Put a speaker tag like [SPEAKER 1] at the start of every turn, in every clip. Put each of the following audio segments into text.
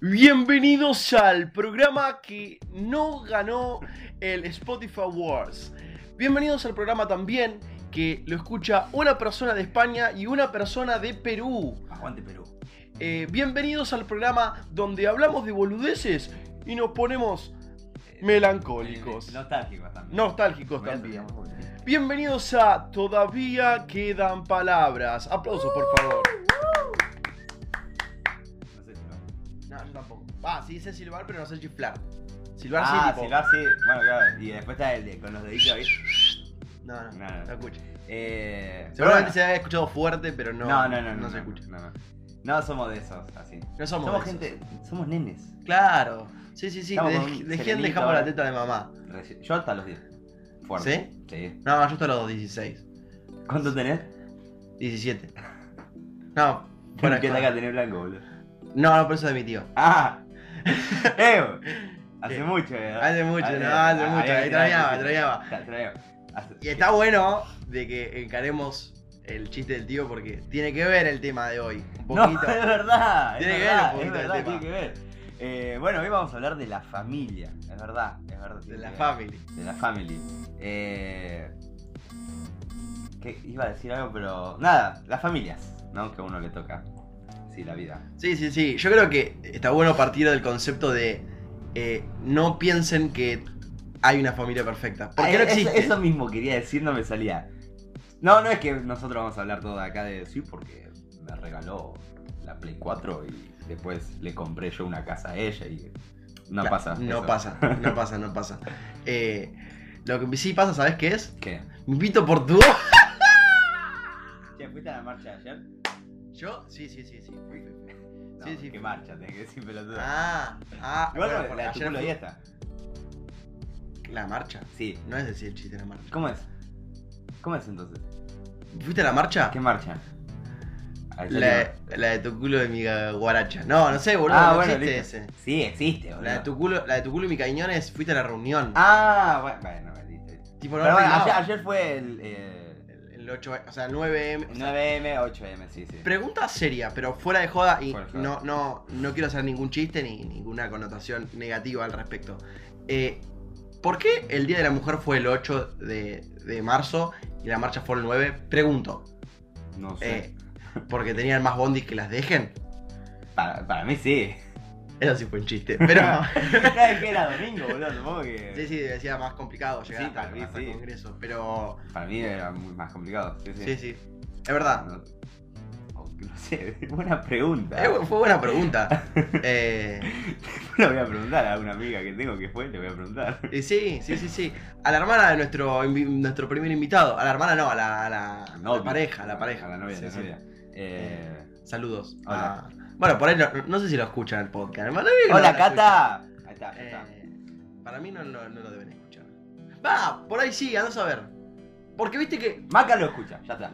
[SPEAKER 1] Bienvenidos al programa que no ganó el Spotify Awards. Bienvenidos al programa también que lo escucha una persona de España y una persona de Perú.
[SPEAKER 2] Aguante Perú.
[SPEAKER 1] Eh, bienvenidos al programa donde hablamos de boludeces y nos ponemos melancólicos,
[SPEAKER 2] Eh, Nostálgicos también.
[SPEAKER 1] nostálgicos
[SPEAKER 2] Voy a
[SPEAKER 1] también.
[SPEAKER 2] hacer una música.
[SPEAKER 1] Bienvenidos a Todavía quedan palabras. Aplausos, por favor.
[SPEAKER 2] No sé si lo-
[SPEAKER 1] No, yo tampoco. Ah, sí dice silbar, pero no sé chiflar. Silbar sí,
[SPEAKER 2] Ah,
[SPEAKER 1] tipo.
[SPEAKER 2] si lo hace. Bueno, claro. Y después está el de con los deditos ahí.
[SPEAKER 1] No, no,
[SPEAKER 2] No, no.
[SPEAKER 1] no, se escucha.
[SPEAKER 2] Eh, pero
[SPEAKER 1] Seguramente
[SPEAKER 2] bueno.
[SPEAKER 1] se había escuchado fuerte, pero no,
[SPEAKER 2] no, no, no, no,
[SPEAKER 1] se escucha.
[SPEAKER 2] No, no. No somos de esos, así.
[SPEAKER 1] No somos, de esos.
[SPEAKER 2] gente. Somos nenes.
[SPEAKER 1] Claro. Sí, sí, sí.
[SPEAKER 2] Estamos con
[SPEAKER 1] Dej-
[SPEAKER 2] un
[SPEAKER 1] Dejé
[SPEAKER 2] serenito
[SPEAKER 1] dejamos la
[SPEAKER 2] ahora.
[SPEAKER 1] teta de mamá.
[SPEAKER 2] Reci- Yo hasta los 10. Fuerte. ¿Sí? Sí.
[SPEAKER 1] No, yo hasta los 16.
[SPEAKER 2] ¿Cuánto tenés?
[SPEAKER 1] 17. No, fuera de
[SPEAKER 2] Empieza acá
[SPEAKER 1] joda.
[SPEAKER 2] a tener blanco, boludo.
[SPEAKER 1] No, no, por eso es de mi tío.
[SPEAKER 2] ¡Ah! ¡Eh! Hace
[SPEAKER 1] ¿Qué?
[SPEAKER 2] mucho, ¿verdad?
[SPEAKER 1] Hace mucho,
[SPEAKER 2] Hace-
[SPEAKER 1] no, hace
[SPEAKER 2] ah,
[SPEAKER 1] mucho,
[SPEAKER 2] había que
[SPEAKER 1] ahí trañaba,
[SPEAKER 2] tirar-
[SPEAKER 1] trañaba.
[SPEAKER 2] Tra- trañaba. Hace-
[SPEAKER 1] Y está bueno de que encaremos el chiste del tío porque tiene que ver el tema de hoy. Un
[SPEAKER 2] No,
[SPEAKER 1] poquito.
[SPEAKER 2] es verdad.
[SPEAKER 1] Tiene
[SPEAKER 2] es
[SPEAKER 1] que ver un
[SPEAKER 2] verdad,
[SPEAKER 1] poquito
[SPEAKER 2] es verdad,
[SPEAKER 1] del tema.
[SPEAKER 2] tiene que ver. Eh, bueno, hoy vamos a hablar de la familia. Es verdad, es verdad.
[SPEAKER 1] de
[SPEAKER 2] tiene
[SPEAKER 1] la
[SPEAKER 2] que ver.
[SPEAKER 1] family.
[SPEAKER 2] De la family. Eh, que iba a decir algo, pero. Nada, las familias, ¿no? Que a uno le toca. Sí, la vida.
[SPEAKER 1] Sí, sí, sí. Yo creo que está bueno partir del concepto de eh, no piensen que hay una familia perfecta. Porque
[SPEAKER 2] Ah,
[SPEAKER 1] no
[SPEAKER 2] es-
[SPEAKER 1] existe.
[SPEAKER 2] Eso mismo quería decir, no me salía. No, no es que nosotros vamos a hablar todo acá de sí, porque me regaló la Play 4 y después le compré yo una casa a ella y no
[SPEAKER 1] Claro,
[SPEAKER 2] pasa.
[SPEAKER 1] No
[SPEAKER 2] eso.
[SPEAKER 1] pasa, no pasa, no pasa. Eh, lo que sí pasa, ¿sabes qué es?
[SPEAKER 2] ¿Qué?
[SPEAKER 1] Vito Portugal.
[SPEAKER 2] Che, ¿fuiste a la marcha ayer?
[SPEAKER 1] ¿Yo? Sí, sí, sí, sí.
[SPEAKER 2] No,
[SPEAKER 1] Sí, sí.
[SPEAKER 2] ¿Qué marcha? Tenés que decir pelotudo.
[SPEAKER 1] Ah, ah,
[SPEAKER 2] Igual
[SPEAKER 1] bueno,
[SPEAKER 2] no,
[SPEAKER 1] porque
[SPEAKER 2] la
[SPEAKER 1] ayer
[SPEAKER 2] tuculo
[SPEAKER 1] fui-
[SPEAKER 2] ahí está.
[SPEAKER 1] La marcha.
[SPEAKER 2] Sí.
[SPEAKER 1] No es decir el chiste, la marcha.
[SPEAKER 2] ¿Cómo es? ¿Cómo es entonces?
[SPEAKER 1] ¿Fuiste a la marcha?
[SPEAKER 2] ¿Qué marcha? Ah, Ahí salió.
[SPEAKER 1] La, la de tu culo y mi ga- guaracha. No, no sé, boludo,
[SPEAKER 2] Ah,
[SPEAKER 1] no
[SPEAKER 2] bueno,
[SPEAKER 1] existe
[SPEAKER 2] listo.
[SPEAKER 1] ese.
[SPEAKER 2] Sí, existe, boludo.
[SPEAKER 1] La de, tu culo, la de tu culo y mi cañones, fuiste a la reunión.
[SPEAKER 2] Ah, bueno, bueno, listo. listo.
[SPEAKER 1] tipo, no
[SPEAKER 2] Pero bueno,
[SPEAKER 1] arreglaba.
[SPEAKER 2] ayer, ayer fue el, eh,
[SPEAKER 1] El, 8, o sea, el 9M. o sea,
[SPEAKER 2] 9M, 8M, sí, sí.
[SPEAKER 1] Pregunta seria, pero fuera de joda y
[SPEAKER 2] Fuera de joda.
[SPEAKER 1] no, no, no quiero hacer ningún chiste ni ninguna connotación negativa al respecto. Eh, ¿Por qué el Día de la Mujer fue el 8 de, de marzo y la marcha fue el 9? Pregunto.
[SPEAKER 2] No sé.
[SPEAKER 1] Eh, ¿Porque tenían más bondis que las dejen?
[SPEAKER 2] para, para mí sí.
[SPEAKER 1] Eso sí fue un chiste. Pero
[SPEAKER 2] Cada que era domingo, boludo, supongo que.
[SPEAKER 1] sí, sí, decía más complicado llegar
[SPEAKER 2] Sí,
[SPEAKER 1] hasta,
[SPEAKER 2] para mí
[SPEAKER 1] hasta el
[SPEAKER 2] sí.
[SPEAKER 1] Congreso. Pero
[SPEAKER 2] Para mí era muy más complicado. Sí, sí.
[SPEAKER 1] sí, sí. Es verdad.
[SPEAKER 2] No, aunque no sé, buena pregunta.
[SPEAKER 1] Eh, fue buena pregunta. Eh,
[SPEAKER 2] Le voy a preguntar a una amiga que tengo que fue, le voy a preguntar.
[SPEAKER 1] Y sí, sí, sí, sí. A la hermana de nuestro, invi- nuestro primer invitado. A la hermana no, a la, a la, a la
[SPEAKER 2] Novia.
[SPEAKER 1] pareja, a la pareja.
[SPEAKER 2] A la novia, a
[SPEAKER 1] Sí,
[SPEAKER 2] la
[SPEAKER 1] sí.
[SPEAKER 2] novia. Eh,
[SPEAKER 1] Saludos.
[SPEAKER 2] Hola.
[SPEAKER 1] Ah, bueno, por ahí no, no sé si lo escuchan el podcast. hermano. No
[SPEAKER 2] Hola,
[SPEAKER 1] lo
[SPEAKER 2] Cata. Ahí está,
[SPEAKER 1] escuchan.
[SPEAKER 2] ya está.
[SPEAKER 1] Eh, para mí no, no- no lo deben escuchar. Va, por ahí sí, andás a ver. Porque viste que
[SPEAKER 2] Maca lo escucha, ya está.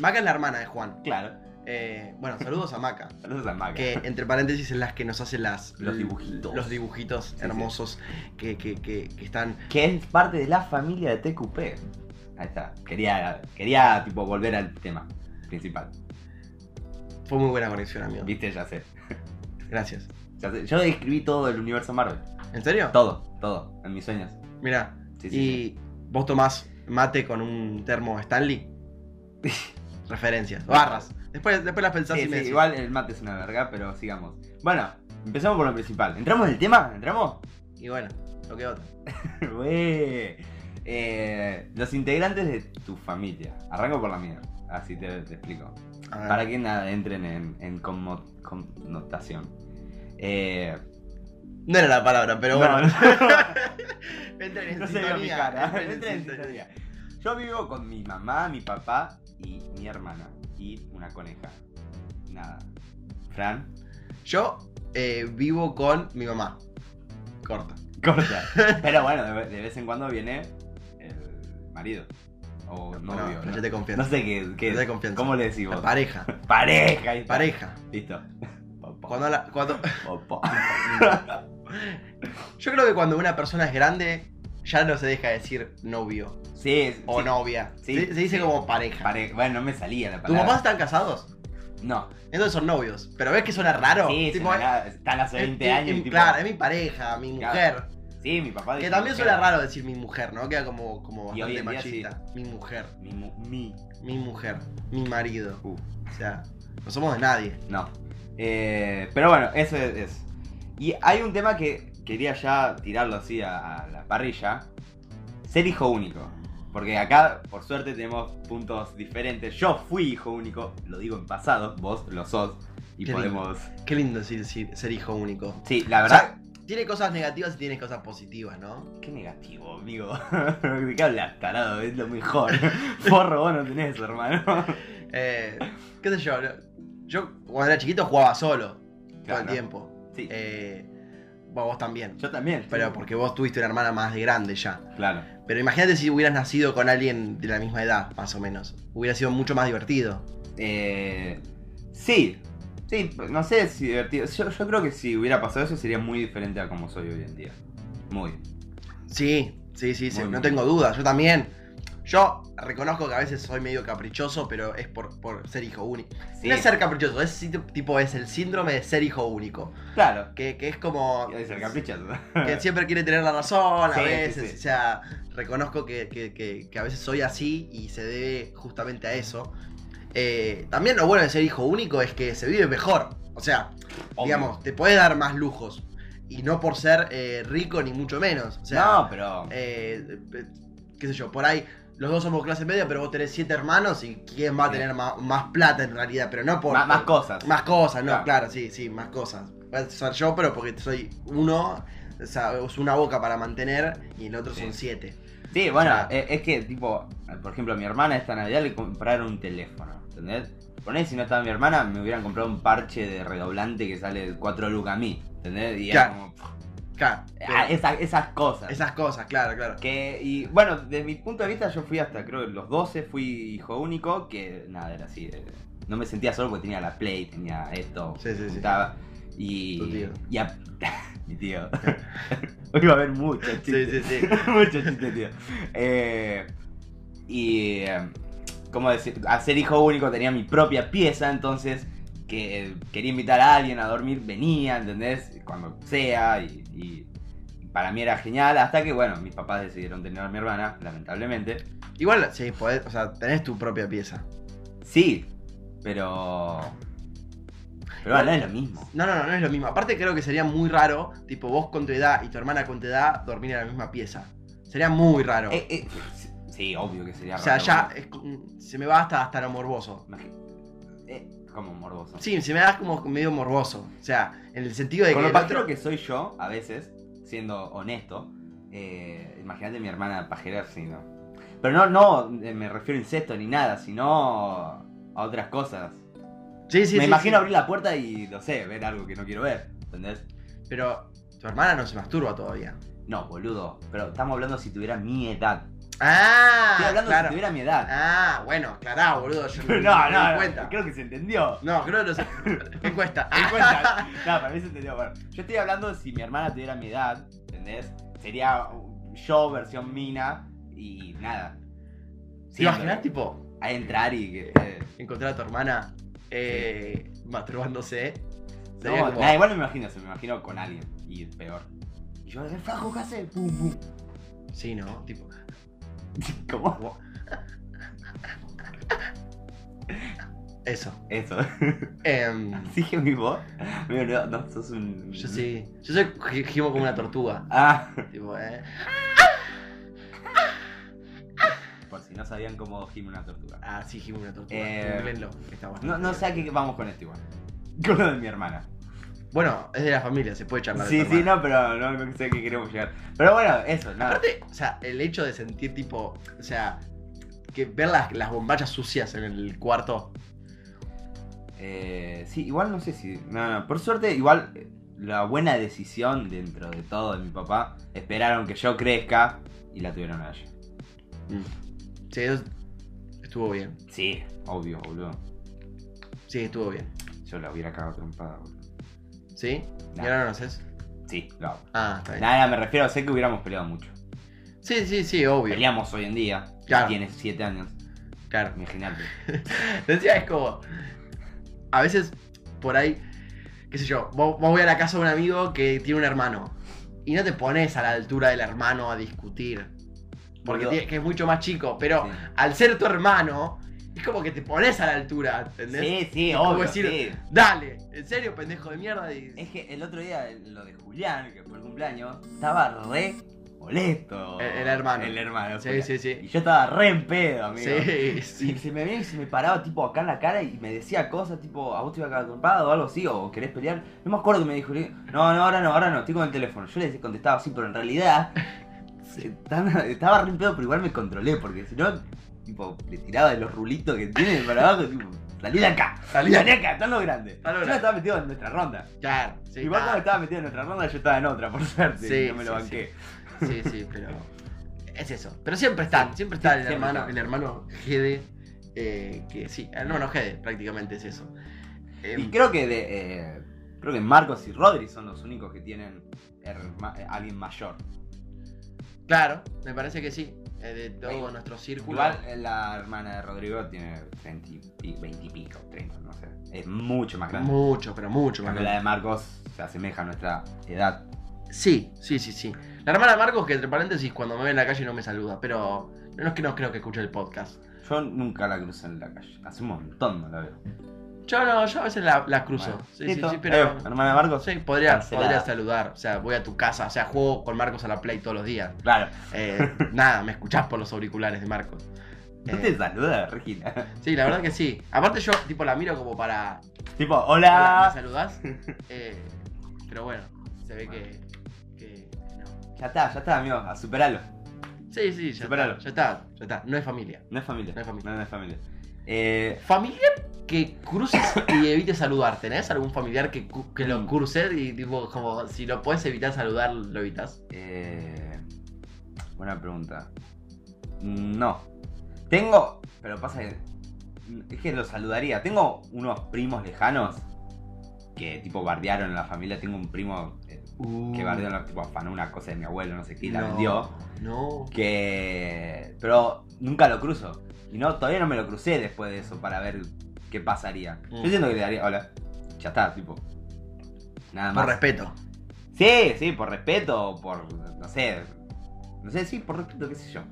[SPEAKER 1] Maca es la hermana de Juan.
[SPEAKER 2] Claro.
[SPEAKER 1] Eh, bueno, saludos a Maca.
[SPEAKER 2] Saludos a Maca.
[SPEAKER 1] Que entre paréntesis es las que nos hace las,
[SPEAKER 2] Los dibujitos.
[SPEAKER 1] los dibujitos
[SPEAKER 2] sí.
[SPEAKER 1] hermosos que- que- que- que están
[SPEAKER 2] Que es parte de la familia de TQP. Ahí está. Quería, quería tipo volver al tema principal.
[SPEAKER 1] Fue muy buena conexión, amigo.
[SPEAKER 2] Viste, ya sé.
[SPEAKER 1] Gracias.
[SPEAKER 2] Ya sé. Yo describí todo el universo Marvel.
[SPEAKER 1] ¿En serio?
[SPEAKER 2] Todo, todo. En mis sueños.
[SPEAKER 1] Mira,
[SPEAKER 2] Sí,
[SPEAKER 1] y
[SPEAKER 2] sí.
[SPEAKER 1] vos tomás mate con un termo Stanley. Referencias, barras. Después, después las
[SPEAKER 2] sí.
[SPEAKER 1] pensás
[SPEAKER 2] Sí,
[SPEAKER 1] y
[SPEAKER 2] sí,
[SPEAKER 1] me decís.
[SPEAKER 2] igual el mate es una verga, pero sigamos. Bueno, empezamos por lo principal. ¿Entramos en el tema? ¿Entramos?
[SPEAKER 1] Y bueno, lo que otro.
[SPEAKER 2] Güey. Eh, los integrantes de tu familia. Arranco por la mía. Así te, te explico.
[SPEAKER 1] A ver.
[SPEAKER 2] Para que nada entren en, en conmo- connotación. Eh,
[SPEAKER 1] No era la palabra, pero
[SPEAKER 2] no,
[SPEAKER 1] bueno.
[SPEAKER 2] no.
[SPEAKER 1] Entren en
[SPEAKER 2] No se
[SPEAKER 1] sintonía.
[SPEAKER 2] vio mi cara.
[SPEAKER 1] entren en
[SPEAKER 2] Entra en
[SPEAKER 1] sintonía.
[SPEAKER 2] sintonía. Yo vivo con mi mamá, mi papá y mi hermana. Y una coneja. Nada. Fran,
[SPEAKER 1] Yo eh, vivo con mi mamá. Corta.
[SPEAKER 2] corta. Pero bueno, de ve- de vez en cuando viene el marido. O
[SPEAKER 1] No,
[SPEAKER 2] novio.
[SPEAKER 1] pero
[SPEAKER 2] No,
[SPEAKER 1] yo te confieso.
[SPEAKER 2] No sé qué, qué
[SPEAKER 1] Yo te confianza.
[SPEAKER 2] ¿Cómo le decís vos?
[SPEAKER 1] Pareja.
[SPEAKER 2] Pareja. ahí está.
[SPEAKER 1] Pareja.
[SPEAKER 2] Listo. Popó,
[SPEAKER 1] Cuando la- cuando...
[SPEAKER 2] popó.
[SPEAKER 1] Yo creo que cuando una persona es grande, ya no se deja decir novio
[SPEAKER 2] Sí,
[SPEAKER 1] o
[SPEAKER 2] sí.
[SPEAKER 1] novia.
[SPEAKER 2] Sí.
[SPEAKER 1] se, se dice como pareja.
[SPEAKER 2] Pare- Bueno, no me salía la
[SPEAKER 1] ¿Tus
[SPEAKER 2] palabra.
[SPEAKER 1] papás están casados?
[SPEAKER 2] No.
[SPEAKER 1] Entonces son novios. Pero ves que suena raro.
[SPEAKER 2] sí,
[SPEAKER 1] Tipo,
[SPEAKER 2] se me acaba- están hace
[SPEAKER 1] es-
[SPEAKER 2] 20
[SPEAKER 1] es-
[SPEAKER 2] años.
[SPEAKER 1] es-
[SPEAKER 2] y tipo,
[SPEAKER 1] Claro, es mi pareja, mi mujer.
[SPEAKER 2] Claro, Sí, mi papá
[SPEAKER 1] Que
[SPEAKER 2] dice
[SPEAKER 1] también
[SPEAKER 2] mujer.
[SPEAKER 1] suena raro decir mi mujer, ¿no? Queda como, como
[SPEAKER 2] Y hoy
[SPEAKER 1] bastante
[SPEAKER 2] en día sí.
[SPEAKER 1] machista. Mi mujer,
[SPEAKER 2] Mi, mu- mi.
[SPEAKER 1] mi mujer, mi marido.
[SPEAKER 2] Uh,
[SPEAKER 1] O sea, no somos de nadie.
[SPEAKER 2] no. Eh, pero bueno, eso es, es. Y hay un tema que quería ya tirarlo así a, a la parrilla. Ser hijo único. Porque acá, por suerte, tenemos puntos diferentes. Yo fui hijo único, lo digo en pasado, vos lo sos. Y
[SPEAKER 1] Qué lindo.
[SPEAKER 2] podemos...
[SPEAKER 1] Qué lindo decir, decir- ser hijo único.
[SPEAKER 2] Sí, la verdad...
[SPEAKER 1] O sea, tiene cosas negativas y tiene cosas positivas, ¿no?
[SPEAKER 2] Qué negativo, amigo. ¿De qué hablas, tarado? Es lo mejor. Forro vos no tenés, hermano.
[SPEAKER 1] Eh, qué sé yo. no- Yo cuando era chiquito jugaba solo. Todo el
[SPEAKER 2] Claro.
[SPEAKER 1] tiempo.
[SPEAKER 2] Sí,
[SPEAKER 1] Eh, bueno, vos también.
[SPEAKER 2] yo también.
[SPEAKER 1] Pero porque vos tuviste una hermana más de grande ya.
[SPEAKER 2] Claro.
[SPEAKER 1] Pero imagínate si hubieras nacido con alguien de la misma edad, más o menos. Hubiera sido mucho más divertido.
[SPEAKER 2] Eh, sí, sí, no sé si divertido. Yo, yo creo que si hubiera pasado eso sería muy diferente a como soy hoy en día. Muy.
[SPEAKER 1] Sí, sí, sí, sí,
[SPEAKER 2] Muy,
[SPEAKER 1] no
[SPEAKER 2] muy.
[SPEAKER 1] tengo dudas, yo también. Yo reconozco que a veces soy medio caprichoso, pero es por, por ser hijo único.
[SPEAKER 2] Sí,
[SPEAKER 1] No es ser caprichoso, es sí- tipo es el síndrome de ser hijo único.
[SPEAKER 2] claro.
[SPEAKER 1] Que, que es como.
[SPEAKER 2] Es el caprichoso.
[SPEAKER 1] Que siempre quiere tener la razón, a
[SPEAKER 2] Sí, sí,
[SPEAKER 1] veces.
[SPEAKER 2] sí.
[SPEAKER 1] O sea, reconozco que, que- que- que a veces soy así y se debe justamente a eso. Eh, también lo bueno de ser hijo único es que se vive mejor. O sea,
[SPEAKER 2] Obvio.
[SPEAKER 1] digamos, te puedes dar más lujos. Y no por ser eh, rico ni mucho menos. O sea,
[SPEAKER 2] no, pero.
[SPEAKER 1] eh, eh, qué sé yo, por ahí los dos somos clase media, pero vos tenés siete hermanos y quién va a
[SPEAKER 2] Sí.
[SPEAKER 1] tener más, más plata en realidad, pero no por...
[SPEAKER 2] más, más
[SPEAKER 1] por-
[SPEAKER 2] cosas.
[SPEAKER 1] Más cosas, no,
[SPEAKER 2] Claro.
[SPEAKER 1] claro. sí, sí, más cosas. Voy a ser yo, pero porque soy uno, o sea, es una boca para mantener y el otro
[SPEAKER 2] Sí.
[SPEAKER 1] son siete.
[SPEAKER 2] Sí, bueno,
[SPEAKER 1] Claro.
[SPEAKER 2] eh, es que, tipo, por ejemplo, a mi hermana esta Navidad le compraron un teléfono, ¿entendés? Poné, si no estaba mi hermana, me hubieran comprado un parche de redoblante que sale 4 lucas a mí, ¿entendés? Y era
[SPEAKER 1] Claro.
[SPEAKER 2] como, pff,
[SPEAKER 1] Claro,
[SPEAKER 2] ah, esas, esas cosas.
[SPEAKER 1] esas cosas, claro, claro.
[SPEAKER 2] Que, y bueno, desde mi punto de vista, yo fui hasta creo que los 12, fui hijo único, que nada, era así. eh, no me sentía solo porque tenía la Play, tenía esto,
[SPEAKER 1] Sí, sí, sí.
[SPEAKER 2] juntaba, Y.
[SPEAKER 1] Tu tío.
[SPEAKER 2] Y a- mi tío. Hoy va a haber muchos
[SPEAKER 1] Sí,
[SPEAKER 2] chistes.
[SPEAKER 1] sí, sí.
[SPEAKER 2] muchos chistes, tío. Eh, y. eh, ¿Cómo decir? Al ser hijo único tenía mi propia pieza, entonces. Que eh, quería invitar a alguien a dormir, venía, ¿entendés? Cuando sea, y- y para mí era genial, hasta que, bueno, mis papás decidieron tener a mi hermana, lamentablemente.
[SPEAKER 1] Igual, sí, podés, o sea, tenés tu propia pieza.
[SPEAKER 2] Sí, pero. Pero bueno, no es lo mismo.
[SPEAKER 1] No, no, no, no es lo mismo. Aparte creo que sería muy raro, tipo vos con tu edad y tu hermana con tu edad dormir en la misma pieza. Sería muy raro.
[SPEAKER 2] Eh, eh, sí, obvio que sería
[SPEAKER 1] O sea,
[SPEAKER 2] raro,
[SPEAKER 1] ya
[SPEAKER 2] boludo.
[SPEAKER 1] es como- se me va hasta, hasta lo morboso.
[SPEAKER 2] Imagi- eh, como morboso.
[SPEAKER 1] Sí, se me da como medio morboso. O sea, en el sentido de
[SPEAKER 2] Con
[SPEAKER 1] que.
[SPEAKER 2] lo
[SPEAKER 1] el
[SPEAKER 2] pajero
[SPEAKER 1] otro-
[SPEAKER 2] que soy yo, a veces, siendo honesto, eh, imagínate mi hermana pajera, si no. Pero no, no eh, me refiero a incesto ni nada, sino a otras cosas.
[SPEAKER 1] Sí, sí,
[SPEAKER 2] me
[SPEAKER 1] sí,
[SPEAKER 2] imagino
[SPEAKER 1] sí.
[SPEAKER 2] abrir la puerta y, no sé, ver algo que no quiero ver, ¿entendés?
[SPEAKER 1] Pero tu hermana no se masturba todavía.
[SPEAKER 2] No, boludo. Pero estamos hablando si tuviera mi edad.
[SPEAKER 1] Ah,
[SPEAKER 2] Estoy hablando
[SPEAKER 1] claro.
[SPEAKER 2] si tuviera mi edad.
[SPEAKER 1] Ah, bueno, aclará, boludo. Yo
[SPEAKER 2] No,
[SPEAKER 1] me
[SPEAKER 2] no,
[SPEAKER 1] di
[SPEAKER 2] no,
[SPEAKER 1] cuenta.
[SPEAKER 2] Creo que Ah, se entendió.
[SPEAKER 1] No, creo que no sé. Encuesta.
[SPEAKER 2] Me di cuenta. no, para mí se entendió. Bueno, yo estoy hablando si mi hermana tuviera mi edad, ¿entendés? Sería yo versión mina y nada.
[SPEAKER 1] ¿Te imaginas, tipo,
[SPEAKER 2] A entrar y que eh, esté-
[SPEAKER 1] encontrar a tu hermana eh, masturbándose? Sería
[SPEAKER 2] No,
[SPEAKER 1] como-
[SPEAKER 2] nada, igual no me imagino, se me imagino con alguien y peor. Y yo, ¿qué fajo qué hace? Pum, pum.
[SPEAKER 1] Sí, ¿no? Tipo,
[SPEAKER 2] ¿Cómo?
[SPEAKER 1] eso.
[SPEAKER 2] Eso.
[SPEAKER 1] Em,
[SPEAKER 2] ¿Sigue mi voz? Mira, no, no, sos un.
[SPEAKER 1] yo sí. Yo soy gi- gimo como una tortuga.
[SPEAKER 2] Ah.
[SPEAKER 1] Tipo, eh.
[SPEAKER 2] Por si no sabían cómo gime una tortuga.
[SPEAKER 1] Ah, sí, gimo una tortuga.
[SPEAKER 2] Eh,
[SPEAKER 1] Googleenlo, está bueno.
[SPEAKER 2] No, no sé a qué vamos con esto igual. Con lo de mi hermana.
[SPEAKER 1] Bueno, es de la familia, se puede charlar. de
[SPEAKER 2] Sí,
[SPEAKER 1] tu
[SPEAKER 2] sí,
[SPEAKER 1] hermana.
[SPEAKER 2] no, pero no, no sé a qué queremos llegar. Pero bueno, eso, nada.
[SPEAKER 1] Aparte, o sea, el hecho de sentir tipo, o sea, que ver las, las bombachas sucias en el cuarto.
[SPEAKER 2] Eh, sí, igual no sé si. No, no, por suerte, igual eh, la buena decisión dentro de todo de mi papá, esperaron que yo crezca y la tuvieron a ella.
[SPEAKER 1] Sí, eso estuvo bien.
[SPEAKER 2] Sí, obvio, boludo.
[SPEAKER 1] Sí, estuvo bien.
[SPEAKER 2] Yo la hubiera cagado trompada, boludo.
[SPEAKER 1] ¿Sí? ¿Y
[SPEAKER 2] Nah.
[SPEAKER 1] ahora no lo haces?
[SPEAKER 2] Sí, lo hago.
[SPEAKER 1] Ah, está bien.
[SPEAKER 2] Nada, nada, me refiero, sé que hubiéramos peleado mucho.
[SPEAKER 1] Sí, sí, sí, obvio.
[SPEAKER 2] Peleamos hoy en día.
[SPEAKER 1] Claro.
[SPEAKER 2] Tienes 7 años,
[SPEAKER 1] Claro.
[SPEAKER 2] imagínate.
[SPEAKER 1] Decía, es como. a veces por ahí, qué sé yo, vos, vos voy a la casa de un amigo que tiene un hermano y no te pones a la altura del hermano a discutir. Porque
[SPEAKER 2] Boludo.
[SPEAKER 1] tiene- que es mucho más chico, pero
[SPEAKER 2] Sí.
[SPEAKER 1] al ser tu hermano, es como que te pones a la altura, ¿entendés?
[SPEAKER 2] Sí, sí,
[SPEAKER 1] Es como
[SPEAKER 2] obvio,
[SPEAKER 1] decir,
[SPEAKER 2] sí.
[SPEAKER 1] Dale, en serio, pendejo de mierda. Y...
[SPEAKER 2] Es que el otro día, lo de Julián, que fue el cumpleaños, estaba re molesto.
[SPEAKER 1] El- el hermano.
[SPEAKER 2] El hermano.
[SPEAKER 1] Sí,
[SPEAKER 2] Julián.
[SPEAKER 1] sí,
[SPEAKER 2] Y
[SPEAKER 1] sí.
[SPEAKER 2] yo estaba re en pedo, amigo.
[SPEAKER 1] Sí, sí.
[SPEAKER 2] Y se me venía y se me paraba tipo acá en la cara y me decía cosas tipo, ¿a vos te iba a quedar atrapado o algo así? ¿O querés pelear? No me acuerdo que me dijo, le digo, no, no, ahora no, ahora no, estoy con el teléfono. Yo le contestaba así, pero en realidad se- tan- estaba re en pedo, pero igual me controlé, porque si no, tipo, le tiraba de los rulitos que tiene para abajo, tipo, salí de acá, salí
[SPEAKER 1] Salí.
[SPEAKER 2] de acá, están los grandes.
[SPEAKER 1] Está lo
[SPEAKER 2] Yo no
[SPEAKER 1] grande.
[SPEAKER 2] estaba metido en nuestra ronda.
[SPEAKER 1] Claro, sí. Ah.
[SPEAKER 2] Igual
[SPEAKER 1] nah,
[SPEAKER 2] cuando estaba metido en nuestra ronda, yo estaba en otra, por suerte.
[SPEAKER 1] Sí,
[SPEAKER 2] y no me lo
[SPEAKER 1] sí,
[SPEAKER 2] banqué.
[SPEAKER 1] Sí, sí, pero. Es eso. Pero siempre están, siempre está
[SPEAKER 2] sí,
[SPEAKER 1] el
[SPEAKER 2] siempre
[SPEAKER 1] hermano,
[SPEAKER 2] está.
[SPEAKER 1] el hermano Gede. eh, que sí, el hermano Gede prácticamente es eso. Em,
[SPEAKER 2] Y creo que de, eh, creo que Marcos y Rodri son los únicos que tienen herma- eh, alguien mayor.
[SPEAKER 1] Claro, me parece que sí. eh, de todo
[SPEAKER 2] Igual-
[SPEAKER 1] nuestro círculo.
[SPEAKER 2] Igual eh, la hermana de Rodrigo tiene 30 y pi- 20 y pico, 30, no sé. Es mucho más grande.
[SPEAKER 1] Mucho, pero mucho
[SPEAKER 2] En
[SPEAKER 1] más
[SPEAKER 2] cambio, la de Marcos se asemeja a nuestra edad.
[SPEAKER 1] Sí, sí, sí, sí. La hermana de Marcos, que entre paréntesis, cuando me ve en la calle no me saluda, pero no es que no creo que escuche el podcast.
[SPEAKER 2] Yo nunca la crucé en la calle. Hace un montón no la veo.
[SPEAKER 1] Yo no, yo a veces la, la cruzo.
[SPEAKER 2] Bueno,
[SPEAKER 1] sí, sí,
[SPEAKER 2] listo.
[SPEAKER 1] sí,
[SPEAKER 2] Ahí
[SPEAKER 1] pero.
[SPEAKER 2] va, hermana de Marcos.
[SPEAKER 1] Sí, podría,
[SPEAKER 2] Cancelada.
[SPEAKER 1] podría saludar. O sea, voy a tu casa, o sea, juego con Marcos a la Play todos los días.
[SPEAKER 2] Claro.
[SPEAKER 1] Eh, nada, me escuchás por los auriculares de Marcos.
[SPEAKER 2] ¿No
[SPEAKER 1] Eh,
[SPEAKER 2] te saluda, Regina?
[SPEAKER 1] sí, la verdad que sí. Aparte yo, tipo, la miro como para...
[SPEAKER 2] tipo,
[SPEAKER 1] "Hola, ¿Me
[SPEAKER 2] hola.
[SPEAKER 1] saludás? Eh, pero bueno, se ve que... que no.
[SPEAKER 2] Ya está, ya está, amigo. A superarlo.
[SPEAKER 1] Sí, sí, ya
[SPEAKER 2] Superalo.
[SPEAKER 1] está, ya está, ya está. No es familia.
[SPEAKER 2] No es familia.
[SPEAKER 1] No es familia.
[SPEAKER 2] No, no es familia. Eh,
[SPEAKER 1] Familiar que cruces y evites saludar. ¿Tenés algún familiar que, cu- que
[SPEAKER 2] Mm.
[SPEAKER 1] lo cruces y tipo, como si lo puedes evitar saludar, lo evitas?
[SPEAKER 2] Eh, buena pregunta. No. Tengo. Pero pasa que. Es que lo saludaría. Tengo unos primos lejanos que tipo bardearon a la familia. Tengo un primo eh, que bardeó, la- tipo afanó una cosa de mi abuelo, no sé qué, y la
[SPEAKER 1] Mm. No,
[SPEAKER 2] vendió.
[SPEAKER 1] No.
[SPEAKER 2] Que. Pero nunca lo cruzo. Y no, todavía no me lo crucé después de eso para ver qué pasaría.
[SPEAKER 1] Mm.
[SPEAKER 2] Yo siento que le daría. Hola. Ya está, tipo. Nada
[SPEAKER 1] Por
[SPEAKER 2] más.
[SPEAKER 1] respeto.
[SPEAKER 2] Sí, sí, por respeto, por. no sé. No sé, sí, por respeto, qué sé yo.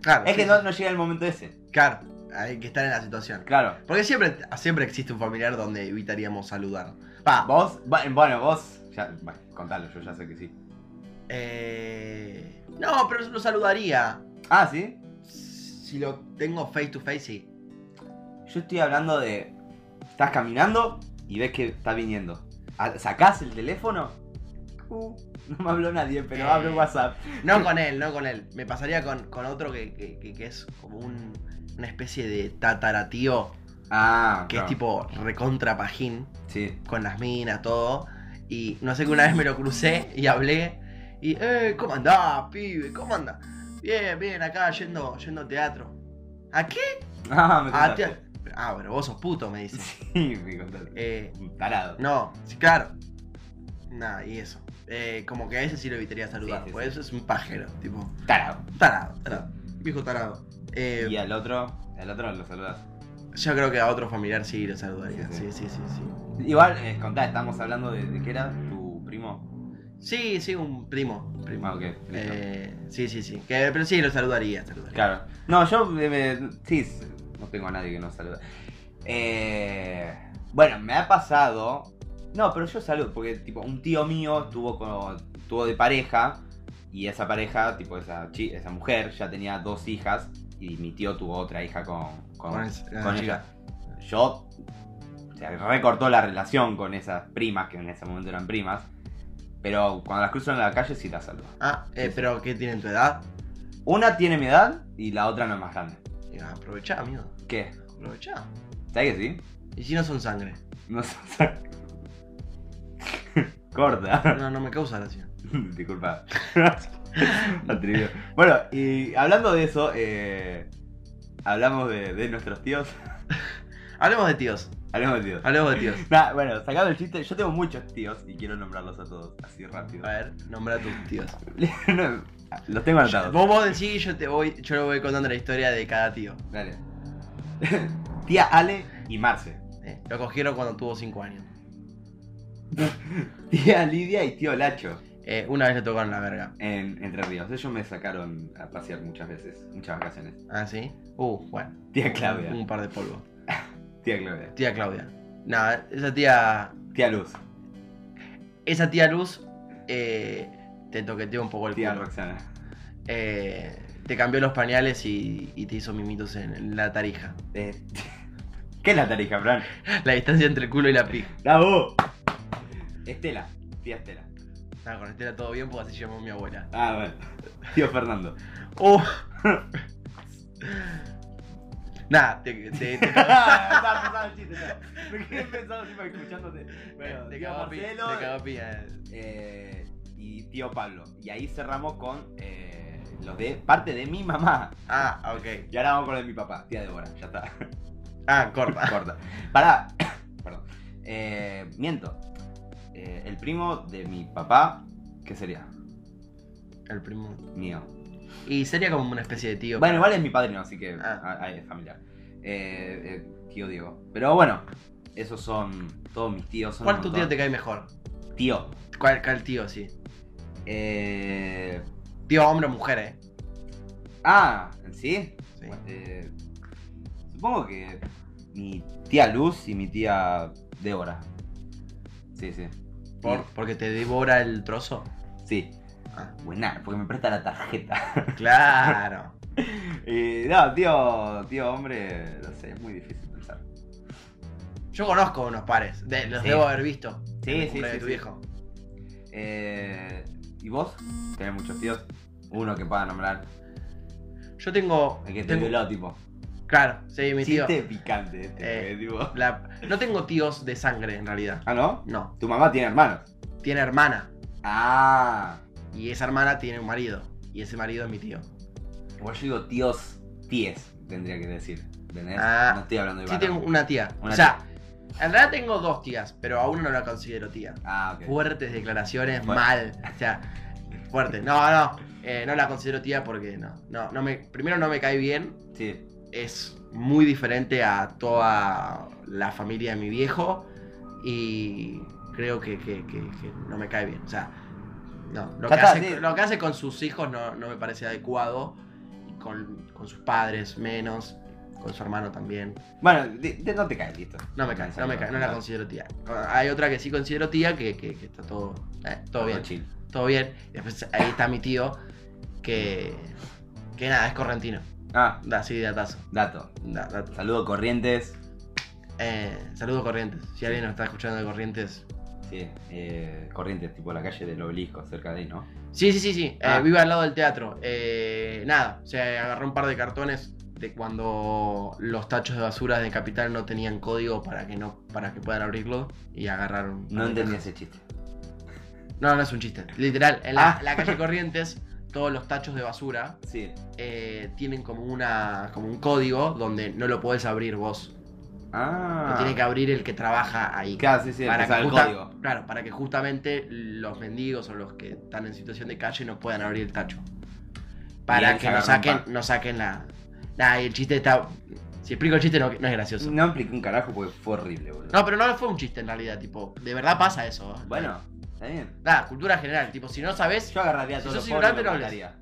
[SPEAKER 1] Claro.
[SPEAKER 2] Es
[SPEAKER 1] sí,
[SPEAKER 2] que no, no llega el momento ese.
[SPEAKER 1] sí. Claro, hay que estar en la situación.
[SPEAKER 2] Claro.
[SPEAKER 1] Porque siempre, siempre existe un familiar donde evitaríamos saludar. Va,
[SPEAKER 2] Vos, bu- bueno, vos. Ya, bueno, contalo, yo ya sé que sí.
[SPEAKER 1] eh, No, pero lo saludaría.
[SPEAKER 2] Ah, sí.
[SPEAKER 1] Si lo tengo face to face, sí.
[SPEAKER 2] Yo estoy hablando de. Estás caminando y ves que está viniendo. A- Sacás el teléfono. Uh, no me habló nadie, pero
[SPEAKER 1] Eh.
[SPEAKER 2] abro WhatsApp.
[SPEAKER 1] No con él, no con él. Me pasaría con, con otro que, que- que- que es como un- una especie de tataratío,
[SPEAKER 2] Ah,
[SPEAKER 1] que
[SPEAKER 2] claro.
[SPEAKER 1] es tipo recontra pajín,
[SPEAKER 2] Sí.
[SPEAKER 1] con las minas, todo. Y no sé que una vez me lo crucé y hablé. Y, eh, ¿cómo andás, pibe? ¿Cómo andás? Bien, bien, acá yendo, yendo a teatro. ¿A qué?
[SPEAKER 2] Ah, me
[SPEAKER 1] Ah,
[SPEAKER 2] contaste.
[SPEAKER 1] te- ah, pero vos sos puto, me dice.
[SPEAKER 2] Sí, me contaste.
[SPEAKER 1] Eh,
[SPEAKER 2] Un tarado.
[SPEAKER 1] no, sí, claro. Nada, y eso. Eh, como que a ese sí lo evitaría saludar.
[SPEAKER 2] Sí, sí,
[SPEAKER 1] porque
[SPEAKER 2] sí.
[SPEAKER 1] eso es un pajero, tipo.
[SPEAKER 2] Tarado.
[SPEAKER 1] Tarado, tarado. Viejo tarado. Eh,
[SPEAKER 2] Y al otro, al otro lo saludas.
[SPEAKER 1] Yo creo que a otro familiar sí lo saludaría.
[SPEAKER 2] Sí,
[SPEAKER 1] Sí, sí, sí, sí.
[SPEAKER 2] Igual, eh, contá, estamos hablando de, de qué era tu primo.
[SPEAKER 1] Sí, sí, un primo. un primo.
[SPEAKER 2] Ah, ok, listo.
[SPEAKER 1] Eh, sí, sí, sí. Que- pero sí, lo saludaría, saludaría.
[SPEAKER 2] Claro. No, yo eh, me- sí, s- no tengo a nadie que no saluda. Eh, bueno, me ha pasado. No, pero yo saludo, porque tipo, un tío mío estuvo con. estuvo de pareja. Y esa pareja, tipo esa, chi- esa mujer, ya tenía dos hijas. Y mi tío tuvo otra hija con, con,
[SPEAKER 1] Con es-
[SPEAKER 2] con
[SPEAKER 1] ah,
[SPEAKER 2] ella. Yo. Se recortó la relación con esas primas, que en ese momento eran primas. Pero cuando las cruzo en la calle sí las saludo.
[SPEAKER 1] Ah, eh, pero ¿qué tienen tu edad?
[SPEAKER 2] Una tiene mi edad y la otra no es más grande.
[SPEAKER 1] Y, ah, Aprovechá, amigo.
[SPEAKER 2] ¿Qué?
[SPEAKER 1] Aprovechá.
[SPEAKER 2] ¿Sabes que sí?
[SPEAKER 1] Y si no son sangre.
[SPEAKER 2] No sé. Corta.
[SPEAKER 1] No, no me causa gracia.
[SPEAKER 2] Disculpa. Atrevido. Bueno, y hablando de eso, eh, hablamos de, de nuestros tíos.
[SPEAKER 1] Hablemos de tíos.
[SPEAKER 2] Hablamos de tíos.
[SPEAKER 1] Hablemos de tíos.
[SPEAKER 2] Nah, bueno, sacando el chiste, yo tengo muchos tíos y quiero nombrarlos a todos, así rápido.
[SPEAKER 1] A ver, nombra a tus tíos.
[SPEAKER 2] Los tengo anotados.
[SPEAKER 1] Vos vos decís y yo te voy, yo le voy contando la historia de cada tío.
[SPEAKER 2] Dale. Tía Ale y Marce.
[SPEAKER 1] Eh, Lo cogieron cuando tuvo 5 años.
[SPEAKER 2] Tía Lidia y tío Lacho
[SPEAKER 1] Eh, una vez le tocaron la verga.
[SPEAKER 2] en Entre Ríos. Ellos me sacaron a pasear muchas veces, muchas vacaciones.
[SPEAKER 1] ¿Ah, sí? Uh, bueno.
[SPEAKER 2] Tía Claudia.
[SPEAKER 1] Un par de polvos.
[SPEAKER 2] Tía Claudia.
[SPEAKER 1] Tía Claudia. Nada, esa tía.
[SPEAKER 2] Tía Luz.
[SPEAKER 1] Esa tía Luz eh, te toqueteó un poco el
[SPEAKER 2] Tía
[SPEAKER 1] culo.
[SPEAKER 2] Roxana.
[SPEAKER 1] Eh, te cambió los pañales y, y te hizo mimitos en, en la tarija.
[SPEAKER 2] Eh, ¿Qué es la tarija, Fran?
[SPEAKER 1] La distancia entre el culo y la pija.
[SPEAKER 2] ¡Bravo! Estela. Tía Estela.
[SPEAKER 1] Nada, con Estela todo bien porque así llamó mi abuela.
[SPEAKER 2] Ah, bueno. Tío Fernando.
[SPEAKER 1] Uh. Nada, te, te,
[SPEAKER 2] Ah,
[SPEAKER 1] te cagó-
[SPEAKER 2] Estaba pensando el chiste, ya. Me quedé pensando encima escuchándote. Bueno,
[SPEAKER 1] te
[SPEAKER 2] tío
[SPEAKER 1] cagó pi-
[SPEAKER 2] Marcelo.
[SPEAKER 1] te cagó pija.
[SPEAKER 2] eh, y tío Pablo. Y ahí cerramos con eh, los de parte de mi mamá.
[SPEAKER 1] Ah, ok.
[SPEAKER 2] Y ahora vamos con el de mi papá, tía Débora. Ya está.
[SPEAKER 1] Ah, corta.
[SPEAKER 2] Corta. Pará. Perdón. Eh, miento. Eh, el primo de mi papá, ¿qué sería?
[SPEAKER 1] El primo.
[SPEAKER 2] Mío.
[SPEAKER 1] Y sería como una especie de tío.
[SPEAKER 2] Bueno, igual es mi padrino, así que
[SPEAKER 1] Ah.
[SPEAKER 2] ah, ah, es familiar. Eh, eh, tío Diego. Pero bueno, esos son todos mis tíos. Son
[SPEAKER 1] ¿Cuál
[SPEAKER 2] un
[SPEAKER 1] tu tío
[SPEAKER 2] montón.
[SPEAKER 1] te cae mejor?
[SPEAKER 2] Tío.
[SPEAKER 1] ¿Cuál, cuál tío, sí?
[SPEAKER 2] Eh,
[SPEAKER 1] Tío hombre o mujer, eh.
[SPEAKER 2] ah, ¿sí?
[SPEAKER 1] Sí.
[SPEAKER 2] Bueno, eh, supongo que mi tía Luz y mi tía Débora. Sí, sí.
[SPEAKER 1] ¿Por? Porque te devora el trozo.
[SPEAKER 2] Sí.
[SPEAKER 1] Ah,
[SPEAKER 2] Buena, porque me presta la tarjeta.
[SPEAKER 1] claro.
[SPEAKER 2] Eh, no, tío, tío hombre, no sé, es muy difícil pensar.
[SPEAKER 1] Yo conozco unos pares. de- los
[SPEAKER 2] Sí.
[SPEAKER 1] debo haber visto.
[SPEAKER 2] Sí,
[SPEAKER 1] en el
[SPEAKER 2] sí,
[SPEAKER 1] cumpleaños
[SPEAKER 2] sí,
[SPEAKER 1] de tu
[SPEAKER 2] sí.
[SPEAKER 1] viejo.
[SPEAKER 2] Eh, ¿Y vos? Tenés muchos tíos. Uno que pueda nombrar.
[SPEAKER 1] Yo tengo.
[SPEAKER 2] El que te
[SPEAKER 1] tengo-
[SPEAKER 2] violó, tipo.
[SPEAKER 1] Claro, sí, mi tío.
[SPEAKER 2] Chiste picante este,
[SPEAKER 1] Eh.
[SPEAKER 2] tipo.
[SPEAKER 1] La- no tengo tíos de sangre en realidad.
[SPEAKER 2] ¿Ah, no?
[SPEAKER 1] No.
[SPEAKER 2] Tu mamá tiene hermanos.
[SPEAKER 1] Tiene hermana.
[SPEAKER 2] Ah.
[SPEAKER 1] Y esa hermana tiene un marido. Y ese marido es mi tío.
[SPEAKER 2] Igual yo digo tíos, tíes, tendría que decir. ¿Entendés?
[SPEAKER 1] Ah.
[SPEAKER 2] No estoy hablando de
[SPEAKER 1] Sí,
[SPEAKER 2] varón.
[SPEAKER 1] tengo una tía.
[SPEAKER 2] Una
[SPEAKER 1] o sea, en realidad tengo dos tías, pero a una no la considero tía.
[SPEAKER 2] Ah, ok.
[SPEAKER 1] Fuertes declaraciones,
[SPEAKER 2] Bueno.
[SPEAKER 1] mal. O sea, fuerte. No, no. eh, no la considero tía porque no. No, no me. Primero no me cae bien.
[SPEAKER 2] Sí.
[SPEAKER 1] es muy diferente a toda la familia de mi viejo y creo que, que- que- que no me cae bien. O sea, no. Lo, que
[SPEAKER 2] Ya está,
[SPEAKER 1] hace,
[SPEAKER 2] sí.
[SPEAKER 1] lo que hace con sus hijos no, no me parece adecuado. y Con, con sus padres menos. Con su hermano también.
[SPEAKER 2] Bueno, di- di- no te caes, listo.
[SPEAKER 1] No me cae, no me cae, no la considero tía. Hay otra que sí considero tía que, que- que está todo, eh, todo bien.
[SPEAKER 2] chill.
[SPEAKER 1] Todo bien. Y después ahí está mi tío que. que nada, es correntino.
[SPEAKER 2] Ah,
[SPEAKER 1] Da así de atazo.
[SPEAKER 2] dato.
[SPEAKER 1] Da- da-
[SPEAKER 2] Saludo corrientes.
[SPEAKER 1] Eh, saludos Corrientes. Si alguien nos está escuchando de Corrientes.
[SPEAKER 2] Sí, eh, corrientes, tipo la calle del obelisco, cerca de ahí, ¿no?
[SPEAKER 1] Sí, sí, sí, sí.
[SPEAKER 2] Ah.
[SPEAKER 1] eh, vive al lado del teatro. Eh, nada, se agarró un par de cartones de cuando los tachos de basura de Capital no tenían código para que no para que puedan abrirlo y agarraron.
[SPEAKER 2] No entendí ese chiste.
[SPEAKER 1] No, no es un chiste. Literal, en la,
[SPEAKER 2] Ah.
[SPEAKER 1] la calle Corrientes todos los tachos de basura
[SPEAKER 2] Sí.
[SPEAKER 1] eh, tienen como una como un código donde no lo podés abrir vos.
[SPEAKER 2] Ah.
[SPEAKER 1] Lo tiene que abrir el que trabaja ahí.
[SPEAKER 2] Claro, sí, sí,
[SPEAKER 1] para
[SPEAKER 2] empezaba
[SPEAKER 1] que,
[SPEAKER 2] el
[SPEAKER 1] justa-
[SPEAKER 2] código.
[SPEAKER 1] claro, para que justamente los mendigos o los que están en situación de calle no puedan abrir el tacho. Para
[SPEAKER 2] Bien,
[SPEAKER 1] que no
[SPEAKER 2] se agarra un
[SPEAKER 1] saquen,
[SPEAKER 2] par.
[SPEAKER 1] no saquen la. Nah, y el chiste está. Si explico el chiste no, no es gracioso. No.
[SPEAKER 2] No expliqué un carajo porque fue horrible, boludo.
[SPEAKER 1] pero no fue un chiste en realidad, tipo, de verdad pasa eso. ¿eh?
[SPEAKER 2] Bueno, está bien.
[SPEAKER 1] Nada, cultura general, tipo, si no sabes,
[SPEAKER 2] Yo agarraría
[SPEAKER 1] Si
[SPEAKER 2] todo
[SPEAKER 1] sos
[SPEAKER 2] lo pobre y
[SPEAKER 1] ignorante, no
[SPEAKER 2] lo
[SPEAKER 1] hables.
[SPEAKER 2] mataría.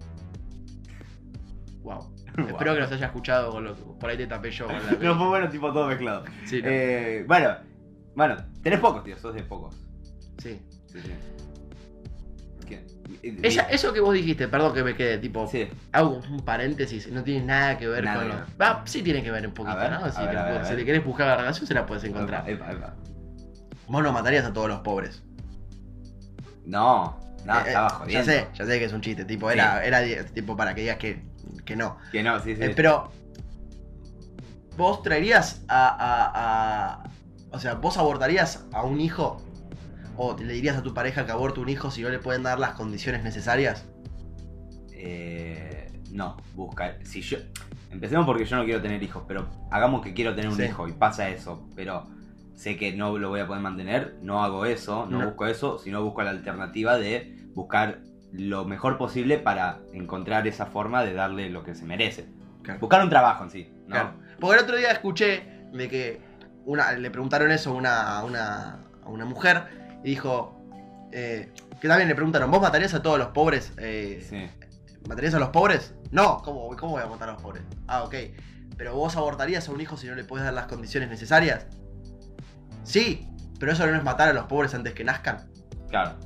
[SPEAKER 1] wow.
[SPEAKER 2] Guau.
[SPEAKER 1] Espero que nos haya escuchado con lo que- por ahí te tapé yo con la
[SPEAKER 2] No, fue bueno, tipo todo mezclado.
[SPEAKER 1] Sí, no.
[SPEAKER 2] Eh, bueno, bueno, tenés pocos, tío, sos de pocos.
[SPEAKER 1] sí.
[SPEAKER 2] Sí, sí. ¿Qué? Eh,
[SPEAKER 1] Ella- eso que vos dijiste, perdón que me quede, tipo,
[SPEAKER 2] Sí,
[SPEAKER 1] hago un paréntesis, no tiene nada que ver
[SPEAKER 2] Nada
[SPEAKER 1] con
[SPEAKER 2] que
[SPEAKER 1] lo.
[SPEAKER 2] ver.
[SPEAKER 1] Va, sí tiene que ver un poquito,
[SPEAKER 2] A ver,
[SPEAKER 1] ¿no?
[SPEAKER 2] a
[SPEAKER 1] Si,
[SPEAKER 2] ver,
[SPEAKER 1] le-
[SPEAKER 2] a ver, a
[SPEAKER 1] si
[SPEAKER 2] ver.
[SPEAKER 1] le querés buscar la relación, se la puedes encontrar.
[SPEAKER 2] Epa, epa, epa.
[SPEAKER 1] Vos no matarías a todos los pobres.
[SPEAKER 2] No, no,
[SPEAKER 1] Eh, eh,
[SPEAKER 2] estaba
[SPEAKER 1] ya
[SPEAKER 2] jodiendo.
[SPEAKER 1] sé, ya sé que es un chiste, tipo, era, era di- tipo para que digas que, que no.
[SPEAKER 2] Que no, sí, sí.
[SPEAKER 1] Eh, pero. ¿Vos traerías a, a- a- O sea, ¿vos abortarías a un hijo? ¿O le dirías a tu pareja que aborte un hijo si no le pueden dar las condiciones necesarias?
[SPEAKER 2] Eh, no, busca. Si yo. Empecemos porque yo no quiero tener hijos, pero hagamos que quiero tener un
[SPEAKER 1] Sí.
[SPEAKER 2] hijo y pasa eso, pero sé que no lo voy a poder mantener, no hago eso, no,
[SPEAKER 1] No.
[SPEAKER 2] busco eso, sino busco la alternativa de buscar lo mejor posible para encontrar esa forma de darle lo que se merece.
[SPEAKER 1] Claro.
[SPEAKER 2] Buscar un trabajo en sí, ¿no?
[SPEAKER 1] Claro. Porque el otro día escuché de que una, le preguntaron eso a una, a una, a una mujer y dijo, eh, que también le preguntaron, ¿vos matarías a todos los pobres? Eh,
[SPEAKER 2] Sí.
[SPEAKER 1] ¿Matarías a los pobres? No, ¿cómo, ¿cómo voy a matar a los pobres? Ah, ok. ¿Pero vos abortarías a un hijo si no le puedes dar las condiciones necesarias? Sí, pero eso no es matar a los pobres antes que nazcan.
[SPEAKER 2] Claro.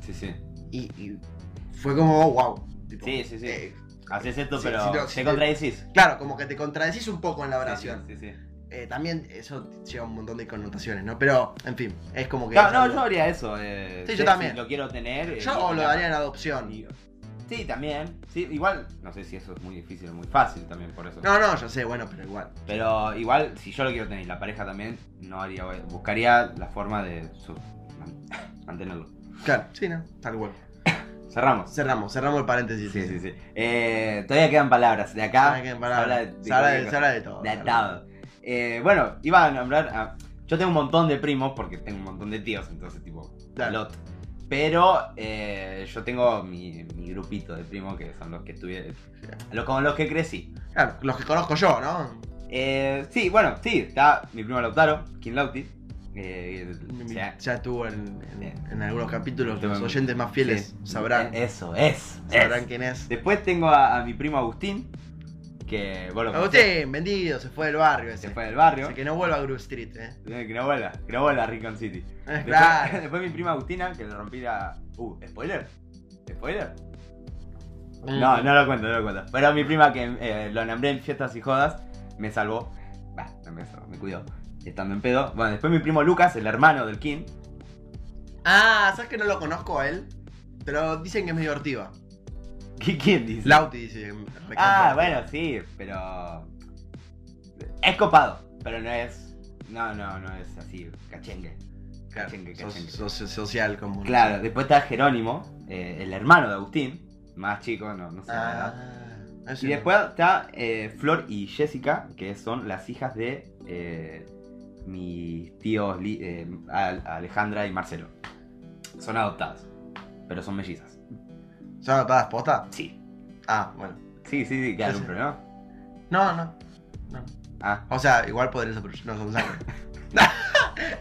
[SPEAKER 2] Sí, sí.
[SPEAKER 1] Y, y fue como, wow.
[SPEAKER 2] Sí, sí, sí. Haces esto,
[SPEAKER 1] Eh, Sí,
[SPEAKER 2] pero
[SPEAKER 1] sí, no,
[SPEAKER 2] te
[SPEAKER 1] sí,
[SPEAKER 2] contradecís.
[SPEAKER 1] Claro, como que te contradecís un poco en la oración.
[SPEAKER 2] Sí, sí, sí.
[SPEAKER 1] Eh, también eso lleva un montón de connotaciones, ¿no? Pero, en fin, es como que...
[SPEAKER 2] Claro,
[SPEAKER 1] es
[SPEAKER 2] no,
[SPEAKER 1] algo-
[SPEAKER 2] yo haría eso. eh,
[SPEAKER 1] Sí, yo
[SPEAKER 2] sé si
[SPEAKER 1] también.
[SPEAKER 2] Lo quiero tener. eh,
[SPEAKER 1] Yo o lo daría en adopción.
[SPEAKER 2] y- Sí, también. Sí, igual. No sé si eso es muy difícil o muy fácil también por eso.
[SPEAKER 1] No, no, yo sé, bueno, pero igual.
[SPEAKER 2] Pero igual, si yo lo quiero tener y la pareja también, no haría. Buscaría la forma de su- man- mantenerlo.
[SPEAKER 1] Claro, sí, ¿no? Tal cual.
[SPEAKER 2] Cerramos.
[SPEAKER 1] Cerramos, cerramos el paréntesis.
[SPEAKER 2] Sí, sí, sí. Eh, todavía quedan palabras. De acá.
[SPEAKER 1] Ahora que en
[SPEAKER 2] se habla
[SPEAKER 1] palabras,
[SPEAKER 2] de- de
[SPEAKER 1] Se habla
[SPEAKER 2] cualquier
[SPEAKER 1] de, se habla de todo.
[SPEAKER 2] De atado. Eh, bueno, iba a nombrar a... Yo tengo un montón de primos, porque tengo un montón de tíos, entonces tipo,
[SPEAKER 1] Claro.
[SPEAKER 2] lot. Pero eh, yo tengo mi, mi grupito de primos, que son los que estuve... Los, con los que crecí.
[SPEAKER 1] Claro, los que conozco yo, ¿no?
[SPEAKER 2] Eh, sí, bueno, sí, está mi primo Lautaro, Kim Lauti. eh, o sea,
[SPEAKER 1] ya estuvo en, en-
[SPEAKER 2] Sí.
[SPEAKER 1] en algunos capítulos.
[SPEAKER 2] Estuvo
[SPEAKER 1] Los
[SPEAKER 2] en-
[SPEAKER 1] oyentes más fieles
[SPEAKER 2] sí.
[SPEAKER 1] sabrán,
[SPEAKER 2] Eh, Eso, es.
[SPEAKER 1] sabrán
[SPEAKER 2] es.
[SPEAKER 1] quién es.
[SPEAKER 2] Después tengo a, a mi primo Agustín, que bueno,
[SPEAKER 1] Agustín, vendido, se fue del barrio ese.
[SPEAKER 2] se fue del barrio.
[SPEAKER 1] Así que no vuelva a Groove Street, ¿eh?
[SPEAKER 2] Eh, Que no vuela, que no vuela Rincon City.
[SPEAKER 1] Eh,
[SPEAKER 2] Después,
[SPEAKER 1] Claro.
[SPEAKER 2] después mi prima Agustina, que le rompí la. Uh, spoiler. ¿Spoiler?
[SPEAKER 1] Mm.
[SPEAKER 2] No, no lo cuento, no lo cuento. Pero mi prima que eh, lo nombré en fiestas y jodas, me salvó. Va, no me salvó, me cuidó. Estando en pedo. Bueno, después mi primo Lucas, el hermano del King.
[SPEAKER 1] Ah, ¿sabes que no lo conozco a él? Pero dicen que es medio ortiva.
[SPEAKER 2] ¿Qué quién dice?
[SPEAKER 1] Lauti dice. recontra
[SPEAKER 2] ah,
[SPEAKER 1] ortiva.
[SPEAKER 2] bueno, sí, pero. Es copado, pero no es. No, no, no es así. Cachengue.
[SPEAKER 1] Claro,
[SPEAKER 2] Cachengue,
[SPEAKER 1] so-
[SPEAKER 2] cachengue.
[SPEAKER 1] so- so- social como.
[SPEAKER 2] Claro, después está Jerónimo, eh, el hermano de Agustín. Más chico, no, no sé la edad.
[SPEAKER 1] Ah, eso
[SPEAKER 2] Y
[SPEAKER 1] no.
[SPEAKER 2] después está eh, Flor y Jessica, que son las hijas de eh, mis tíos Li- eh, Al- Alejandra y Marcelo. Son adoptadas, pero son mellizas.
[SPEAKER 1] ¿Son adoptadas posta?
[SPEAKER 2] Sí.
[SPEAKER 1] Ah, bueno.
[SPEAKER 2] Sí, sí, sí,
[SPEAKER 1] Sí,
[SPEAKER 2] claro,
[SPEAKER 1] sí.
[SPEAKER 2] pero no.
[SPEAKER 1] No, no. no.
[SPEAKER 2] Ah.
[SPEAKER 1] O sea, igual podrías aprovechar. No, son sangre.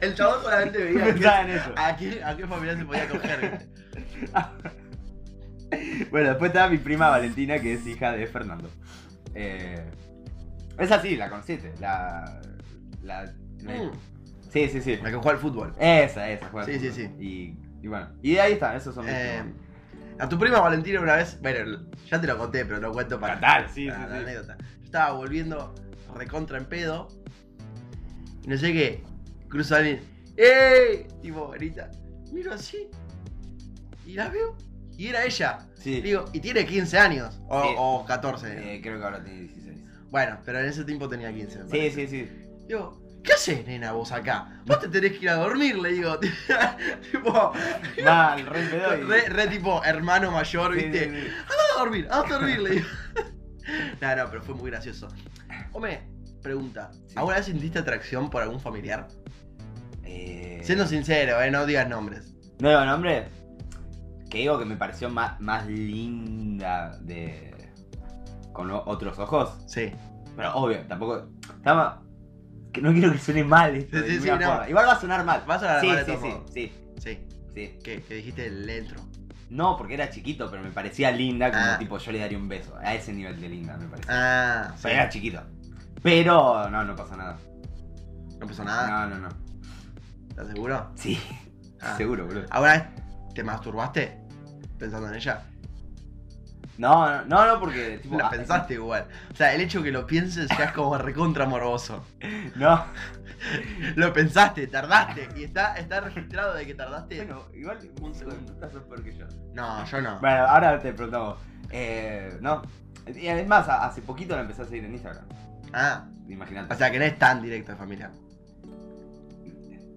[SPEAKER 1] El chabón solamente veía a qué,
[SPEAKER 2] Pensaba en eso.
[SPEAKER 1] a qué, a qué familia se podía coger. ¿viste?
[SPEAKER 2] Bueno, después está mi prima Valentina, que es hija de Fernando. Eh, es así, la conociste. La. La. la-
[SPEAKER 1] Mm,
[SPEAKER 2] Sí, sí, sí.
[SPEAKER 1] La que juega al fútbol.
[SPEAKER 2] Esa, esa, juega al
[SPEAKER 1] Sí, sí,
[SPEAKER 2] fútbol.
[SPEAKER 1] sí.
[SPEAKER 2] Y, y bueno. Y ahí está, esos son mis
[SPEAKER 1] Eh,
[SPEAKER 2] primos.
[SPEAKER 1] a tu prima Valentina una vez. Bueno, ya te lo conté, pero lo cuento para.
[SPEAKER 2] Fatal, sí,
[SPEAKER 1] para
[SPEAKER 2] sí,
[SPEAKER 1] la
[SPEAKER 2] sí.
[SPEAKER 1] anécdota. Yo estaba volviendo recontra en pedo. Y no sé qué. Cruza alguien. ¡Ey! Tipo, grita. Miro así. Y la veo. Y era ella.
[SPEAKER 2] Sí.
[SPEAKER 1] Digo, y tiene 15 años. O,
[SPEAKER 2] Sí.
[SPEAKER 1] o 14.
[SPEAKER 2] Eh, creo que ahora tiene 16.
[SPEAKER 1] Bueno, pero en ese tiempo tenía 15. me
[SPEAKER 2] Sí,
[SPEAKER 1] parece.
[SPEAKER 2] sí, sí.
[SPEAKER 1] Digo, ¿qué haces, nena, vos acá? Vos te tenés que ir a dormir, le digo. tipo,
[SPEAKER 2] Mal, re pedo y-
[SPEAKER 1] re, re tipo hermano mayor,
[SPEAKER 2] Sí, sí,
[SPEAKER 1] ¿viste?
[SPEAKER 2] sí.
[SPEAKER 1] Anda a dormir, anda a dormir, le digo. no, no, pero fue muy gracioso. Hombre, pregunta,
[SPEAKER 2] Sí.
[SPEAKER 1] ¿alguna vez sentiste atracción por algún familiar?
[SPEAKER 2] Eh,
[SPEAKER 1] Siendo sincero, eh, no digas nombres.
[SPEAKER 2] No digo nombre. Que digo que me pareció más, más linda de. con o- otros ojos.
[SPEAKER 1] Sí.
[SPEAKER 2] Pero obvio, tampoco. Estaba. Que no quiero que suene mal esto.
[SPEAKER 1] Sí,
[SPEAKER 2] de
[SPEAKER 1] sí, sí,
[SPEAKER 2] ninguna
[SPEAKER 1] no.
[SPEAKER 2] forma. Igual va a sonar mal.
[SPEAKER 1] Va a sonar
[SPEAKER 2] sí,
[SPEAKER 1] mal de
[SPEAKER 2] sí,
[SPEAKER 1] todos
[SPEAKER 2] sí,
[SPEAKER 1] modos.
[SPEAKER 2] sí,
[SPEAKER 1] Sí,
[SPEAKER 2] sí.
[SPEAKER 1] que, que dijiste el entro.
[SPEAKER 2] No, porque era chiquito, pero me parecía linda. Como
[SPEAKER 1] Ah.
[SPEAKER 2] tipo, yo le daría un beso. A ese nivel de linda, me parece.
[SPEAKER 1] Ah, sí.
[SPEAKER 2] Pero era chiquito. Pero. No, no pasa nada.
[SPEAKER 1] No pasó nada,
[SPEAKER 2] No, no, no.
[SPEAKER 1] ¿estás seguro?
[SPEAKER 2] Sí.
[SPEAKER 1] Ah.
[SPEAKER 2] Seguro, boludo.
[SPEAKER 1] ¿Alguna vez te masturbaste pensando en ella?
[SPEAKER 2] No, no, no, no, porque tipo.
[SPEAKER 1] La
[SPEAKER 2] ah,
[SPEAKER 1] pensaste igual. O sea, el hecho que lo pienses ya es como recontra morboso.
[SPEAKER 2] No.
[SPEAKER 1] Lo pensaste, tardaste. Y está, está registrado de que tardaste.
[SPEAKER 2] Bueno, igual
[SPEAKER 1] Un
[SPEAKER 2] un
[SPEAKER 1] segundo.
[SPEAKER 2] segundo estás peor que yo.
[SPEAKER 1] No, yo no.
[SPEAKER 2] Bueno, ahora te preguntamos. Eh, no. Y es más, a- hace poquito la empecé a seguir en Instagram.
[SPEAKER 1] Ah,
[SPEAKER 2] Imagínate.
[SPEAKER 1] o sea que no es tan directo familia.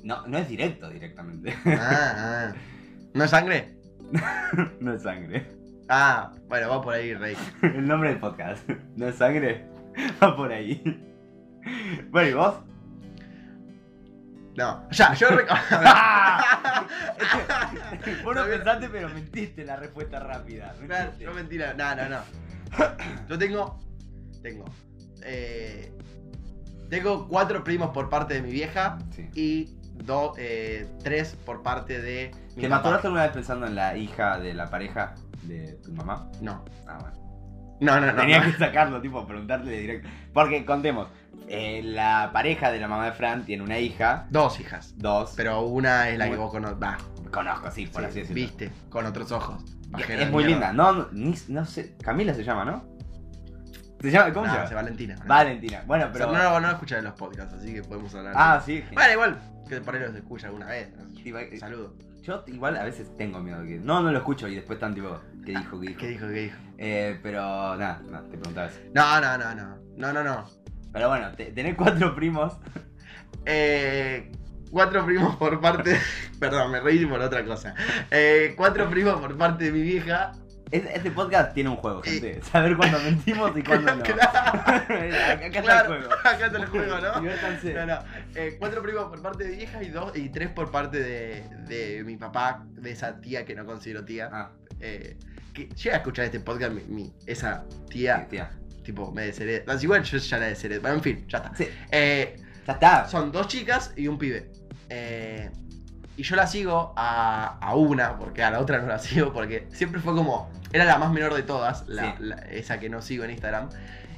[SPEAKER 2] no, no es directo directamente.
[SPEAKER 1] Ah, ah. ¿No es sangre?
[SPEAKER 2] no es sangre.
[SPEAKER 1] Ah, bueno, va por ahí, Rey.
[SPEAKER 2] El nombre del podcast. No es sangre. Va por ahí. Bueno, ¿y vos?
[SPEAKER 1] No, ya, yo reco-
[SPEAKER 2] ¡Ah! Vos no
[SPEAKER 1] Está bien.
[SPEAKER 2] pensaste, pero mentiste la respuesta rápida.
[SPEAKER 1] Claro,
[SPEAKER 2] mentiste.
[SPEAKER 1] yo mentira. No, no, no. Yo tengo. Tengo. Eh, Tengo cuatro primos por parte de mi vieja
[SPEAKER 2] Sí.
[SPEAKER 1] y do- eh, tres por parte de mi
[SPEAKER 2] ¿Te
[SPEAKER 1] papá.
[SPEAKER 2] maturaste alguna vez pensando en la hija de la pareja de tu mamá?
[SPEAKER 1] No.
[SPEAKER 2] Ah, bueno.
[SPEAKER 1] No, no, no.
[SPEAKER 2] Tenía
[SPEAKER 1] no.
[SPEAKER 2] que sacarlo, tipo, preguntarle directo. Porque contemos, eh, la pareja de la mamá de Fran tiene una hija,
[SPEAKER 1] Dos hijas.
[SPEAKER 2] dos.
[SPEAKER 1] Pero una es la que
[SPEAKER 2] Muy-
[SPEAKER 1] vos conoces. Va,
[SPEAKER 2] Conozco, sí, por
[SPEAKER 1] sí,
[SPEAKER 2] así decirlo.
[SPEAKER 1] viste, con otros ojos. Pajera
[SPEAKER 2] Es
[SPEAKER 1] de
[SPEAKER 2] muy
[SPEAKER 1] mierda.
[SPEAKER 2] linda. No, no, ni- no sé. Camila se llama, ¿no? ¿Se llama? ¿Cómo
[SPEAKER 1] No,
[SPEAKER 2] se llama?
[SPEAKER 1] se Valentina. ¿no?
[SPEAKER 2] Valentina. Bueno,
[SPEAKER 1] O sea,
[SPEAKER 2] pero.
[SPEAKER 1] no, no, no lo escuchas en los podcasts, así que podemos hablar.
[SPEAKER 2] Ah, sí. genial.
[SPEAKER 1] Bueno, igual, que por ahí los escucha alguna vez.
[SPEAKER 2] Tipo, eh,
[SPEAKER 1] Saludo.
[SPEAKER 2] Yo igual a veces tengo miedo que. No, no lo escucho y después tan tipo. ¿Qué dijo? ¿Qué dijo?
[SPEAKER 1] ¿Qué dijo? ¿Qué dijo?
[SPEAKER 2] Eh, pero nada, nada, te preguntaba eso.
[SPEAKER 1] No, no, no, no. No, no, no.
[SPEAKER 2] Pero bueno, te- tener cuatro primos.
[SPEAKER 1] Eh, cuatro primos por parte. Perdón, me reí por otra cosa. Eh, cuatro primos por parte de mi vieja.
[SPEAKER 2] Es- Este podcast tiene un
[SPEAKER 1] Eh.
[SPEAKER 2] juego, gente. Saber cuándo mentimos y cuándo no. Acá está el
[SPEAKER 1] Claro,
[SPEAKER 2] juego.
[SPEAKER 1] Acá está el juego, ¿no?
[SPEAKER 2] Diviértanse.
[SPEAKER 1] No, no. Eh, cuatro primos por parte de mi vieja y dos y tres por parte de, de mi papá, de esa tía que no considero tía.
[SPEAKER 2] Ah,
[SPEAKER 1] Eh, que llega a escuchar este podcast, mi, mi- esa
[SPEAKER 2] sí,
[SPEAKER 1] tía,
[SPEAKER 2] tía.
[SPEAKER 1] tipo, me desheredé. No, igual yo ya la desheredé. Bueno, en fin, ya está.
[SPEAKER 2] Sí,
[SPEAKER 1] Eh,
[SPEAKER 2] ya está.
[SPEAKER 1] Son dos chicas y un pibe. Eh, y yo la sigo a, a una, porque a la otra no la sigo, porque siempre fue como. Era la más menor de todas, la-
[SPEAKER 2] Sí.
[SPEAKER 1] la- esa que no sigo en Instagram.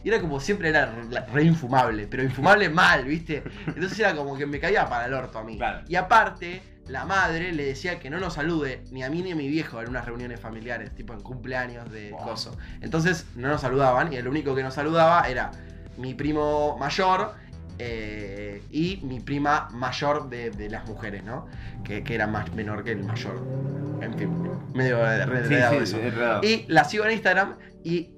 [SPEAKER 1] Y era como siempre era re, la- re infumable, pero infumable mal, ¿viste? Entonces era como que me caía para el orto a mí.
[SPEAKER 2] Claro.
[SPEAKER 1] Y aparte, la madre le decía que no nos salude ni a mí ni a mi viejo en unas reuniones familiares, tipo en cumpleaños de
[SPEAKER 2] Wow.
[SPEAKER 1] coso. Entonces no nos saludaban y el único que nos saludaba era mi primo mayor eh, y mi prima mayor de, de las mujeres, ¿no? Que, que era más menor que el mayor. En fin, medio
[SPEAKER 2] Sí,
[SPEAKER 1] redreado
[SPEAKER 2] sí,
[SPEAKER 1] eso.
[SPEAKER 2] es verdad.
[SPEAKER 1] Y la sigo en Instagram y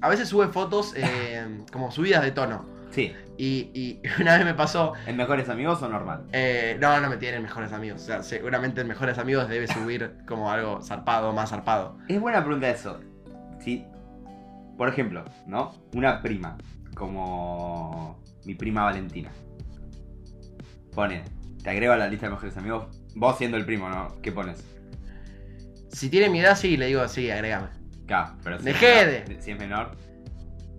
[SPEAKER 1] a veces sube fotos eh, como subidas de tono.
[SPEAKER 2] Sí.
[SPEAKER 1] Y, y una vez me pasó
[SPEAKER 2] ¿En mejores amigos o normal?
[SPEAKER 1] eh, no, no me tienen mejores amigos. O sea, seguramente en mejores amigos debe subir como algo zarpado, más zarpado.
[SPEAKER 2] Es buena pregunta eso. Si, por ejemplo, ¿no? Una prima, como mi prima Valentina. Pone, te agrego a la lista de mejores amigos, vos siendo el primo, ¿no? ¿Qué pones?
[SPEAKER 1] Si tiene mi edad, sí, le digo, sí, agrégame.
[SPEAKER 2] K, pero si es
[SPEAKER 1] Dejede.
[SPEAKER 2] menor- Si es menor,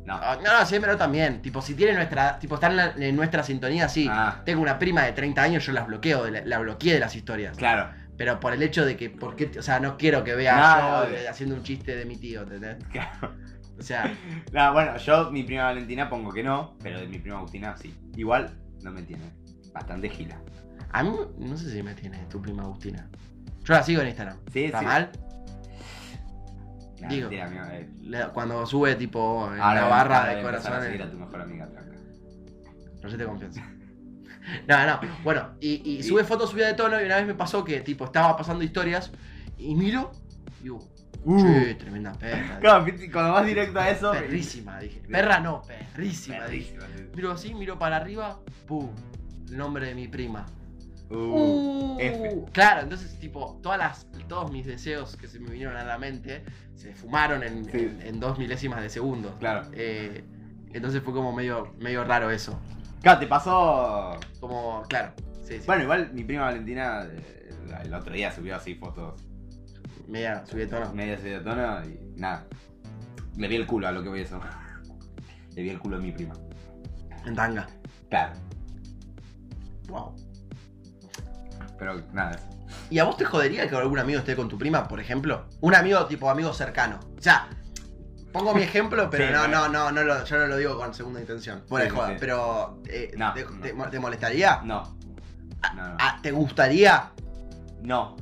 [SPEAKER 2] no.
[SPEAKER 1] Ah, No, no, siempre no también. Tipo, si tiene nuestra. Tipo, están en, la- en nuestra sintonía, sí.
[SPEAKER 2] Ah,
[SPEAKER 1] Tengo una prima de 30 años, yo las bloqueo, de la, la bloqueé de las historias.
[SPEAKER 2] claro,
[SPEAKER 1] Pero por el hecho de que, ¿por qué? O sea, no quiero que vea
[SPEAKER 2] No,
[SPEAKER 1] yo
[SPEAKER 2] obvio.
[SPEAKER 1] eh, haciendo un chiste de mi tío, ¿entendés?
[SPEAKER 2] claro.
[SPEAKER 1] O sea,
[SPEAKER 2] No, bueno, yo mi prima Valentina pongo que no, pero de mi prima Agustina sí. Igual, no me entiende. Bastante gila.
[SPEAKER 1] a mí no sé si me tiene tu prima Agustina. Yo la sigo en Instagram.
[SPEAKER 2] Sí,
[SPEAKER 1] ¿Está
[SPEAKER 2] sí.
[SPEAKER 1] mal?
[SPEAKER 2] Nah,
[SPEAKER 1] Digo.
[SPEAKER 2] mentira, amigo, eh.
[SPEAKER 1] Le- Cuando sube, tipo, en
[SPEAKER 2] Ahora
[SPEAKER 1] la
[SPEAKER 2] voy a
[SPEAKER 1] barra
[SPEAKER 2] empezar-
[SPEAKER 1] de
[SPEAKER 2] voy a empezar a
[SPEAKER 1] corazones.
[SPEAKER 2] seguir a tu mejor amiga, tranca.
[SPEAKER 1] No se te confianza. No, no. Bueno, y, y sube fotos subida de tono y una vez me pasó que tipo estaba pasando historias y miro y digo, che, tremenda perra.
[SPEAKER 2] Uh. Claro, viste, cuando vas directo a eso.
[SPEAKER 1] Perrísima, dije. Perra no, perrísima, dije.
[SPEAKER 2] Perrísima, sí.
[SPEAKER 1] Miro así, miro para arriba, pum. El nombre de mi prima.
[SPEAKER 2] Uh,
[SPEAKER 1] Uh.
[SPEAKER 2] F.
[SPEAKER 1] Claro, entonces tipo, todas las, todos mis deseos que se me vinieron a la mente se fumaron en,
[SPEAKER 2] Sí.
[SPEAKER 1] en- en dos milésimas de segundo.
[SPEAKER 2] Claro.
[SPEAKER 1] Eh, entonces fue como medio, medio raro eso.
[SPEAKER 2] Claro, te pasó.
[SPEAKER 1] Como, claro. Sí, sí.
[SPEAKER 2] Bueno, igual mi prima Valentina eh, el otro día subió así fotos
[SPEAKER 1] Media, subí de tono.
[SPEAKER 2] medias de tono y nada. Le vi el culo a lo que voy a eso. Le vi el culo a mi prima.
[SPEAKER 1] En tanga.
[SPEAKER 2] Claro,
[SPEAKER 1] Wow.
[SPEAKER 2] pero nada. eso.
[SPEAKER 1] ¿Y a vos te jodería que algún amigo esté con tu prima, por ejemplo? Un amigo tipo amigo cercano. O sea, pongo mi ejemplo, pero
[SPEAKER 2] Sí,
[SPEAKER 1] no,
[SPEAKER 2] bueno.
[SPEAKER 1] no, no, no lo- yo no lo digo con segunda intención. Bueno,
[SPEAKER 2] Sí, sí,
[SPEAKER 1] joda,
[SPEAKER 2] sí.
[SPEAKER 1] pero eh,
[SPEAKER 2] No,
[SPEAKER 1] te,
[SPEAKER 2] no.
[SPEAKER 1] te mo- te molestaría?
[SPEAKER 2] No. No, no.
[SPEAKER 1] Ah, ¿Te gustaría?
[SPEAKER 2] No.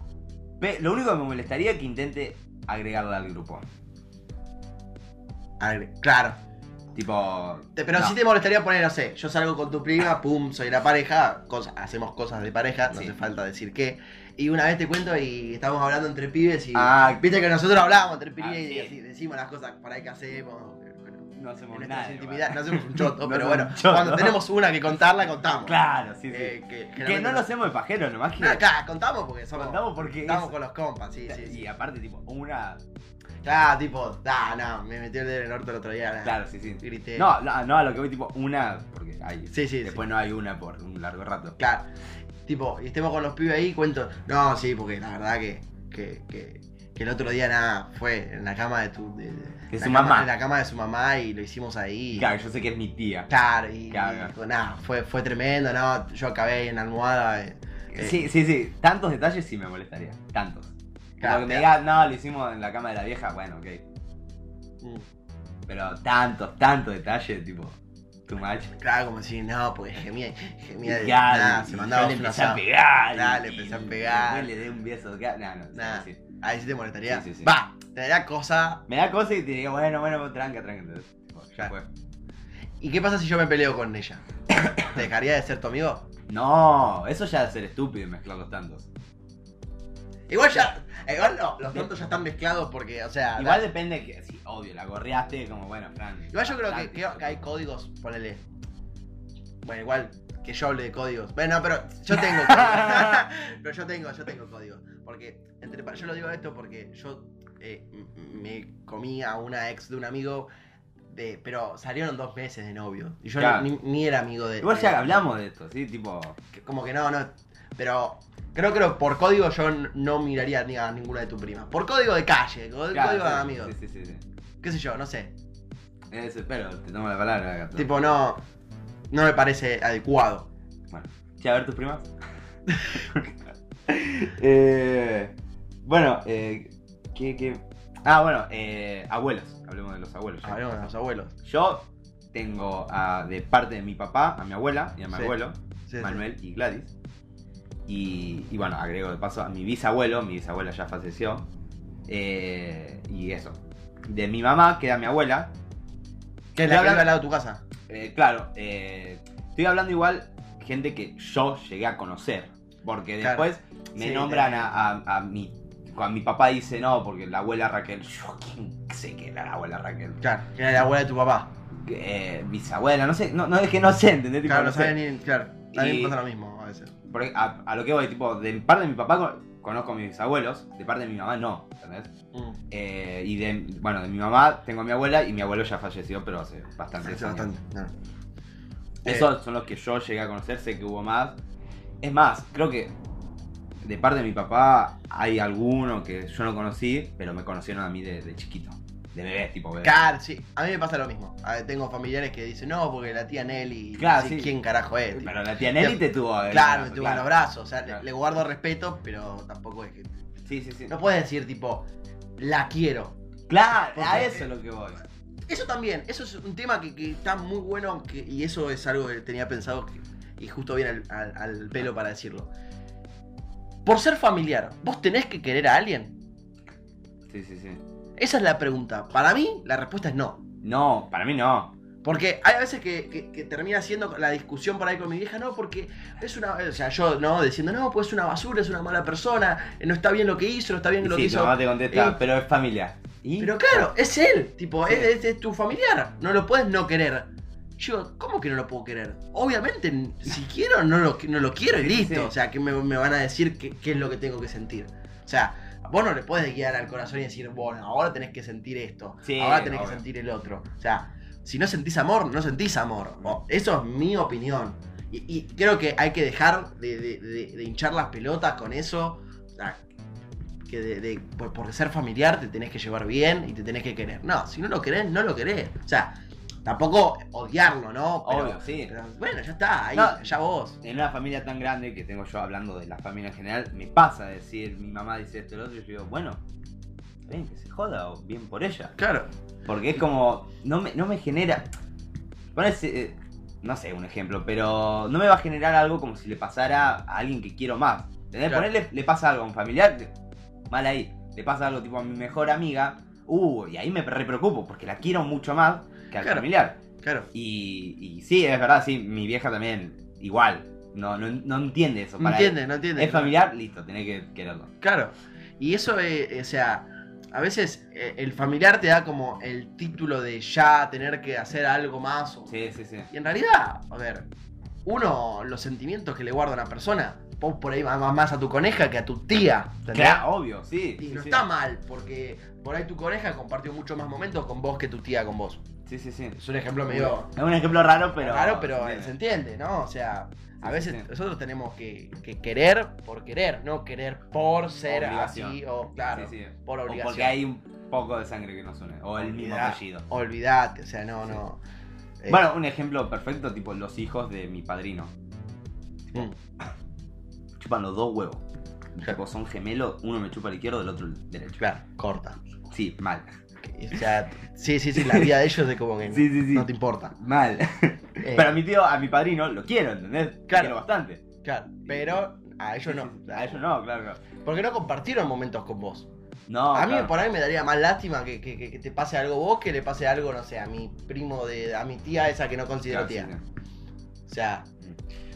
[SPEAKER 2] Ve, Lo único que me molestaría es que intente agregarla al grupo.
[SPEAKER 1] A ver, claro.
[SPEAKER 2] Tipo.
[SPEAKER 1] Te- pero
[SPEAKER 2] no.
[SPEAKER 1] sí te molestaría poner, no sé, yo salgo con tu prima, pum, soy la pareja, cosa- hacemos cosas de pareja, no
[SPEAKER 2] Sí.
[SPEAKER 1] hace falta decir qué. Y una vez te cuento y estamos hablando entre pibes y...
[SPEAKER 2] Ah,
[SPEAKER 1] Viste que nosotros hablábamos entre pibes
[SPEAKER 2] Ah,
[SPEAKER 1] y
[SPEAKER 2] sí.
[SPEAKER 1] así decimos las cosas por ahí que hacemos. bueno,
[SPEAKER 2] no hacemos
[SPEAKER 1] en nuestras
[SPEAKER 2] nada.
[SPEAKER 1] intimidades,
[SPEAKER 2] igual.
[SPEAKER 1] no hacemos un choto,
[SPEAKER 2] No
[SPEAKER 1] pero
[SPEAKER 2] hacemos
[SPEAKER 1] bueno,
[SPEAKER 2] un choto.
[SPEAKER 1] cuando tenemos una que contar, la contamos.
[SPEAKER 2] Claro, sí, sí.
[SPEAKER 1] Eh, que,
[SPEAKER 2] que
[SPEAKER 1] generalmente
[SPEAKER 2] no lo hacemos de pajero, nomás que.
[SPEAKER 1] No, claro, contamos porque somos.
[SPEAKER 2] Contamos porque
[SPEAKER 1] Estamos
[SPEAKER 2] es-
[SPEAKER 1] con los compas, sí, sí. sí.
[SPEAKER 2] Y aparte, tipo, una.
[SPEAKER 1] Claro, tipo, da, no, me metió el dedo en el orto el otro día. nah,
[SPEAKER 2] Claro, sí, sí.
[SPEAKER 1] Grité.
[SPEAKER 2] No, no, no, a lo que voy, tipo, una. Porque hay.
[SPEAKER 1] Eh. Sí, sí,
[SPEAKER 2] Después no hay una por un largo rato.
[SPEAKER 1] sí. Claro. Tipo, y estemos con los pibes ahí, cuento. No, sí, porque la verdad que. que, que Que el otro día nada, fue en la cama de tu. De,
[SPEAKER 2] De
[SPEAKER 1] la
[SPEAKER 2] su
[SPEAKER 1] cama-
[SPEAKER 2] mamá.
[SPEAKER 1] En la cama de su mamá y lo hicimos ahí.
[SPEAKER 2] Claro, yo sé que es mi tía.
[SPEAKER 1] Claro, y,
[SPEAKER 2] Claro.
[SPEAKER 1] y dijo, nada, fue, fue tremendo, no, yo acabé ahí en la almohada. eh, eh,
[SPEAKER 2] Sí, sí, sí. Tantos detalles sí me molestaría. Tantos. Pero
[SPEAKER 1] Claro,
[SPEAKER 2] que me
[SPEAKER 1] claro.
[SPEAKER 2] digas, no, lo hicimos en la cama de la vieja, bueno, ok.
[SPEAKER 1] mm.
[SPEAKER 2] Pero tantos, tantos detalles, tipo, too much.
[SPEAKER 1] Claro, como decir, no, porque gemía, gemía de
[SPEAKER 2] Ya,
[SPEAKER 1] nada,
[SPEAKER 2] y
[SPEAKER 1] se
[SPEAKER 2] yo
[SPEAKER 1] mandaba
[SPEAKER 2] le
[SPEAKER 1] un
[SPEAKER 2] empecé a
[SPEAKER 1] asado.
[SPEAKER 2] pegar.
[SPEAKER 1] Nah, le
[SPEAKER 2] y-
[SPEAKER 1] empecé a
[SPEAKER 2] y
[SPEAKER 1] pegar.
[SPEAKER 2] después le dé un beso. acá. Nah, no,
[SPEAKER 1] Nah.
[SPEAKER 2] sí, sí.
[SPEAKER 1] Ahí sí te molestaría.
[SPEAKER 2] Sí, sí, sí.
[SPEAKER 1] Va, te daría cosa.
[SPEAKER 2] Me da cosa y te digo, bueno, bueno, tranca, tranca. Entonces, tipo, ya
[SPEAKER 1] Claro.
[SPEAKER 2] fue.
[SPEAKER 1] ¿Y qué pasa si yo me peleo con ella? ¿Te dejaría de ser tu amigo?
[SPEAKER 2] No, eso ya es ser estúpido y mezclar los tantos.
[SPEAKER 1] Igual ya, igual no, los tontos ya están mezclados porque, o sea,
[SPEAKER 2] Igual
[SPEAKER 1] da-
[SPEAKER 2] depende que, sí, obvio, la gorreaste, como bueno, Fran.
[SPEAKER 1] igual yo creo que,
[SPEAKER 2] bastante,
[SPEAKER 1] creo que hay códigos, ponele. Bueno, igual que yo hable de códigos. Bueno, pero yo tengo códigos. pero yo tengo, yo tengo códigos. Porque, entre, yo lo digo esto porque yo eh, m- me comí a una ex de un amigo, de, pero salieron dos meses de novio. Y yo no-
[SPEAKER 2] Claro.
[SPEAKER 1] ni, ni era amigo de...
[SPEAKER 2] Igual
[SPEAKER 1] de-
[SPEAKER 2] ya hablamos de esto, ¿sí? Tipo,
[SPEAKER 1] que como que no, no. Pero creo que lo- por código yo n- no miraría ni a ninguna de tu prima. Por código de calle, co-
[SPEAKER 2] claro,
[SPEAKER 1] código
[SPEAKER 2] sí,
[SPEAKER 1] de amigos.
[SPEAKER 2] Sí, sí, sí. sí.
[SPEAKER 1] Qué sé yo, no sé.
[SPEAKER 2] Eso espero, te tomo la palabra, gato.
[SPEAKER 1] Tipo, no. No me parece adecuado.
[SPEAKER 2] Bueno, che, a ver tus primas. Eh, bueno, eh, ¿qué, qué? Ah, bueno, eh, abuelos. Hablemos de los abuelos. ya.
[SPEAKER 1] Hablemos de los abuelos.
[SPEAKER 2] Yo tengo a- de parte de mi papá a mi abuela y a mi
[SPEAKER 1] Sí.
[SPEAKER 2] abuelo,
[SPEAKER 1] Sí, sí.
[SPEAKER 2] Manuel y Gladys. Y, y bueno, agrego de paso a mi bisabuelo, mi bisabuela ya falleció. Eh, y eso. De mi mamá queda mi abuela.
[SPEAKER 1] Que es la que
[SPEAKER 2] Habla-
[SPEAKER 1] vive al lado de tu casa.
[SPEAKER 2] Eh, claro, eh, estoy hablando igual gente que yo llegué a conocer. Porque
[SPEAKER 1] Claro.
[SPEAKER 2] después me
[SPEAKER 1] Sí,
[SPEAKER 2] nombran
[SPEAKER 1] te-
[SPEAKER 2] a, a- a mi. Cuando mi papá dice no, porque la abuela Raquel. Yo quién sé que era la abuela Raquel.
[SPEAKER 1] Claro, que era la abuela de tu papá.
[SPEAKER 2] Eh, bisabuela, no sé, no, no es que no sé, ¿entendés? Tipo,
[SPEAKER 1] Claro,
[SPEAKER 2] no
[SPEAKER 1] no
[SPEAKER 2] sé.
[SPEAKER 1] saben ni. Claro, a mí
[SPEAKER 2] Y-
[SPEAKER 1] me pasa lo mismo a veces.
[SPEAKER 2] Porque a, a lo que voy, tipo, de parte de mi papá con- conozco a mis bisabuelos, de parte de mi mamá no, ¿entendés?
[SPEAKER 1] Mm,
[SPEAKER 2] Eh, y de, bueno, de mi mamá tengo a mi abuela y mi abuelo ya falleció, pero hace bastante.
[SPEAKER 1] sí, bastante. claro. Eh,
[SPEAKER 2] Esos son los que yo llegué a conocer, sé que hubo más. Es más, creo que de parte de mi papá hay alguno que yo no conocí, pero me conocieron a mí de, de chiquito, de bebé, tipo bebé.
[SPEAKER 1] Claro, sí. A mí me pasa lo mismo. A ver, tengo familiares que dicen, no, porque la tía Nelly.
[SPEAKER 2] Claro,
[SPEAKER 1] sí,
[SPEAKER 2] sí.
[SPEAKER 1] ¿Quién carajo es? Tipo,
[SPEAKER 2] Pero la tía Nelly te tuvo. en el
[SPEAKER 1] Claro, me
[SPEAKER 2] brazo,
[SPEAKER 1] tuvo en los brazos. O sea, le-
[SPEAKER 2] Claro.
[SPEAKER 1] le guardo respeto, pero tampoco es que.
[SPEAKER 2] Sí, sí, sí.
[SPEAKER 1] No puedes decir, tipo, la quiero.
[SPEAKER 2] Claro, a
[SPEAKER 1] Porque-
[SPEAKER 2] eso es lo que voy.
[SPEAKER 1] Eso también, eso es un tema que, que está muy bueno que- y eso es algo que tenía pensado que- y justo viene al, al- al pelo para decirlo. Por ser familiar, ¿vos tenés que querer a alguien?
[SPEAKER 2] Sí, sí, sí.
[SPEAKER 1] Esa es la pregunta. Para mí, la respuesta es no.
[SPEAKER 2] No, para mí no.
[SPEAKER 1] Porque hay veces que, que- que termina siendo la discusión por ahí con mi vieja, no, porque es una. O sea, yo, no, diciendo, no, pues es una basura, es una mala persona, no está bien lo que hizo, no está bien
[SPEAKER 2] Y
[SPEAKER 1] lo que
[SPEAKER 2] sí, tu
[SPEAKER 1] hizo.
[SPEAKER 2] mamá te contesta,
[SPEAKER 1] Y-
[SPEAKER 2] pero es familia. ¿Y?
[SPEAKER 1] Pero claro, es él, tipo,
[SPEAKER 2] Sí.
[SPEAKER 1] es, es- es tu familiar, no lo puedes no querer. Yo, ¿cómo que no lo puedo querer? Obviamente, n- si quiero, no lo, no lo quiero y
[SPEAKER 2] Sí,
[SPEAKER 1] listo.
[SPEAKER 2] sí.
[SPEAKER 1] O sea, que me, me van a decir qué, qué es lo que tengo que sentir. O sea, vos no le podés guiar al corazón y decir, bueno, ahora tenés que sentir esto,
[SPEAKER 2] Sí,
[SPEAKER 1] ahora tenés
[SPEAKER 2] obvio.
[SPEAKER 1] que sentir el otro. O sea, si no sentís amor, no sentís amor. O- eso es mi opinión. Y, y creo que hay que dejar de, de- de- de hinchar las pelotas con eso. O sea, que de, de- por, por ser familiar te tenés que llevar bien y te tenés que querer. No, si no lo querés, no lo querés. O sea, tampoco odiarlo, ¿no? Pero-
[SPEAKER 2] Obvio, sí.
[SPEAKER 1] pero bueno, ya está, ahí,
[SPEAKER 2] No.
[SPEAKER 1] ya vos.
[SPEAKER 2] En una familia tan grande que tengo yo hablando de la familia en general, me pasa decir, mi mamá dice esto y lo otro, y yo digo, bueno, está bien que se joda o bien por ella.
[SPEAKER 1] Claro.
[SPEAKER 2] Porque es como, no me, no me genera. Ponés, eh, no sé, un ejemplo, pero no me va a generar algo como si le pasara a alguien que quiero más. ¿Entendés?
[SPEAKER 1] Claro.
[SPEAKER 2] Ponerle, le pasa algo a un familiar, le- mal ahí. Le pasa algo tipo a mi mejor amiga, uh, y ahí me re preocupo porque la quiero mucho más que al
[SPEAKER 1] Claro.
[SPEAKER 2] familiar.
[SPEAKER 1] Claro.
[SPEAKER 2] Y, y sí, es verdad, sí, mi vieja también, igual. No, no, no entiende eso.
[SPEAKER 1] No
[SPEAKER 2] Para
[SPEAKER 1] entiende, no
[SPEAKER 2] él.
[SPEAKER 1] entiende.
[SPEAKER 2] Es familiar, listo, tenés que quererlo.
[SPEAKER 1] Claro. Y eso, eh, o sea, a veces eh, el familiar te da como el título de ya tener que hacer algo más. o-
[SPEAKER 2] Sí, sí, sí.
[SPEAKER 1] Y en realidad, a ver, uno, los sentimientos que le guarda una persona, vos por ahí más, más a tu coneja que a tu tía. ¿entendés?
[SPEAKER 2] Claro, obvio, sí.
[SPEAKER 1] Y
[SPEAKER 2] sí,
[SPEAKER 1] no
[SPEAKER 2] sí.
[SPEAKER 1] está mal, porque por ahí tu coneja compartió mucho más momentos con vos que tu tía con vos.
[SPEAKER 2] Sí, sí, sí.
[SPEAKER 1] Es un ejemplo medio
[SPEAKER 2] Es un ejemplo raro, pero.
[SPEAKER 1] raro, pero
[SPEAKER 2] sí,
[SPEAKER 1] se entiende, ¿no? O sea, a
[SPEAKER 2] Sí,
[SPEAKER 1] veces
[SPEAKER 2] sí, sí.
[SPEAKER 1] nosotros tenemos que, que querer por querer, no querer por ser
[SPEAKER 2] Obligación.
[SPEAKER 1] así o, eh, claro,
[SPEAKER 2] sí, sí.
[SPEAKER 1] por
[SPEAKER 2] O
[SPEAKER 1] obligación.
[SPEAKER 2] porque hay un poco de sangre que nos une. O el mismo
[SPEAKER 1] Olvidá-
[SPEAKER 2] apellido.
[SPEAKER 1] Olvidate, o sea, no,
[SPEAKER 2] Sí.
[SPEAKER 1] no. Eh,
[SPEAKER 2] Bueno, un ejemplo perfecto, tipo los hijos de mi padrino.
[SPEAKER 1] mm,
[SPEAKER 2] Chupan los dos huevos.
[SPEAKER 1] Claro.
[SPEAKER 2] Tipo, son gemelos, uno me chupa el izquierdo, el otro el derecho.
[SPEAKER 1] Eh, claro, corta.
[SPEAKER 2] Sí, mal.
[SPEAKER 1] O sea, sí, sí, sí, la vida de ellos es como que
[SPEAKER 2] Sí, sí, sí.
[SPEAKER 1] Eh, no te importa.
[SPEAKER 2] Mal.
[SPEAKER 1] Eh,
[SPEAKER 2] Pero a mi tío, a mi padrino, lo quiero, ¿entendés? Lo
[SPEAKER 1] Claro.
[SPEAKER 2] quiero bastante.
[SPEAKER 1] claro, pero a ellos
[SPEAKER 2] Sí,
[SPEAKER 1] no.
[SPEAKER 2] sí, sí. A ellos no, claro. claro.
[SPEAKER 1] Porque no compartieron momentos con vos.
[SPEAKER 2] No,
[SPEAKER 1] a mí
[SPEAKER 2] claro.
[SPEAKER 1] por ahí me daría más lástima que, que- que- que te pase algo vos que le pase algo, no sé, a mi primo de. a mi tía esa que no considero
[SPEAKER 2] Claro, sí,
[SPEAKER 1] tía.
[SPEAKER 2] sí.
[SPEAKER 1] O sea,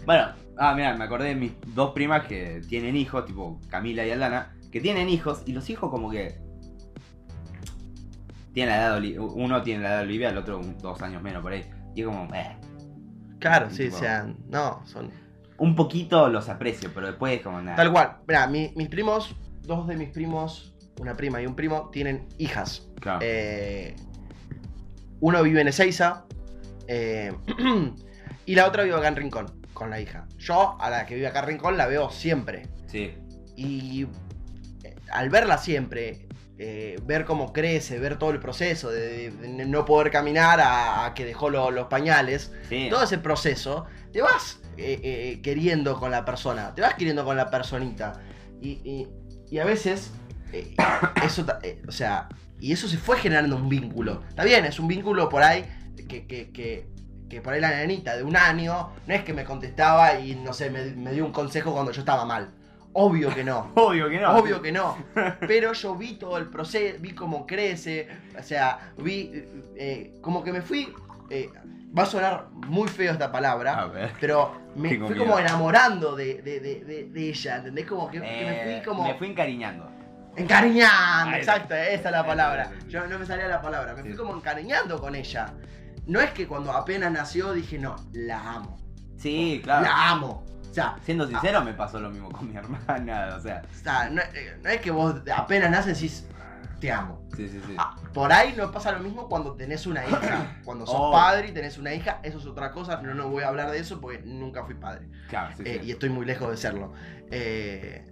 [SPEAKER 2] Bueno, ah, mira, me acordé de mis dos primas que tienen hijos, tipo Camila y Aldana, que tienen hijos y los hijos como que tienen la edad de Oli- uno tiene la edad de Olivia, el otro un- dos años menos por ahí. Y es como, eh,
[SPEAKER 1] claro, sí, o
[SPEAKER 2] Tipo-
[SPEAKER 1] sea, no, son.
[SPEAKER 2] un poquito los aprecio, pero después es como nada.
[SPEAKER 1] Tal cual. Mira, mis primos, dos de mis primos, una prima y un primo, tienen hijas.
[SPEAKER 2] Claro.
[SPEAKER 1] Eh, uno vive en Ezeiza. eh, y la otra vive acá en Rincón, con la hija. Yo, a la que vive acá en Rincón, la veo siempre.
[SPEAKER 2] sí,
[SPEAKER 1] Y eh, al verla siempre, eh, ver cómo crece, ver todo el proceso de, de no poder caminar a, a que dejó lo- los pañales,
[SPEAKER 2] sí.
[SPEAKER 1] todo ese proceso, te vas eh, eh, queriendo con la persona, te vas queriendo con la personita. Y, y- y a veces, eh, eso, ta- eh, o sea, y eso se fue generando un vínculo. Está bien, es un vínculo por ahí que, que- que- que por ahí la nenita de un año no es que me contestaba y no sé, me, me dio un consejo cuando yo estaba mal. Obvio que no.
[SPEAKER 2] Obvio que no.
[SPEAKER 1] Obvio que no. Pero yo vi todo el proceso, vi cómo crece, o sea, vi eh, eh, como que me fui, eh, va a sonar muy feo esta
[SPEAKER 2] A
[SPEAKER 1] palabra,
[SPEAKER 2] ver.
[SPEAKER 1] pero me
[SPEAKER 2] Ah, Tengo
[SPEAKER 1] fui
[SPEAKER 2] miedo.
[SPEAKER 1] como enamorando de, de- de- de- de ella, ¿entendés? Como que, que me
[SPEAKER 2] Eh,
[SPEAKER 1] fui como
[SPEAKER 2] me fui encariñando.
[SPEAKER 1] encariñando,
[SPEAKER 2] Ahí.
[SPEAKER 1] exacto, esa es la
[SPEAKER 2] Ahí,
[SPEAKER 1] palabra.
[SPEAKER 2] ahí, ahí.
[SPEAKER 1] Yo no me salía la palabra, me
[SPEAKER 2] Sí.
[SPEAKER 1] fui como encariñando con ella. No es que cuando apenas nació dije, no, la amo,
[SPEAKER 2] Sí, claro.
[SPEAKER 1] la amo. O sea,
[SPEAKER 2] Siendo sincero, me pasó lo mismo con mi hermana, o sea.
[SPEAKER 1] o sea, no, eh, no es que vos apenas naces y decís, te amo.
[SPEAKER 2] Sí, sí, sí.
[SPEAKER 1] Ah, Por ahí no pasa lo mismo cuando tenés una hija. Cuando sos
[SPEAKER 2] Oh.
[SPEAKER 1] padre y tenés una hija, eso es otra cosa, pero no voy a hablar de eso porque nunca fui padre.
[SPEAKER 2] Claro, sí,
[SPEAKER 1] Eh,
[SPEAKER 2] sí.
[SPEAKER 1] y estoy muy lejos de serlo. Eh,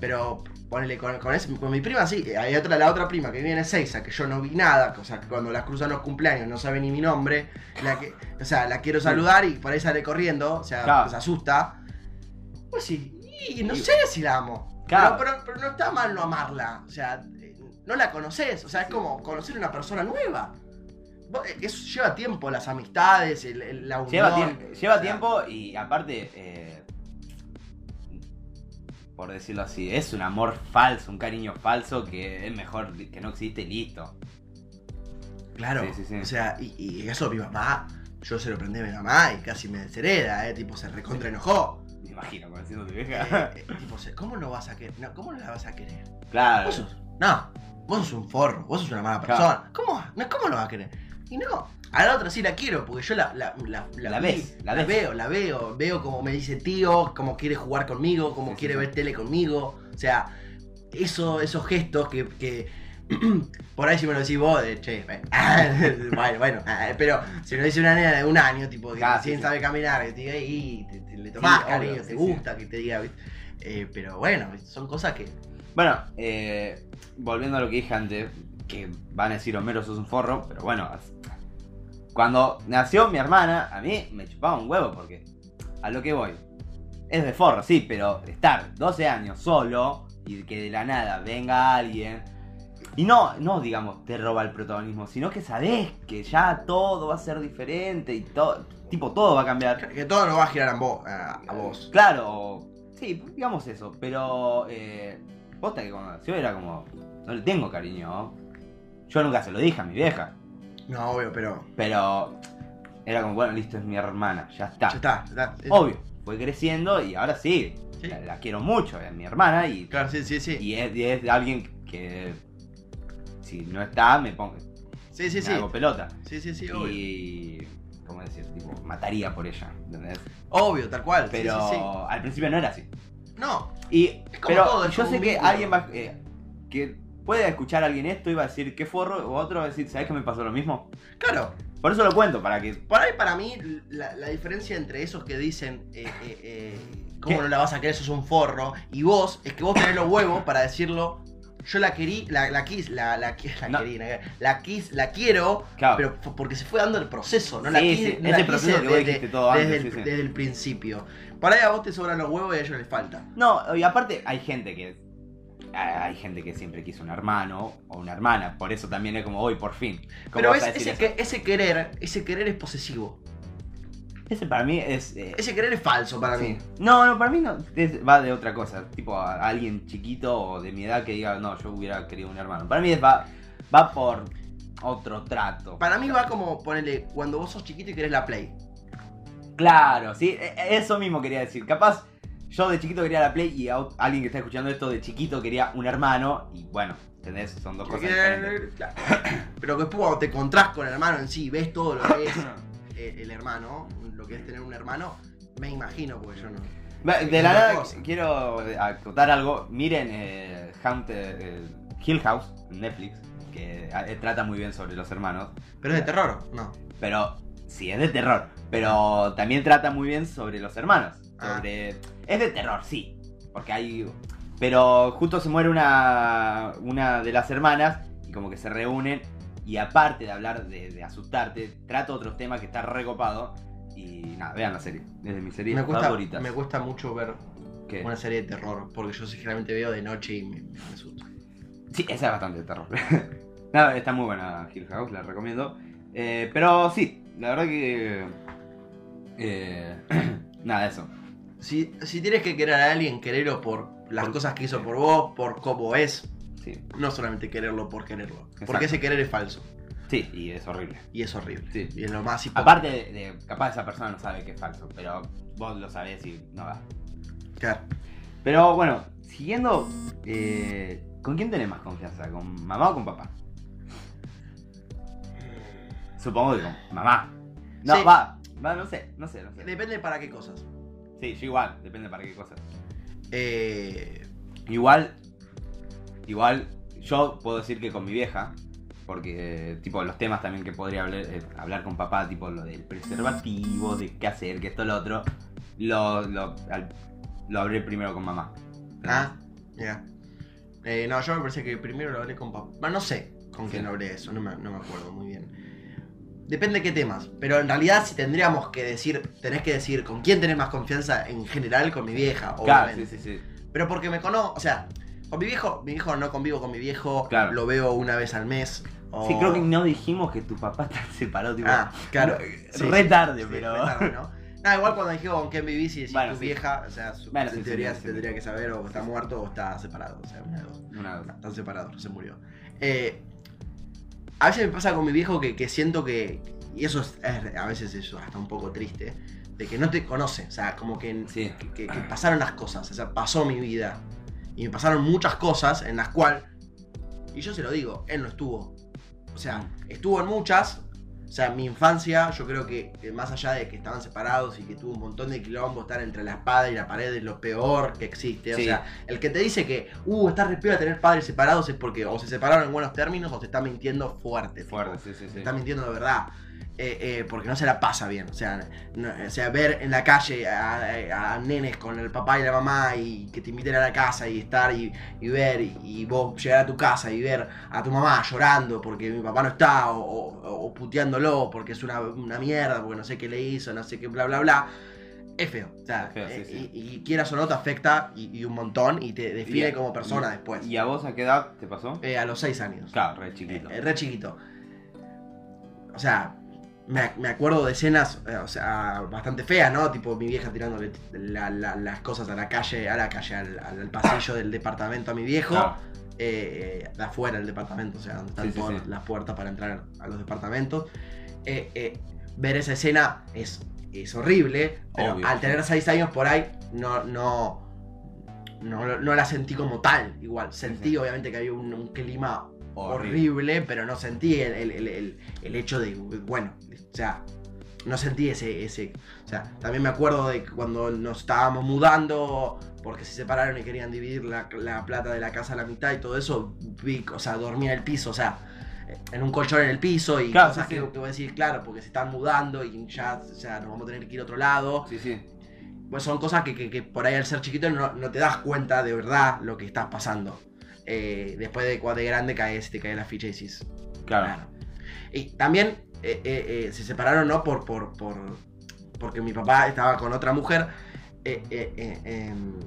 [SPEAKER 1] pero ponele con, con ese- con mi prima, sí. eh, Hay otra, la otra prima que vive en Ezeiza, que yo no vi nada. O sea, que cuando las cruzan los cumpleaños no sabe ni mi nombre. La que, o sea, la quiero saludar y por ahí sale corriendo. O sea,
[SPEAKER 2] Claro.
[SPEAKER 1] se asusta. Pues sí, y no
[SPEAKER 2] Y-
[SPEAKER 1] sé si la amo.
[SPEAKER 2] Claro.
[SPEAKER 1] Pero, pero- pero no está mal no amarla. O sea, eh, no la conoces. O sea, es como conocer una persona nueva. Vos- eh, Eso lleva tiempo, las amistades, el- el- la unión.
[SPEAKER 2] Lleva, tiemp- lleva
[SPEAKER 1] O sea,
[SPEAKER 2] tiempo y aparte, eh, por decirlo así, es un amor falso, un cariño falso que es mejor que no existe y listo.
[SPEAKER 1] Claro.
[SPEAKER 2] Sí, sí, sí.
[SPEAKER 1] O sea, y, y eso mi mamá. Yo se lo prendí a mi mamá y casi me deshereda, ¿eh? Tipo, se recontra enojó.
[SPEAKER 2] Me imagino, conociendo a tu
[SPEAKER 1] Eh,
[SPEAKER 2] vieja.
[SPEAKER 1] eh, tipo, se- ¿cómo no vas a querer? No, ¿Cómo no la vas a querer?
[SPEAKER 2] claro.
[SPEAKER 1] Vos sos. No, vos sos un forro, vos sos una mala
[SPEAKER 2] Claro.
[SPEAKER 1] persona. ¿Cómo, no, ¿Cómo lo vas a querer? Y no, a la otra sí la quiero, porque yo la, la, la,
[SPEAKER 2] La
[SPEAKER 1] vi,
[SPEAKER 2] ves, la ves.
[SPEAKER 1] veo, la veo. Veo como me dice tío, cómo quiere jugar conmigo, cómo
[SPEAKER 2] Sí, sí,
[SPEAKER 1] quiere
[SPEAKER 2] sí.
[SPEAKER 1] ver tele conmigo. O sea, eso, esos gestos que. que por ahí si me lo decís vos, de che, bueno, bueno, bueno, ah, pero si me lo dice una nena de un año, tipo, que
[SPEAKER 2] Claro,
[SPEAKER 1] recién
[SPEAKER 2] Ah, sí, sí.
[SPEAKER 1] sabe caminar, que te diga, y te, te- le tomás
[SPEAKER 2] obvio,
[SPEAKER 1] cariño, te
[SPEAKER 2] sí, sí.
[SPEAKER 1] gusta que te diga, ¿viste? Eh, pero bueno, son cosas que
[SPEAKER 2] Bueno, eh, volviendo a lo que dije antes, que van a decir Homero sos un forro, pero bueno, as- cuando nació mi hermana, a mí me chupaba un huevo porque a lo que voy. Es de forro, sí, pero estar 12 años solo y que de la nada venga alguien. Y no, no digamos, te roba el protagonismo, sino que sabes que ya todo va a ser diferente y todo, tipo, todo va a cambiar.
[SPEAKER 1] Que todo no va a girar a vos. A, a vos.
[SPEAKER 2] Claro, sí, digamos eso, pero eh, posta que cuando nació era como, no le tengo cariño. Yo nunca se lo dije a mi vieja,
[SPEAKER 1] No, obvio, pero.
[SPEAKER 2] pero era como, bueno, listo, es mi hermana, ya está.
[SPEAKER 1] Ya está, ya está. Es-
[SPEAKER 2] Obvio, fue creciendo y ahora sí,
[SPEAKER 1] Sí.
[SPEAKER 2] La, la quiero mucho, es mi hermana y,
[SPEAKER 1] Claro, sí, sí, sí.
[SPEAKER 2] y es, y es de alguien que si no está me pongo,
[SPEAKER 1] Sí, sí,
[SPEAKER 2] me
[SPEAKER 1] sí.
[SPEAKER 2] hago pelota.
[SPEAKER 1] Sí, sí, sí, obvio.
[SPEAKER 2] Y ¿cómo decir? Tipo, mataría por ella, ¿entendés?
[SPEAKER 1] Obvio, tal cual. sí,
[SPEAKER 2] Pero
[SPEAKER 1] sí, sí.
[SPEAKER 2] al principio no era así.
[SPEAKER 1] No,
[SPEAKER 2] Y
[SPEAKER 1] como
[SPEAKER 2] pero
[SPEAKER 1] todo, es
[SPEAKER 2] yo
[SPEAKER 1] como
[SPEAKER 2] sé
[SPEAKER 1] un
[SPEAKER 2] que
[SPEAKER 1] vínculo.
[SPEAKER 2] alguien va eh, que puede escuchar a alguien esto y va a decir qué forro o otro va a decir, ¿sabes que me pasó lo mismo?
[SPEAKER 1] claro.
[SPEAKER 2] Por eso lo cuento para que
[SPEAKER 1] Por ahí para mí la, la diferencia entre esos que dicen, eh, eh, eh, ¿cómo
[SPEAKER 2] ¿Qué?
[SPEAKER 1] no la vas a querer? Eso es un forro. Y vos, es que vos tenés los huevos para decirlo. Yo la querí, la, la quis, la, la, qui- la
[SPEAKER 2] No.
[SPEAKER 1] querí, la, la quis, la quiero,
[SPEAKER 2] Claro.
[SPEAKER 1] pero f- porque se fue dando el proceso, no la
[SPEAKER 2] Ah. Sí,
[SPEAKER 1] quis-
[SPEAKER 2] sí,
[SPEAKER 1] no la
[SPEAKER 2] ese
[SPEAKER 1] quise
[SPEAKER 2] proceso que vos dijiste todo
[SPEAKER 1] desde
[SPEAKER 2] antes,
[SPEAKER 1] el,
[SPEAKER 2] sí, sí.
[SPEAKER 1] desde el principio. Por ahí a vos te sobran los huevos y a ellos les falta.
[SPEAKER 2] No, y aparte hay gente que. Hay gente que siempre quiso un hermano o una hermana, por eso también es como hoy, por fin. ¿Cómo
[SPEAKER 1] Pero
[SPEAKER 2] vas
[SPEAKER 1] es-
[SPEAKER 2] a decir
[SPEAKER 1] ese, que- ese querer, ese querer es posesivo.
[SPEAKER 2] eso? Ese para mí es. eh,
[SPEAKER 1] Ese querer es falso para
[SPEAKER 2] sí.
[SPEAKER 1] mí.
[SPEAKER 2] No, no, para mí no. es- va de otra cosa. Tipo a alguien chiquito o de mi edad que diga, no, yo hubiera querido un hermano. Para mí es, va, va por otro trato.
[SPEAKER 1] Para mí va como, ponele, cuando vos sos chiquito y querés la Play.
[SPEAKER 2] Claro, sí, e- e- eso mismo quería decir. Capaz yo de chiquito quería la Play y a ot- alguien que está escuchando esto de chiquito quería un hermano. Y bueno, ¿entendés? Son dos cosas diferentes.
[SPEAKER 1] Claro. Pero después cuando te encontrás con el hermano en sí, ves todo lo que es el, el hermano, lo que es tener un hermano, me imagino, porque yo no.
[SPEAKER 2] Va, De
[SPEAKER 1] Es
[SPEAKER 2] la
[SPEAKER 1] otra
[SPEAKER 2] nada
[SPEAKER 1] cosa.
[SPEAKER 2] quiero eh, acotar algo. Miren eh, Haunted, eh, Hill House, Netflix, que eh, trata muy bien sobre los hermanos.
[SPEAKER 1] Pero es de terror, no.
[SPEAKER 2] Pero sí, es de terror. Pero también trata muy bien sobre los hermanos.
[SPEAKER 1] Ah.
[SPEAKER 2] Sobre... Es de terror, sí. Porque hay... Pero justo se muere una, una de las hermanas y como que se reúnen. Y aparte de hablar de, de asustarte, trata otros temas que está recopado. Y nada, vean la serie. Es de mis series
[SPEAKER 1] Me cuesta,
[SPEAKER 2] favoritas.
[SPEAKER 1] me cuesta mucho ver
[SPEAKER 2] ¿Qué?
[SPEAKER 1] una serie de terror, porque yo sinceramente veo de noche y me, me asusto.
[SPEAKER 2] Sí, esa es bastante de terror. Nada, está muy buena Hill House, la recomiendo. Eh, pero sí, la verdad que. eh, nada, eso.
[SPEAKER 1] Si, si tienes que querer a alguien, quererlo por las
[SPEAKER 2] Por-
[SPEAKER 1] cosas que hizo por vos, por cómo es,
[SPEAKER 2] Sí,
[SPEAKER 1] no solamente quererlo por quererlo.
[SPEAKER 2] Exacto.
[SPEAKER 1] Porque ese querer es falso
[SPEAKER 2] sí, y es horrible.
[SPEAKER 1] y es horrible.
[SPEAKER 2] Sí.
[SPEAKER 1] Y es lo más hipócrita.
[SPEAKER 2] Aparte, de, de- capaz esa persona no sabe que es falso, pero vos lo sabés y no va.
[SPEAKER 1] Claro.
[SPEAKER 2] Pero bueno, siguiendo. eh, ¿Con quién tenés más confianza? ¿Con mamá o con papá? Supongo que con mamá. No,
[SPEAKER 1] Sí.
[SPEAKER 2] va, va, no sé, no sé, no sé.
[SPEAKER 1] Depende para qué cosas.
[SPEAKER 2] Sí, yo igual, depende para qué cosas.
[SPEAKER 1] Eh,
[SPEAKER 2] Igual, igual, yo puedo decir que con mi vieja, porque, eh, tipo, los temas también que podría hablar, eh, hablar con papá, tipo, lo del preservativo, de qué hacer, que esto, lo otro, lo, lo, al- lo hablé primero con mamá.
[SPEAKER 1] Ah, ya. Eh, no, yo me parece que primero lo hablé con papá. Bueno, no sé con
[SPEAKER 2] Sí.
[SPEAKER 1] quién hablé eso, no me, no me acuerdo muy bien. Depende de qué temas, pero en realidad si tendríamos que decir, tenés que decir con quién tenés más confianza en general con mi vieja,
[SPEAKER 2] claro,
[SPEAKER 1] obviamente.
[SPEAKER 2] sí, sí, sí.
[SPEAKER 1] Pero porque me conozco, o sea, con mi viejo, mi viejo no convivo con mi viejo,
[SPEAKER 2] Claro.
[SPEAKER 1] lo veo una vez al mes. o-
[SPEAKER 2] Sí, creo que no dijimos que tu papá está separado, tipo,
[SPEAKER 1] Oh. Ah, claro. Sí,
[SPEAKER 2] Eh, re
[SPEAKER 1] sí,
[SPEAKER 2] tarde,
[SPEAKER 1] sí,
[SPEAKER 2] pero...
[SPEAKER 1] fue tarde, ¿no? Nada, igual cuando dije con quién vivís y decís
[SPEAKER 2] Bueno,
[SPEAKER 1] tu
[SPEAKER 2] sí.
[SPEAKER 1] vieja, o sea, su,
[SPEAKER 2] Bueno,
[SPEAKER 1] en
[SPEAKER 2] sí, sí,
[SPEAKER 1] teoría
[SPEAKER 2] sí,
[SPEAKER 1] se
[SPEAKER 2] sí.
[SPEAKER 1] tendría que saber o está muerto o está separado, o sea, una de dos.
[SPEAKER 2] Una, dos.
[SPEAKER 1] No, están separados, se murió. Eh, a veces me pasa con mi viejo que, que siento que. Y eso es, es- a veces eso hasta un poco triste. De que no te conoce. O sea, como que,
[SPEAKER 2] Sí.
[SPEAKER 1] que- que- que pasaron las cosas. O sea, pasó mi vida. Y me pasaron muchas cosas en las cuales. Y yo se lo digo, él no estuvo. O sea, estuvo en muchas. O sea, mi infancia, yo creo que eh, más allá de que estaban separados y que tuvo un montón de quilombo, estar entre la espada y la pared es lo peor que existe. O
[SPEAKER 2] Sí.
[SPEAKER 1] sea, el que te dice que, uh, está re peor tener padres separados es porque o se separaron en buenos términos o te está mintiendo fuerte. tipo,
[SPEAKER 2] Fuerte, sí, sí, sí.
[SPEAKER 1] Te está mintiendo de verdad. Eh, eh, porque no se la pasa bien. O sea, no- o sea ver en la calle a, a nenes con el papá y la mamá y que te inviten a la casa y estar y, y ver y, y vos llegar a tu casa y ver a tu mamá llorando porque mi papá no está o, o- o puteándolo porque es una, una mierda, porque no sé qué le hizo, no sé qué, bla, bla, bla. Es feo, o sea,
[SPEAKER 2] Es feo, sí,
[SPEAKER 1] eh,
[SPEAKER 2] sí.
[SPEAKER 1] Y, y quieras o no te afecta y, y un montón y te define
[SPEAKER 2] Y-
[SPEAKER 1] como persona después.
[SPEAKER 2] ¿Y a vos a qué edad te pasó?
[SPEAKER 1] Eh, a los seis años.
[SPEAKER 2] Claro, re chiquito.
[SPEAKER 1] Eh, re chiquito. O sea, me, ac- me acuerdo de escenas, eh, o sea, bastante feas, ¿no? Tipo mi vieja tirándole t- la- la- las cosas a la calle, a la calle, al, al- al pasillo del departamento a mi viejo.
[SPEAKER 2] Claro.
[SPEAKER 1] eh, eh, de afuera del departamento, o sea, donde están
[SPEAKER 2] Sí, sí,
[SPEAKER 1] todas
[SPEAKER 2] sí.
[SPEAKER 1] las puertas para entrar a los departamentos. Eh, eh, ver esa escena es, es horrible, pero
[SPEAKER 2] Obvio,
[SPEAKER 1] al
[SPEAKER 2] sí.
[SPEAKER 1] tener 6 años por ahí, no, no, no, no la sentí como tal, igual. Sentí
[SPEAKER 2] sí.
[SPEAKER 1] obviamente que había un- un clima horrible, pero no sentí el, el- el- el- el hecho de, bueno, o sea, no sentí ese, ese. O sea, también me acuerdo de cuando nos estábamos mudando, porque se separaron y querían dividir la, la plata de la casa a la mitad y todo eso, vi, o sea, dormía en el piso, o sea, en un colchón en el piso y
[SPEAKER 2] Claro,
[SPEAKER 1] cosas
[SPEAKER 2] sí,
[SPEAKER 1] que,
[SPEAKER 2] sí.
[SPEAKER 1] que voy a decir, claro, porque se están mudando y ya, o sea, nos vamos a tener que ir a otro lado.
[SPEAKER 2] Sí, sí.
[SPEAKER 1] Pues son cosas que, que- que por ahí al ser chiquito no, no te das cuenta de verdad lo que estás pasando. Eh, después de cuando de grande caes, te cae la ficha y dices,
[SPEAKER 2] Claro.
[SPEAKER 1] y también eh, eh, eh, se separaron, ¿no? Por, por, por, porque mi papá estaba con otra mujer. eh, eh, eh, em,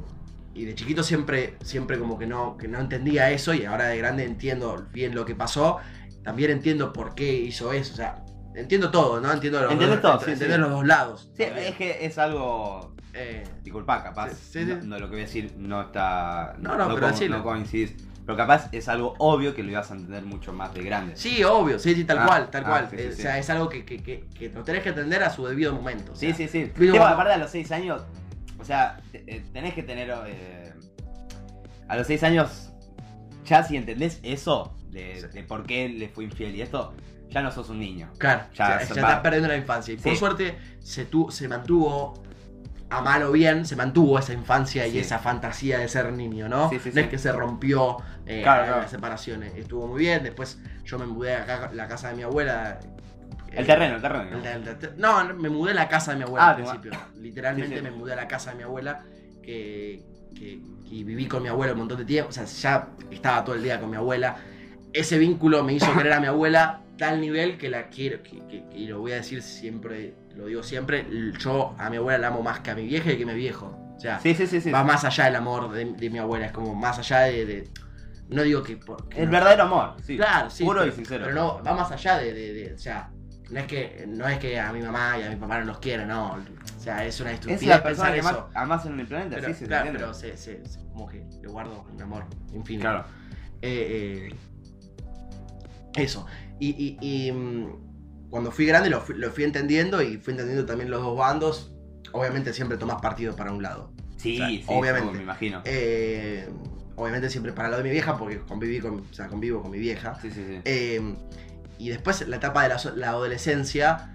[SPEAKER 1] y de chiquito siempre, siempre como que no, que no entendía eso y ahora de grande entiendo bien lo que pasó. También entiendo por qué hizo eso. O sea, entiendo todo, ¿no? Entiendo los,
[SPEAKER 2] Entiendes
[SPEAKER 1] dos,
[SPEAKER 2] todo,
[SPEAKER 1] ent-
[SPEAKER 2] sí, sí.
[SPEAKER 1] entiendo los dos lados.
[SPEAKER 2] Sí, es que es algo.
[SPEAKER 1] Eh,
[SPEAKER 2] Disculpa, capaz.
[SPEAKER 1] Sí, sí,
[SPEAKER 2] no,
[SPEAKER 1] sí.
[SPEAKER 2] no, lo que voy a decir no está.
[SPEAKER 1] No, no, pero
[SPEAKER 2] con-
[SPEAKER 1] decilo.
[SPEAKER 2] no coincidís. Pero capaz es algo obvio que lo ibas a entender mucho más de grande.
[SPEAKER 1] sí, obvio, sí, sí, tal
[SPEAKER 2] Ah,
[SPEAKER 1] cual, tal
[SPEAKER 2] ah,
[SPEAKER 1] cual.
[SPEAKER 2] sí, sí,
[SPEAKER 1] Eh,
[SPEAKER 2] sí.
[SPEAKER 1] O sea, es algo que, que, que, que lo tenés que atender a su debido momento. o
[SPEAKER 2] Sí,
[SPEAKER 1] sea.
[SPEAKER 2] sí, sí.
[SPEAKER 1] pero-
[SPEAKER 2] Sí, porque aparte a los 6 años, o sea, te- eh, tenés que tener... eh, a los 6 años, ya si entendés eso, de,
[SPEAKER 1] Sí. Eh,
[SPEAKER 2] de por qué le fui infiel y esto, ya no sos un niño.
[SPEAKER 1] Claro,
[SPEAKER 2] Ya,
[SPEAKER 1] ya,
[SPEAKER 2] se
[SPEAKER 1] ya
[SPEAKER 2] va.
[SPEAKER 1] estás perdiendo la infancia. Y por
[SPEAKER 2] Sí.
[SPEAKER 1] suerte se, tu- se mantuvo, a mal o bien, se mantuvo esa infancia y
[SPEAKER 2] Sí.
[SPEAKER 1] esa fantasía de ser niño, ¿no?
[SPEAKER 2] Sí, sí,
[SPEAKER 1] no
[SPEAKER 2] sí.
[SPEAKER 1] es que se rompió eh,
[SPEAKER 2] Claro,
[SPEAKER 1] en
[SPEAKER 2] claro.
[SPEAKER 1] las separaciones. Estuvo muy bien. Después yo me mudé a ca- la casa de mi abuela. eh,
[SPEAKER 2] El terreno, el terreno.
[SPEAKER 1] el te- el te- No, no, me mudé a la casa de mi abuela
[SPEAKER 2] Ah,
[SPEAKER 1] al
[SPEAKER 2] te mu-
[SPEAKER 1] principio. Literalmente
[SPEAKER 2] Sí,
[SPEAKER 1] me
[SPEAKER 2] sí.
[SPEAKER 1] mudé a la casa de mi abuela que, que- que viví con mi abuela un montón de tiempo. O sea, ya estaba todo el día con mi abuela. Ese vínculo me hizo querer a mi abuela tal nivel que la quiero. que- que- que- y lo voy a decir siempre, lo digo siempre. l- Yo a mi abuela la amo más que a mi vieja y que a mi viejo. O sea,
[SPEAKER 2] Sí, sí, sí, sí.
[SPEAKER 1] va más allá del amor de, de mi abuela. Es como más allá de. de- no digo que porque.
[SPEAKER 2] El verdadero amor, sí.
[SPEAKER 1] Claro, sí.
[SPEAKER 2] Puro
[SPEAKER 1] pero-
[SPEAKER 2] y sincero.
[SPEAKER 1] Pero no, va más allá de, de- de- O sea, no es, que, no es que a mi mamá y a mi papá no los quiero, no. O sea, es una
[SPEAKER 2] Es
[SPEAKER 1] estupidez
[SPEAKER 2] la persona
[SPEAKER 1] pensar
[SPEAKER 2] que más
[SPEAKER 1] eso.
[SPEAKER 2] amas en el planeta,
[SPEAKER 1] Pero,
[SPEAKER 2] sí, sí,
[SPEAKER 1] claro,
[SPEAKER 2] se
[SPEAKER 1] pero
[SPEAKER 2] entiende.
[SPEAKER 1] se, se- se- como que le guardo un amor infinito.
[SPEAKER 2] Claro.
[SPEAKER 1] Eh, eh, eso. Y, y- y, mm, cuando fui grande lo fui, lo fui entendiendo y fui entendiendo también los dos bandos. Obviamente siempre tomas partido para un lado.
[SPEAKER 2] Sí,
[SPEAKER 1] O sea,
[SPEAKER 2] sí,
[SPEAKER 1] obviamente.
[SPEAKER 2] me imagino.
[SPEAKER 1] Eh, obviamente siempre para el lado de mi vieja porque conviví con, o sea, convivo con mi vieja.
[SPEAKER 2] Sí, sí, sí.
[SPEAKER 1] Eh, y después la etapa de la, la adolescencia,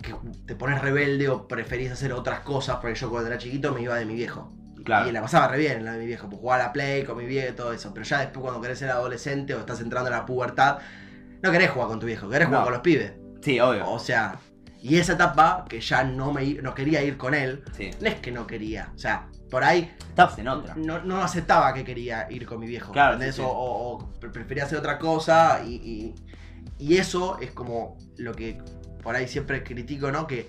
[SPEAKER 1] que te pones rebelde o preferís hacer otras cosas, porque yo cuando era chiquito me iba de mi viejo. Y
[SPEAKER 2] Claro.
[SPEAKER 1] la pasaba re bien en la de mi viejo, pues jugaba a la play con mi viejo y todo eso. Pero ya después cuando querés ser adolescente o estás entrando en la pubertad, no querés jugar con tu viejo, querés jugar
[SPEAKER 2] No.
[SPEAKER 1] con los pibes.
[SPEAKER 2] Sí, obvio.
[SPEAKER 1] O sea, y esa etapa que ya no me i- no quería ir con él,
[SPEAKER 2] Sí.
[SPEAKER 1] no es que no quería, o sea, por ahí
[SPEAKER 2] Estabas en otra.
[SPEAKER 1] no, no aceptaba que quería ir con mi viejo.
[SPEAKER 2] Claro,
[SPEAKER 1] ¿entendés?
[SPEAKER 2] sí, sí.
[SPEAKER 1] O, o- o pre- prefería hacer otra cosa y, y- y eso es como lo que por ahí siempre critico, ¿no? Que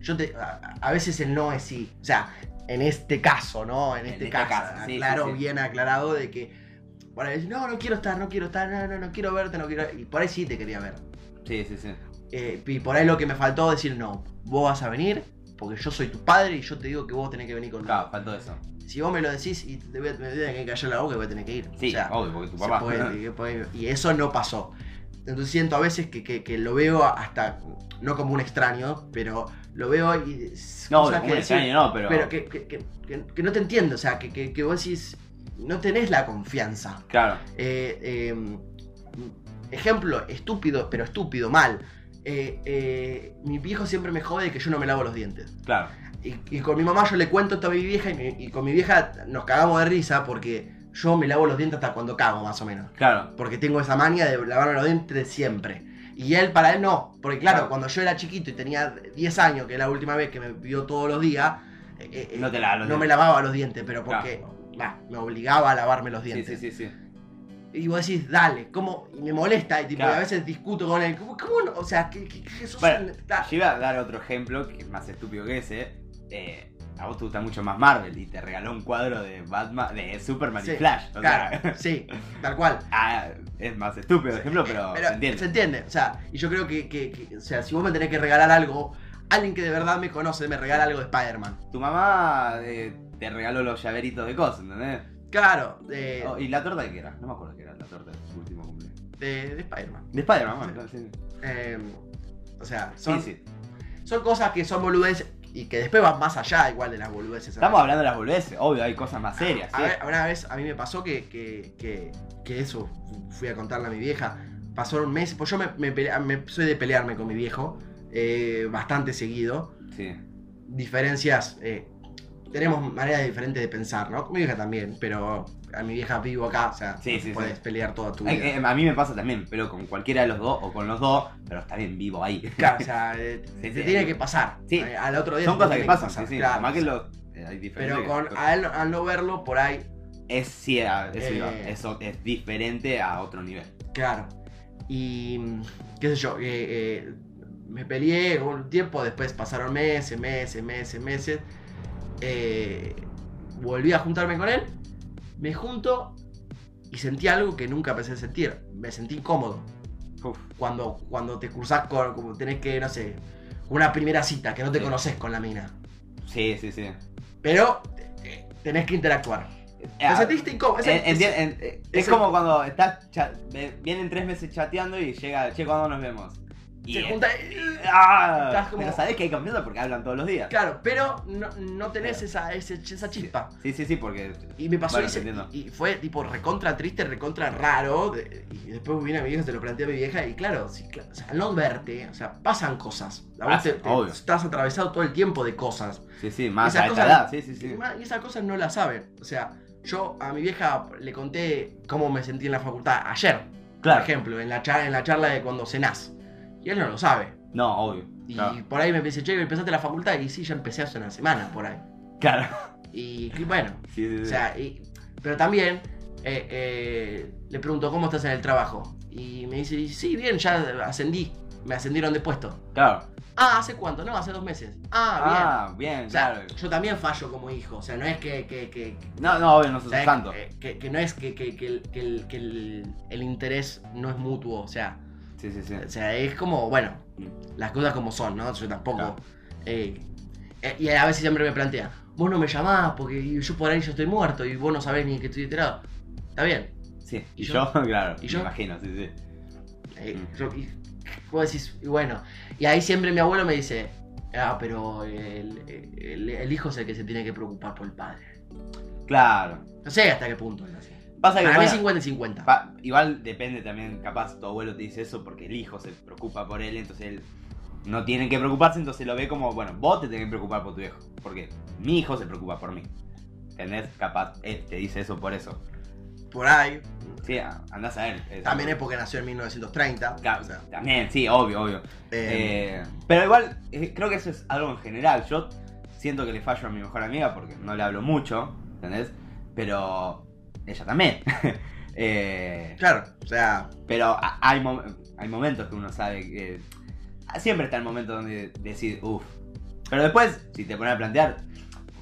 [SPEAKER 1] yo te, a, a veces el no es sí. O sea, en este caso, ¿no? En este,
[SPEAKER 2] este
[SPEAKER 1] caso,
[SPEAKER 2] caso, sí,
[SPEAKER 1] aclaro
[SPEAKER 2] sí, sí.
[SPEAKER 1] bien aclarado de que por ahí decís, no, no quiero estar, no quiero estar, no, no, no quiero verte, no quiero... Y por ahí sí te quería ver.
[SPEAKER 2] Sí, sí, sí.
[SPEAKER 1] Eh, y por ahí lo que me faltó decir, no, vos vas a venir porque yo soy tu padre y yo te digo que vos tenés que venir conmigo
[SPEAKER 2] Claro, faltó eso.
[SPEAKER 1] si vos me lo decís y te voy a, me voy a tener que callar la boca y voy a tener que ir.
[SPEAKER 2] Sí,
[SPEAKER 1] O sea,
[SPEAKER 2] obvio, porque tu
[SPEAKER 1] se
[SPEAKER 2] papá.
[SPEAKER 1] puede- que puede- y eso no pasó. Entonces siento a veces que, que- que lo veo hasta, no como un extraño, pero lo veo y... cosas
[SPEAKER 2] No, obvio, como un
[SPEAKER 1] decís,
[SPEAKER 2] extraño no, pero.
[SPEAKER 1] pero que, que- que- que- que no te entiendo, o sea, que, que- que vos decís, no tenés la confianza.
[SPEAKER 2] Claro,
[SPEAKER 1] Eh, eh, ejemplo, estúpido, pero estúpido, mal. Eh, eh, mi viejo siempre me jode que yo no me lavo los dientes.
[SPEAKER 2] claro.
[SPEAKER 1] Y, y con mi mamá yo le cuento esto a mi vieja y, mi- y con mi vieja nos cagamos de risa porque yo me lavo los dientes hasta cuando cago, más o menos.
[SPEAKER 2] Claro,
[SPEAKER 1] Porque tengo esa manía de lavarme los dientes siempre. Y él para él no. Porque claro,
[SPEAKER 2] Claro.
[SPEAKER 1] cuando yo era chiquito y tenía 10 años, que es la última vez que me vio todos los días, eh, eh,
[SPEAKER 2] No te lavas los
[SPEAKER 1] no me
[SPEAKER 2] dientes.
[SPEAKER 1] lavaba los dientes, pero porque bah, me obligaba a lavarme los
[SPEAKER 2] sí,
[SPEAKER 1] dientes.
[SPEAKER 2] sí, sí, sí.
[SPEAKER 1] Y vos decís, dale, ¿cómo? Y me molesta, y tipo,
[SPEAKER 2] Claro.
[SPEAKER 1] y a veces discuto con él. ¿Cómo, cómo no? O sea, que, que- que sos
[SPEAKER 2] Bueno,
[SPEAKER 1] un- da-
[SPEAKER 2] Yo iba a dar otro ejemplo que es más estúpido que ese. Eh, a vos te gusta mucho más Marvel y te regaló un cuadro de Batman, de Superman
[SPEAKER 1] Sí,
[SPEAKER 2] y Flash. O
[SPEAKER 1] claro,
[SPEAKER 2] sea,
[SPEAKER 1] sí, tal cual.
[SPEAKER 2] ah, es más estúpido el ejemplo, pero,
[SPEAKER 1] Pero
[SPEAKER 2] Ah, se entiende.
[SPEAKER 1] se entiende, o sea, y yo creo que, que- que, o sea, si vos me tenés que regalar algo, alguien que de verdad me conoce me regala algo de Spider-Man.
[SPEAKER 2] Tu mamá eh, te regaló los llaveritos de cosas, ¿entendés?
[SPEAKER 1] Claro, de,
[SPEAKER 2] Oh, y la torta de qué era, no me acuerdo qué era la torta de su último cumpleaños.
[SPEAKER 1] de, de Spider-Man.
[SPEAKER 2] De Spider-Man, bueno, sí, sí.
[SPEAKER 1] Eh, o sea, son,
[SPEAKER 2] Sí, sí.
[SPEAKER 1] son cosas que son boludeces y que después van más allá igual de las boludeces.
[SPEAKER 2] Estamos hablando de las boludeces, obvio, hay cosas más serias.
[SPEAKER 1] A
[SPEAKER 2] sí.
[SPEAKER 1] ver, una vez a mí me pasó que, que, que- que eso, fui a contarle a mi vieja. Pasó un mes, pues yo me, me pelea- me- soy de pelearme con mi viejo. eh, eh, bastante seguido.
[SPEAKER 2] Sí.
[SPEAKER 1] Diferencias, eh, tenemos maneras diferentes de pensar, ¿no? Mi vieja también, pero a mi vieja vivo acá, o sea,
[SPEAKER 2] Sí, sí,
[SPEAKER 1] puedes
[SPEAKER 2] sí.
[SPEAKER 1] pelear toda tu vida.
[SPEAKER 2] Ay, eh, A mí me pasa también, pero con cualquiera de los dos o con los dos, pero está bien vivo ahí.
[SPEAKER 1] Claro, o sea, eh, te,
[SPEAKER 2] Sí,
[SPEAKER 1] te
[SPEAKER 2] sí.
[SPEAKER 1] tiene que pasar.
[SPEAKER 2] Sí.
[SPEAKER 1] Eh, Al otro día
[SPEAKER 2] Son
[SPEAKER 1] te
[SPEAKER 2] cosas
[SPEAKER 1] tiene
[SPEAKER 2] que pasan, sí,
[SPEAKER 1] pasar,
[SPEAKER 2] sí.
[SPEAKER 1] claro.
[SPEAKER 2] Más que los. eh, Hay diferencias
[SPEAKER 1] Pero
[SPEAKER 2] que-
[SPEAKER 1] con, al, al no verlo por ahí,
[SPEAKER 2] Es, sí, a- es,
[SPEAKER 1] Eh.
[SPEAKER 2] iba- eso es diferente a otro nivel.
[SPEAKER 1] claro. Y mm, qué sé yo, eh, eh, me peleé un tiempo, después pasaron meses, meses, meses, meses. Eh, volví a juntarme con él, me junto y sentí algo que nunca pensé sentir. Me sentí incómodo.
[SPEAKER 2] Uf.
[SPEAKER 1] Cuando, cuando te cruzas con, como tenés que, no sé, una primera cita, que no te
[SPEAKER 2] Sí.
[SPEAKER 1] conoces con la mina.
[SPEAKER 2] Sí, sí, sí.
[SPEAKER 1] Pero eh, tenés que interactuar.
[SPEAKER 2] Eh,
[SPEAKER 1] Te sentiste incómodo. Es,
[SPEAKER 2] en- entien- en- eh, es
[SPEAKER 1] ese-
[SPEAKER 2] como cuando estás cha- ve- vienen tres meses chateando y llega, che, ¿cuándo nos vemos? Y
[SPEAKER 1] se
[SPEAKER 2] eh,
[SPEAKER 1] junta-
[SPEAKER 2] ah,
[SPEAKER 1] estás como-
[SPEAKER 2] Pero sabés que hay confianza porque hablan todos los días.
[SPEAKER 1] Claro, pero no, no tenés esa, ese- esa chispa.
[SPEAKER 2] Sí, sí, sí, porque.
[SPEAKER 1] Y me pasó
[SPEAKER 2] Bueno,
[SPEAKER 1] y, se-
[SPEAKER 2] te entiendo.
[SPEAKER 1] y- y fue tipo recontra triste, recontra raro. de- y después viene a mi vieja, se lo planteé a mi vieja. Y claro, sí, cla- o sea, al no verte, o sea, pasan cosas. A vos
[SPEAKER 2] Pasan,
[SPEAKER 1] te- te-
[SPEAKER 2] obvio.
[SPEAKER 1] estás atravesado todo el tiempo de cosas.
[SPEAKER 2] Sí, sí, más
[SPEAKER 1] Esas
[SPEAKER 2] a esta
[SPEAKER 1] cosas-
[SPEAKER 2] edad. Sí, sí,
[SPEAKER 1] Y,
[SPEAKER 2] sí.
[SPEAKER 1] ma- y esas cosas no las saben. O sea, yo a mi vieja le conté cómo me sentí en la facultad ayer, por
[SPEAKER 2] Claro.
[SPEAKER 1] ejemplo, en la, char- en la charla de cuando cenás. Y él no lo sabe.
[SPEAKER 2] No, obvio.
[SPEAKER 1] Y
[SPEAKER 2] Claro.
[SPEAKER 1] por ahí me dice, che, empezaste la facultad. Y sí, ya empecé hace una semana por ahí.
[SPEAKER 2] Claro.
[SPEAKER 1] Y y bueno,
[SPEAKER 2] Sí, sí, sí.
[SPEAKER 1] o sea, y- pero también eh, eh, le pregunto, ¿cómo estás en el trabajo? Y me dice, sí, bien, ya ascendí. Me ascendieron de puesto.
[SPEAKER 2] claro.
[SPEAKER 1] Ah, ¿hace cuánto? No, hace dos meses. Ah, bien.
[SPEAKER 2] Ah, bien,
[SPEAKER 1] O sea,
[SPEAKER 2] claro.
[SPEAKER 1] yo también fallo como hijo. O sea, no es que. que, que- que-
[SPEAKER 2] No, no, obvio, no
[SPEAKER 1] o
[SPEAKER 2] sos
[SPEAKER 1] sea,
[SPEAKER 2] santo.
[SPEAKER 1] eh, que- que no es que, que- que el, que el- que el- el interés no es mutuo. O sea,
[SPEAKER 2] Sí, sí, sí.
[SPEAKER 1] o sea, es como, bueno, las cosas como son, ¿no? Yo tampoco.
[SPEAKER 2] Claro.
[SPEAKER 1] eh, eh, y a veces siempre me plantea, vos no me llamás porque yo por ahí yo estoy muerto y vos no sabés ni que estoy enterado. Está bien.
[SPEAKER 2] Sí.
[SPEAKER 1] ¿Y
[SPEAKER 2] Y yo, claro.
[SPEAKER 1] ¿Y
[SPEAKER 2] Me
[SPEAKER 1] yo?
[SPEAKER 2] imagino, sí, sí.
[SPEAKER 1] Eh,
[SPEAKER 2] Mm.
[SPEAKER 1] yo- y vos decís, y bueno. Y ahí siempre mi abuelo me dice, ah, pero el, el- el hijo es el que se tiene que preocupar por el padre.
[SPEAKER 2] Claro.
[SPEAKER 1] No sé hasta qué punto es así.
[SPEAKER 2] Pasa que
[SPEAKER 1] Para mí
[SPEAKER 2] bueno,
[SPEAKER 1] es 50 y 50.
[SPEAKER 2] pa- igual depende también, capaz tu abuelo te dice eso porque el hijo se preocupa por él, entonces él no tiene que preocuparse, entonces lo ve como, bueno, vos te tenés que preocupar por tu hijo, porque mi hijo se preocupa por mí. ¿Entendés? Capaz él te dice eso por eso.
[SPEAKER 1] Por ahí.
[SPEAKER 2] Sí, a- andás a él. es
[SPEAKER 1] También es
[SPEAKER 2] algo-
[SPEAKER 1] porque nació en 1930.
[SPEAKER 2] Ca-
[SPEAKER 1] o sea,
[SPEAKER 2] También, sí, obvio, obvio.
[SPEAKER 1] eh,
[SPEAKER 2] Eh, pero igual, eh, creo que eso es algo en general. Yo siento que le fallo a mi mejor amiga porque no le hablo mucho, ¿entendés? Pero ella también. eh,
[SPEAKER 1] claro, o sea,
[SPEAKER 2] pero a- hay, mo- hay momentos que uno sabe que. Siempre está el momento donde decís, uff. Pero después, si te pones a plantear,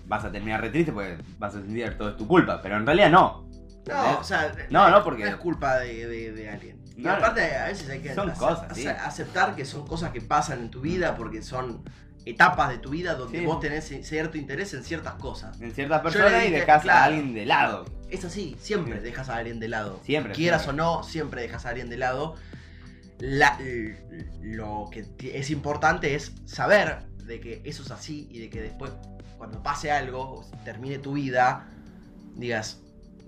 [SPEAKER 2] vas a terminar re triste porque vas a sentir que todo es tu culpa. Pero en realidad no.
[SPEAKER 1] No, o sea,
[SPEAKER 2] No, no, porque-
[SPEAKER 1] no es culpa de, de- de alguien. Y
[SPEAKER 2] No,
[SPEAKER 1] aparte, a veces hay que
[SPEAKER 2] son
[SPEAKER 1] ace-
[SPEAKER 2] cosas,
[SPEAKER 1] ace-
[SPEAKER 2] sí.
[SPEAKER 1] aceptar que son cosas que pasan en tu vida porque son etapas de tu vida donde
[SPEAKER 2] Sí.
[SPEAKER 1] vos tenés cierto interés en ciertas cosas.
[SPEAKER 2] En ciertas
[SPEAKER 1] Yo le
[SPEAKER 2] personas y
[SPEAKER 1] dije,
[SPEAKER 2] dejas a
[SPEAKER 1] claro.
[SPEAKER 2] alguien de lado.
[SPEAKER 1] Es así, siempre
[SPEAKER 2] Sí.
[SPEAKER 1] dejas a alguien de lado.
[SPEAKER 2] Siempre,
[SPEAKER 1] Quieras
[SPEAKER 2] siempre.
[SPEAKER 1] o no, siempre dejas a alguien de lado. La- l- lo que ti- es importante es saber de que eso es así y de que después, cuando pase algo, o termine tu vida, digas,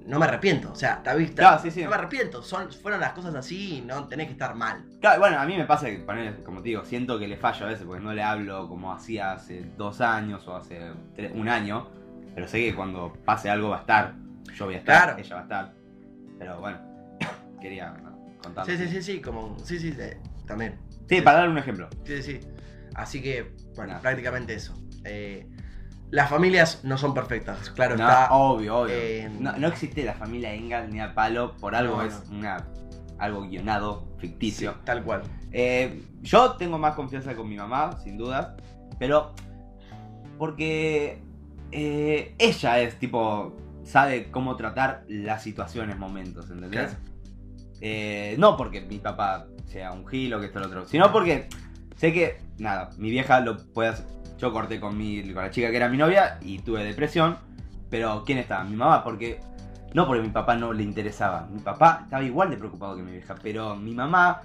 [SPEAKER 1] no me arrepiento. O sea, ¿te vista
[SPEAKER 2] Claro, sí, sí.
[SPEAKER 1] No me arrepiento. Son, fueron las cosas así y no tenés que estar mal.
[SPEAKER 2] Claro, bueno, a mí me pasa que, ponele, como te digo, siento que le fallo a veces porque no le hablo como hacía hace dos años o hace tre- un año. Pero sé que cuando pase algo va a estar. Yo voy a estar,
[SPEAKER 1] Claro.
[SPEAKER 2] ella va a estar. Pero bueno, quería ¿no? contar.
[SPEAKER 1] Sí, sí, sí, sí, como. Sí, sí, eh, también.
[SPEAKER 2] Sí, para dar un ejemplo.
[SPEAKER 1] Sí, sí. Así que, bueno,
[SPEAKER 2] No.
[SPEAKER 1] prácticamente eso. Eh, las familias no son perfectas, claro
[SPEAKER 2] No,
[SPEAKER 1] está.
[SPEAKER 2] obvio, obvio.
[SPEAKER 1] eh,
[SPEAKER 2] no, no existe la familia Engal ni a palo, por algo
[SPEAKER 1] No,
[SPEAKER 2] es una, algo guionado, ficticio.
[SPEAKER 1] Tal cual.
[SPEAKER 2] Eh, yo tengo más confianza con mi mamá, sin duda, pero porque eh, ella es tipo, sabe cómo tratar las situaciones, momentos, ¿entendés?
[SPEAKER 1] Claro.
[SPEAKER 2] Eh, no porque mi papá sea un gilo, que esto, lo otro, sino porque sé que, nada, mi vieja lo puede hacer. Yo corté con, mi, con la chica que era mi novia y tuve depresión, pero ¿quién estaba? Mi mamá, porque... No porque mi papá no le interesaba, mi papá estaba igual de preocupado que mi vieja, pero mi mamá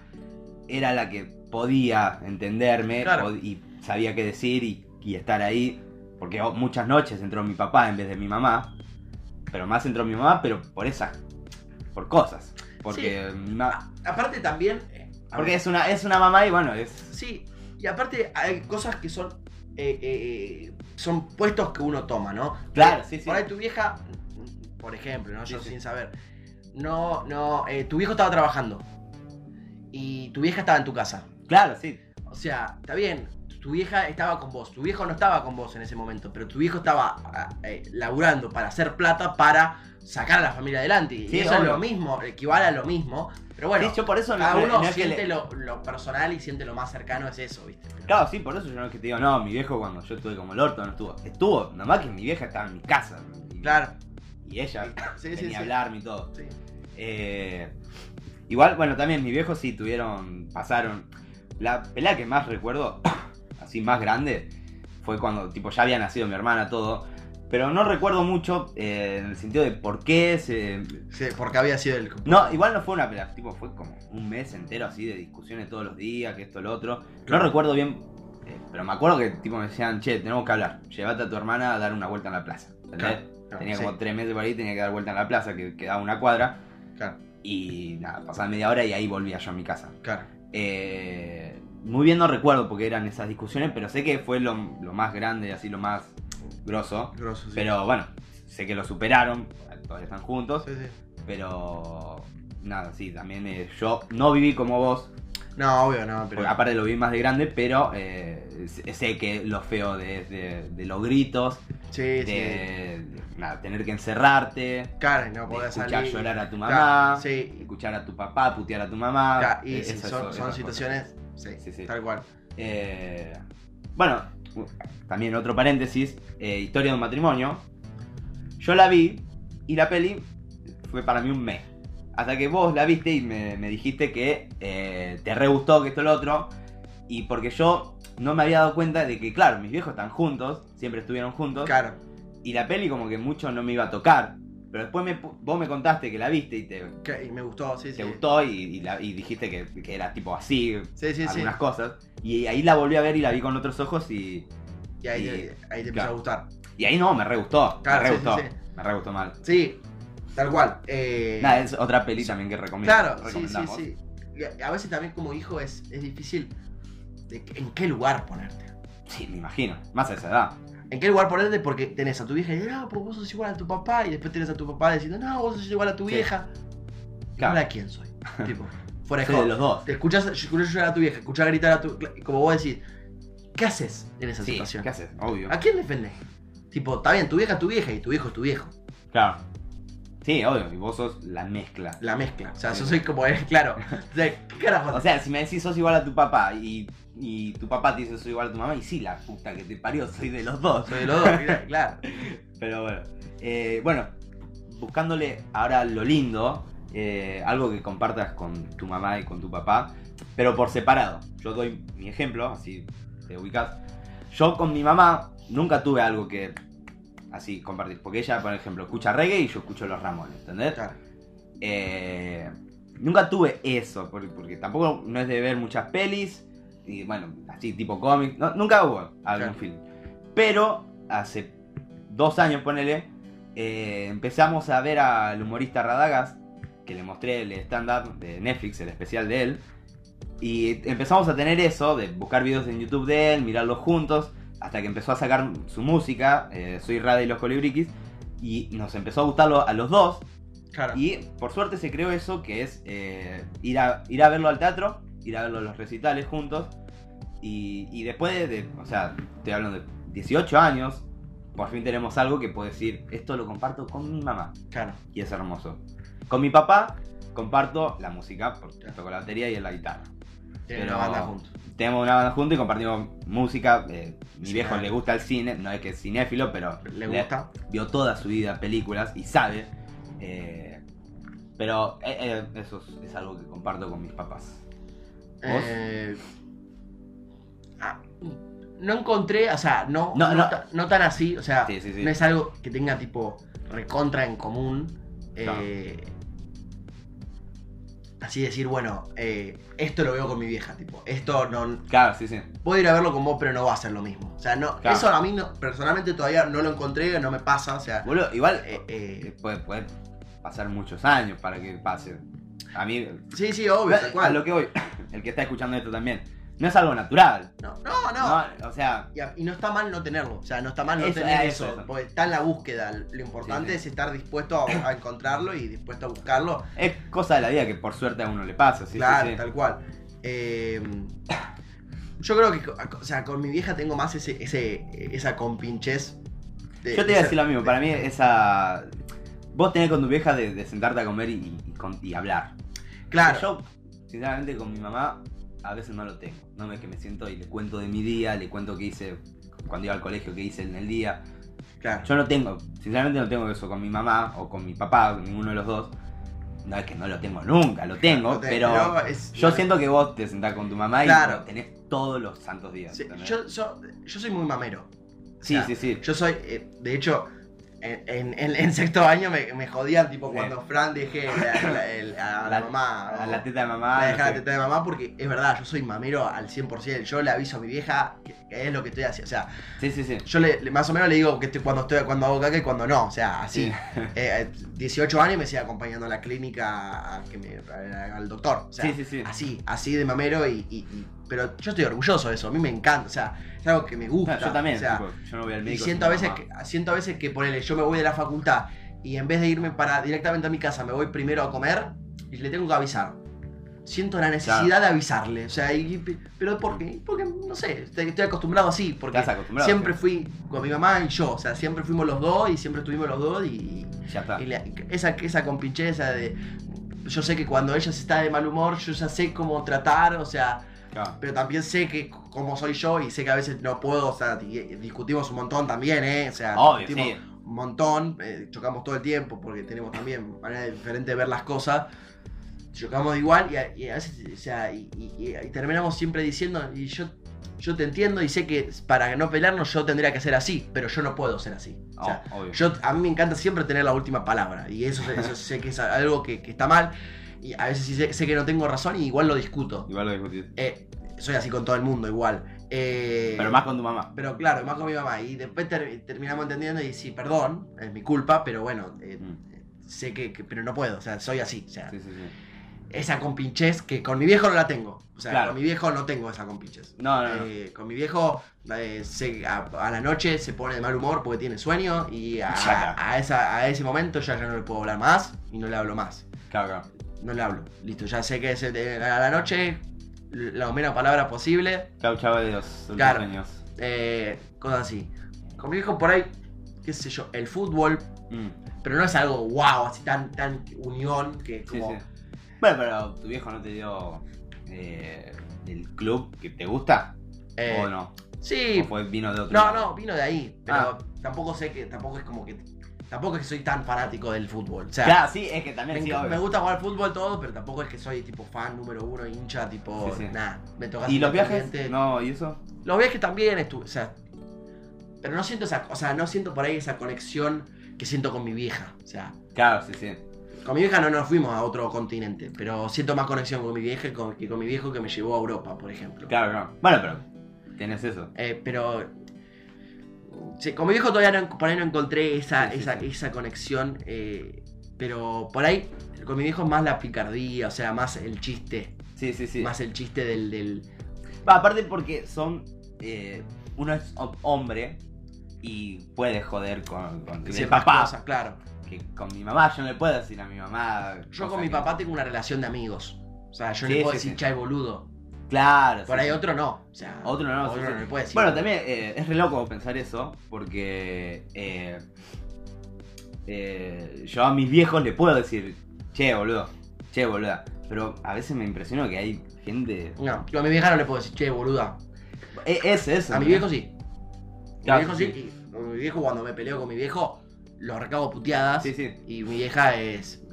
[SPEAKER 2] era la que podía entenderme
[SPEAKER 1] Claro.
[SPEAKER 2] pod- y sabía qué decir y, y estar ahí. Porque oh, muchas noches entró mi papá en vez de mi mamá. Pero más entró mi mamá, pero por esas. por cosas. Porque mi ma-
[SPEAKER 1] Aparte también. eh, a
[SPEAKER 2] Porque
[SPEAKER 1] ver,
[SPEAKER 2] es una, es una mamá y bueno, es.
[SPEAKER 1] Sí, Y aparte hay cosas que son. eh, eh, eh, son puestos que uno toma, ¿no?
[SPEAKER 2] Claro,
[SPEAKER 1] Eh,
[SPEAKER 2] sí, sí.
[SPEAKER 1] Por ahí tu vieja, por ejemplo, ¿no? Yo
[SPEAKER 2] Sí, sí.
[SPEAKER 1] sin saber. No, no. eh, tu viejo estaba trabajando. Y tu vieja estaba en tu casa.
[SPEAKER 2] Claro, sí.
[SPEAKER 1] O sea, está bien, tu vieja estaba con vos, tu viejo no estaba con vos en ese momento, pero tu viejo estaba ah, eh, laburando para hacer plata para sacar a la familia adelante. Y
[SPEAKER 2] Sí,
[SPEAKER 1] eso es
[SPEAKER 2] obvio.
[SPEAKER 1] lo mismo, equivale a lo mismo. Pero bueno,
[SPEAKER 2] Sí, yo por eso no,
[SPEAKER 1] cada
[SPEAKER 2] no-
[SPEAKER 1] uno
[SPEAKER 2] no es que
[SPEAKER 1] siente
[SPEAKER 2] le-
[SPEAKER 1] lo, lo personal y siente lo más cercano, es eso, ¿viste? Pero-
[SPEAKER 2] Claro, sí, por eso yo no es que te digo, no, mi viejo cuando yo estuve como el orto no estuvo. Estuvo, nada más que mi vieja estaba en mi casa. Y-
[SPEAKER 1] Claro.
[SPEAKER 2] Y ella
[SPEAKER 1] Sí, sí,
[SPEAKER 2] venía
[SPEAKER 1] sí.
[SPEAKER 2] a hablarme y todo.
[SPEAKER 1] Sí.
[SPEAKER 2] Eh, igual, bueno, también mis viejos sí tuvieron, pasaron. La pelea que más recuerdo, así más grande, fue cuando tipo ya había nacido mi hermana, todo. Pero no recuerdo mucho eh, en el sentido de por qué se...
[SPEAKER 1] Sí, porque había sido el...
[SPEAKER 2] No, igual no fue una pelea, tipo fue como un mes entero así de discusiones todos los días, que esto, lo otro. No recuerdo bien, eh, pero me acuerdo que tipo me decían, che, tenemos que hablar, llévate a tu hermana a dar una vuelta en la plaza. ¿entendés?
[SPEAKER 1] Claro, claro,
[SPEAKER 2] Tenía
[SPEAKER 1] sí,
[SPEAKER 2] como tres meses por ahí, tenía que dar vuelta en la plaza, que quedaba una cuadra.
[SPEAKER 1] Claro,
[SPEAKER 2] Y nada, pasaba media hora y ahí volvía yo a mi casa.
[SPEAKER 1] claro.
[SPEAKER 2] Eh, muy bien no recuerdo porque eran esas discusiones, pero sé que fue lo, lo más grande, así lo más grosso.
[SPEAKER 1] Grosso, sí.
[SPEAKER 2] Pero bueno, sé que lo superaron, todavía están juntos.
[SPEAKER 1] Sí, sí.
[SPEAKER 2] Pero nada, sí, también eh, yo no viví como vos,
[SPEAKER 1] No, obvio, no, pero...
[SPEAKER 2] porque aparte lo viví más de grande, pero eh, sé sé que lo feo de, de- de los gritos,
[SPEAKER 1] Sí, sí.
[SPEAKER 2] de nada, tener que encerrarte,
[SPEAKER 1] Cara, no
[SPEAKER 2] de
[SPEAKER 1] podés
[SPEAKER 2] escuchar
[SPEAKER 1] salir.
[SPEAKER 2] llorar a tu
[SPEAKER 1] Claro,
[SPEAKER 2] mamá
[SPEAKER 1] sí,
[SPEAKER 2] escuchar a tu papá, putear a tu mamá.
[SPEAKER 1] Claro, y
[SPEAKER 2] eh,
[SPEAKER 1] sí,
[SPEAKER 2] esas
[SPEAKER 1] son, son
[SPEAKER 2] esas
[SPEAKER 1] situaciones, sí,
[SPEAKER 2] Sí, sí.
[SPEAKER 1] tal cual.
[SPEAKER 2] cosas. Eh, bueno, u- también otro paréntesis, eh, historia de un matrimonio. Yo la vi y la peli fue para mí un mes. Hasta que vos la viste y me, me dijiste que eh, te re gustó, que esto lo otro. Y porque yo no me había dado cuenta de que, claro, mis viejos están juntos, siempre estuvieron juntos.
[SPEAKER 1] Claro,
[SPEAKER 2] Y la peli como que mucho no me iba a tocar. Pero después me pu- vos me contaste que la viste y te,
[SPEAKER 1] que- y me gustó, sí,
[SPEAKER 2] te
[SPEAKER 1] sí.
[SPEAKER 2] gustó y, y la- y dijiste que, que era tipo así,
[SPEAKER 1] Sí, sí, sí.
[SPEAKER 2] algunas cosas. Y ahí la volví a ver y la vi con otros ojos y,
[SPEAKER 1] Y ahí,
[SPEAKER 2] y-
[SPEAKER 1] te, ahí te
[SPEAKER 2] claro.
[SPEAKER 1] empezó a gustar.
[SPEAKER 2] y ahí no, me re gustó.
[SPEAKER 1] Claro,
[SPEAKER 2] me re
[SPEAKER 1] sí,
[SPEAKER 2] gustó.
[SPEAKER 1] sí, sí.
[SPEAKER 2] Me re gustó mal.
[SPEAKER 1] Sí, tal cual. eh,
[SPEAKER 2] Nada, es otra peli también que recomiendo.
[SPEAKER 1] claro, sí, sí,
[SPEAKER 2] recomendamos.
[SPEAKER 1] sí. Y a- A veces también como hijo es, es difícil de que- en qué lugar ponerte.
[SPEAKER 2] Sí, me imagino. Más a esa edad.
[SPEAKER 1] En qué lugar ponerte porque tenés a tu vieja y no, pues vos sos igual a tu papá. Y después tenés a tu papá diciendo, no, vos sos igual a tu
[SPEAKER 2] Sí.
[SPEAKER 1] vieja. ¿Y
[SPEAKER 2] Claro.
[SPEAKER 1] ahora quién soy? tipo, fuera de
[SPEAKER 2] Soy de
[SPEAKER 1] joda.
[SPEAKER 2] los dos.
[SPEAKER 1] Te escuchás, escuchás llorar a tu vieja, escuchás gritar a tu... Como vos decís, ¿qué haces en esa
[SPEAKER 2] Sí,
[SPEAKER 1] situación? Ah.
[SPEAKER 2] ¿qué haces? Obvio.
[SPEAKER 1] ¿A quién defendés? Tipo, está bien, tu vieja es tu vieja y tu viejo es tu viejo.
[SPEAKER 2] Claro. Sí, obvio. Y vos sos la mezcla.
[SPEAKER 1] La mezcla. O sea, yo
[SPEAKER 2] Sí.
[SPEAKER 1] soy como él, claro. O sea, ¿qué carajo?
[SPEAKER 2] O sea, si me decís sos igual a tu papá y, y tu papá te dice soy igual a tu mamá, y sí, la puta que te parió, soy de los dos.
[SPEAKER 1] soy de los dos, mira, claro.
[SPEAKER 2] Pero bueno. Eh, bueno, buscándole ahora lo lindo, eh, algo que compartas con tu mamá y con tu papá, pero por separado. Yo doy mi ejemplo, así te ubicas. Yo con mi mamá nunca tuve algo que así compartir, porque ella, por ejemplo, escucha reggae y yo escucho los Ramones, ¿entendés?
[SPEAKER 1] Claro,
[SPEAKER 2] Eh, nunca tuve eso, por- porque, tampoco no es de ver muchas pelis, y bueno, así tipo cómics, no- nunca hubo algún
[SPEAKER 1] Claro.
[SPEAKER 2] film. Pero hace dos años, ponele, eh, empezamos a ver al humorista Radagas, que le mostré el stand-up de Netflix, el especial de él, y empezamos a tener eso, de buscar videos en YouTube de él, mirarlos juntos, hasta que empezó a sacar su música, eh, Soy Rada y los Colibriquis, y nos empezó a gustarlo a los dos,
[SPEAKER 1] claro.
[SPEAKER 2] y por suerte se creó eso, que es eh, ir, a, ir a verlo al teatro, ir a verlo a los recitales juntos. Y, y después de, de- o sea, estoy hablando de 18 años, por fin tenemos algo que puedo decir, esto lo comparto con mi mamá.
[SPEAKER 1] claro.
[SPEAKER 2] Y es hermoso. Con mi papá comparto la música, porque
[SPEAKER 1] Claro.
[SPEAKER 2] toco la batería y él la guitarra.
[SPEAKER 1] Tienen
[SPEAKER 2] Pero-
[SPEAKER 1] una banda juntos.
[SPEAKER 2] Tenemos una banda juntos y compartimos música. eh, mi
[SPEAKER 1] Sí,
[SPEAKER 2] viejo
[SPEAKER 1] claro.
[SPEAKER 2] le gusta el cine, no es que es cinéfilo, pero
[SPEAKER 1] ¿Le gusta?
[SPEAKER 2] vio toda su vida películas y sabe. eh, pero eh, eh, eso es, es algo que comparto con mis papás. ¿Vos?
[SPEAKER 1] Eh, ah, no encontré, o sea, no,
[SPEAKER 2] No,
[SPEAKER 1] no,
[SPEAKER 2] no.
[SPEAKER 1] ta- no tan así. O sea,
[SPEAKER 2] Sí, sí, sí.
[SPEAKER 1] no es algo que tenga tipo recontra en común.
[SPEAKER 2] Claro.
[SPEAKER 1] eh, Así decir, bueno, eh, esto lo veo con mi vieja, tipo, esto no,
[SPEAKER 2] Claro, sí, sí.
[SPEAKER 1] Puedo ir a verlo con vos, pero no va a ser lo mismo. O sea, no,
[SPEAKER 2] Claro.
[SPEAKER 1] eso a mí no- personalmente todavía no lo encontré, no me pasa. O sea,
[SPEAKER 2] Boludo, igual
[SPEAKER 1] eh,
[SPEAKER 2] eh,
[SPEAKER 1] eh,
[SPEAKER 2] puede, puede pasar muchos años para que pase. A mí,
[SPEAKER 1] sí, sí, obvio, tal
[SPEAKER 2] a
[SPEAKER 1] cual.
[SPEAKER 2] lo que voy, el que está escuchando esto también, No es algo natural.
[SPEAKER 1] No, no, no.
[SPEAKER 2] No, o sea,
[SPEAKER 1] Y, a- y no está mal no tenerlo. O sea, no está mal no
[SPEAKER 2] Eso, eh,
[SPEAKER 1] tener
[SPEAKER 2] eso,
[SPEAKER 1] eso.
[SPEAKER 2] eso.
[SPEAKER 1] Porque está en la búsqueda. Lo importante
[SPEAKER 2] Sí,
[SPEAKER 1] es estar dispuesto a, a encontrarlo y dispuesto a buscarlo.
[SPEAKER 2] es cosa de la vida que por suerte a uno le pasa. Sí, sí,
[SPEAKER 1] claro,
[SPEAKER 2] sí.
[SPEAKER 1] tal cual. Eh, yo creo que co- o sea, con mi vieja tengo más ese, ese, esa compinches. de- de
[SPEAKER 2] Yo te iba a
[SPEAKER 1] ser-
[SPEAKER 2] decir lo mismo, para mí esa... Vos tenés con tu vieja de, de sentarte a comer y, y- y con- y hablar.
[SPEAKER 1] Claro.
[SPEAKER 2] Yo, sinceramente, con mi mamá a veces no lo tengo. No me que me siento y le cuento de mi día, le cuento qué hice cuando iba al colegio, qué hice en el día.
[SPEAKER 1] Claro.
[SPEAKER 2] Yo no tengo, sinceramente no tengo eso con mi mamá o con mi papá, con ninguno de los dos. No es que no lo tengo nunca, lo tengo,
[SPEAKER 1] No te-
[SPEAKER 2] pero,
[SPEAKER 1] es-
[SPEAKER 2] yo
[SPEAKER 1] no-
[SPEAKER 2] siento que vos te sentás con tu mamá y
[SPEAKER 1] Claro.
[SPEAKER 2] lo tenés todos los santos días.
[SPEAKER 1] sí,
[SPEAKER 2] ¿entendés?
[SPEAKER 1] yo, so- yo soy muy mamero. O
[SPEAKER 2] sí,
[SPEAKER 1] sea,
[SPEAKER 2] sí, sí.
[SPEAKER 1] Yo soy, eh, de hecho, en, en- en- en sexto año me, me jodían, tipo,
[SPEAKER 2] Sí.
[SPEAKER 1] cuando Fran dejé la- la- el- a la,
[SPEAKER 2] La-
[SPEAKER 1] mamá.
[SPEAKER 2] A
[SPEAKER 1] o-
[SPEAKER 2] la teta de mamá.
[SPEAKER 1] la
[SPEAKER 2] no
[SPEAKER 1] dejé a la
[SPEAKER 2] sé.
[SPEAKER 1] teta de mamá porque es verdad, yo soy mamero al 100%. Yo le aviso a mi vieja que, que es lo que estoy haciendo. O sea,
[SPEAKER 2] Sí, sí, sí.
[SPEAKER 1] yo le, le- más o menos le digo que estoy, cuando estoy, cuando hago caca y cuando no. O sea, así.
[SPEAKER 2] Sí.
[SPEAKER 1] Eh, eh, 18 años y me sigue acompañando a la clínica a que me- a- al doctor. O sea,
[SPEAKER 2] sí, sí, sí.
[SPEAKER 1] así, así de mamero y, y- y- Pero yo estoy orgulloso de eso, a mí me encanta. O sea, es algo que me gusta.
[SPEAKER 2] No, yo también,
[SPEAKER 1] o sea,
[SPEAKER 2] tipo, yo no voy al
[SPEAKER 1] y
[SPEAKER 2] médico.
[SPEAKER 1] siento a,
[SPEAKER 2] sin mi
[SPEAKER 1] veces
[SPEAKER 2] mamá.
[SPEAKER 1] que, siento a veces que, ponele, yo me voy de la facultad y en vez de irme para directamente a mi casa, me voy primero a comer y le tengo que avisar. Siento la necesidad de avisarle. O sea, y- y- pero ¿por qué? Porque, no sé, estoy estoy acostumbrado así. Porque
[SPEAKER 2] Estás acostumbrado,
[SPEAKER 1] siempre
[SPEAKER 2] sí.
[SPEAKER 1] fui con mi mamá y yo. O sea, siempre fuimos los dos y siempre estuvimos los dos y,
[SPEAKER 2] Ya está.
[SPEAKER 1] y la- esa, esa compincheza de... Yo sé que cuando ella se está de mal humor, yo ya sé cómo tratar, o sea,
[SPEAKER 2] Claro.
[SPEAKER 1] pero también sé que c- cómo soy yo y sé que a veces no puedo, o sea, di- discutimos un montón también, ¿eh? O sea,
[SPEAKER 2] Obvio,
[SPEAKER 1] discutimos
[SPEAKER 2] sí.
[SPEAKER 1] un montón, eh, chocamos todo el tiempo porque tenemos también manera diferente de ver las cosas. Chocamos igual y a, y a veces, o sea, y, y- y- y terminamos siempre diciendo, y yo, yo te entiendo y sé que para no pelearnos yo tendría que ser así, pero yo no puedo ser así. O sea,
[SPEAKER 2] Oh, obvio.
[SPEAKER 1] yo, a mí me encanta siempre tener la última palabra. Y eso, eso sé que es algo que, que está mal. Y a veces sí sé, sé que no tengo razón y igual lo discuto.
[SPEAKER 2] Igual lo discutís.
[SPEAKER 1] Eh, soy así con todo el mundo, igual. Eh,
[SPEAKER 2] Pero más con tu mamá.
[SPEAKER 1] pero claro, más con mi mamá. Y después ter- terminamos entendiendo y sí, perdón, es mi culpa, pero bueno, eh,
[SPEAKER 2] Mm.
[SPEAKER 1] sé que, que- Pero no puedo, o sea, soy así. O sea,
[SPEAKER 2] Sí, sí, sí.
[SPEAKER 1] esa compinches que con mi viejo no la tengo. O sea,
[SPEAKER 2] Claro.
[SPEAKER 1] con mi viejo no tengo esa compinches.
[SPEAKER 2] No, no, no.
[SPEAKER 1] Eh, con mi viejo eh, se- a, a la noche se pone de mal humor porque tiene sueño y a,
[SPEAKER 2] Ya está.
[SPEAKER 1] a esa, a ese momento ya, ya no le puedo hablar más y no le hablo más.
[SPEAKER 2] Claro, claro.
[SPEAKER 1] No le hablo. Listo, ya sé que es de- a la noche la menos palabra posible,
[SPEAKER 2] Chau, chau, adiós. Dulces
[SPEAKER 1] Claro.
[SPEAKER 2] sueños.
[SPEAKER 1] eh, cosas así. Con mi viejo por ahí, qué sé yo, el fútbol,
[SPEAKER 2] Mm.
[SPEAKER 1] pero no es algo wow, así tan, tan unión que
[SPEAKER 2] Sí,
[SPEAKER 1] como...
[SPEAKER 2] sí. Bueno, pero tu viejo no te dio eh, el club que te gusta.
[SPEAKER 1] eh,
[SPEAKER 2] ¿O Oh, no?
[SPEAKER 1] Sí,
[SPEAKER 2] ¿O fue, vino de otro?
[SPEAKER 1] No, no, vino de ahí. Pero
[SPEAKER 2] Ah.
[SPEAKER 1] tampoco sé que, tampoco es como que. Tampoco es que soy tan fanático del fútbol. O sea,
[SPEAKER 2] Claro, sí, es que
[SPEAKER 1] me,
[SPEAKER 2] también sí,
[SPEAKER 1] enc-
[SPEAKER 2] obvio.
[SPEAKER 1] me gusta jugar al fútbol todo, pero tampoco es que soy tipo fan número uno, hincha, tipo.
[SPEAKER 2] Sí, sí.
[SPEAKER 1] Nada. Me toca
[SPEAKER 2] ¿Y
[SPEAKER 1] ser
[SPEAKER 2] los viajes?
[SPEAKER 1] independiente.
[SPEAKER 2] No, ¿y eso?
[SPEAKER 1] Los viajes también estuve. O sea. Pero no siento esa. O sea, no siento por ahí esa conexión que siento con mi vieja. O sea.
[SPEAKER 2] Claro, sí, sí.
[SPEAKER 1] Con mi vieja no nos fuimos a otro continente, pero siento más conexión con mi vieja que con, que con mi viejo que me llevó a Europa, por ejemplo.
[SPEAKER 2] Claro, claro. Bueno, pero tenés eso.
[SPEAKER 1] Eh, pero. sí, como dijo, todavía no, por ahí no encontré esa,
[SPEAKER 2] Sí, sí,
[SPEAKER 1] esa,
[SPEAKER 2] sí.
[SPEAKER 1] esa conexión. eh, pero por ahí, con mi viejo, es más la picardía, o sea, más el chiste.
[SPEAKER 2] Sí, sí, sí.
[SPEAKER 1] Más el chiste del. del
[SPEAKER 2] Va, aparte porque son. eh, uno es hom- hombre y puede joder con, con el
[SPEAKER 1] ciertas
[SPEAKER 2] papá.
[SPEAKER 1] cosas, claro.
[SPEAKER 2] Que con mi mamá yo no le puedo decir a mi mamá.
[SPEAKER 1] Yo
[SPEAKER 2] cosas
[SPEAKER 1] con mi
[SPEAKER 2] que-
[SPEAKER 1] papá tengo una relación de amigos. O sea, yo
[SPEAKER 2] Sí,
[SPEAKER 1] le puedo
[SPEAKER 2] sí,
[SPEAKER 1] decir
[SPEAKER 2] sí.
[SPEAKER 1] chay boludo.
[SPEAKER 2] Claro.
[SPEAKER 1] Por
[SPEAKER 2] sí,
[SPEAKER 1] ahí
[SPEAKER 2] sí.
[SPEAKER 1] otro no. O sea,
[SPEAKER 2] Otro no, sí,
[SPEAKER 1] otro
[SPEAKER 2] sí.
[SPEAKER 1] no le puede decir.
[SPEAKER 2] Bueno, también eh, es re loco pensar eso porque. eh, eh, yo a mis viejos le puedo decir, che, boludo, che, boluda. Pero a veces me impresiono que hay gente.
[SPEAKER 1] No, yo a mi vieja no le puedo decir che boluda.
[SPEAKER 2] E- Es eso.
[SPEAKER 1] A mi
[SPEAKER 2] ¿no?
[SPEAKER 1] viejo sí. A
[SPEAKER 2] Claro,
[SPEAKER 1] mi viejo
[SPEAKER 2] sí,
[SPEAKER 1] sí. y con mi viejo, cuando me peleo con mi viejo, lo recago a puteadas.
[SPEAKER 2] Sí, sí.
[SPEAKER 1] Y mi vieja es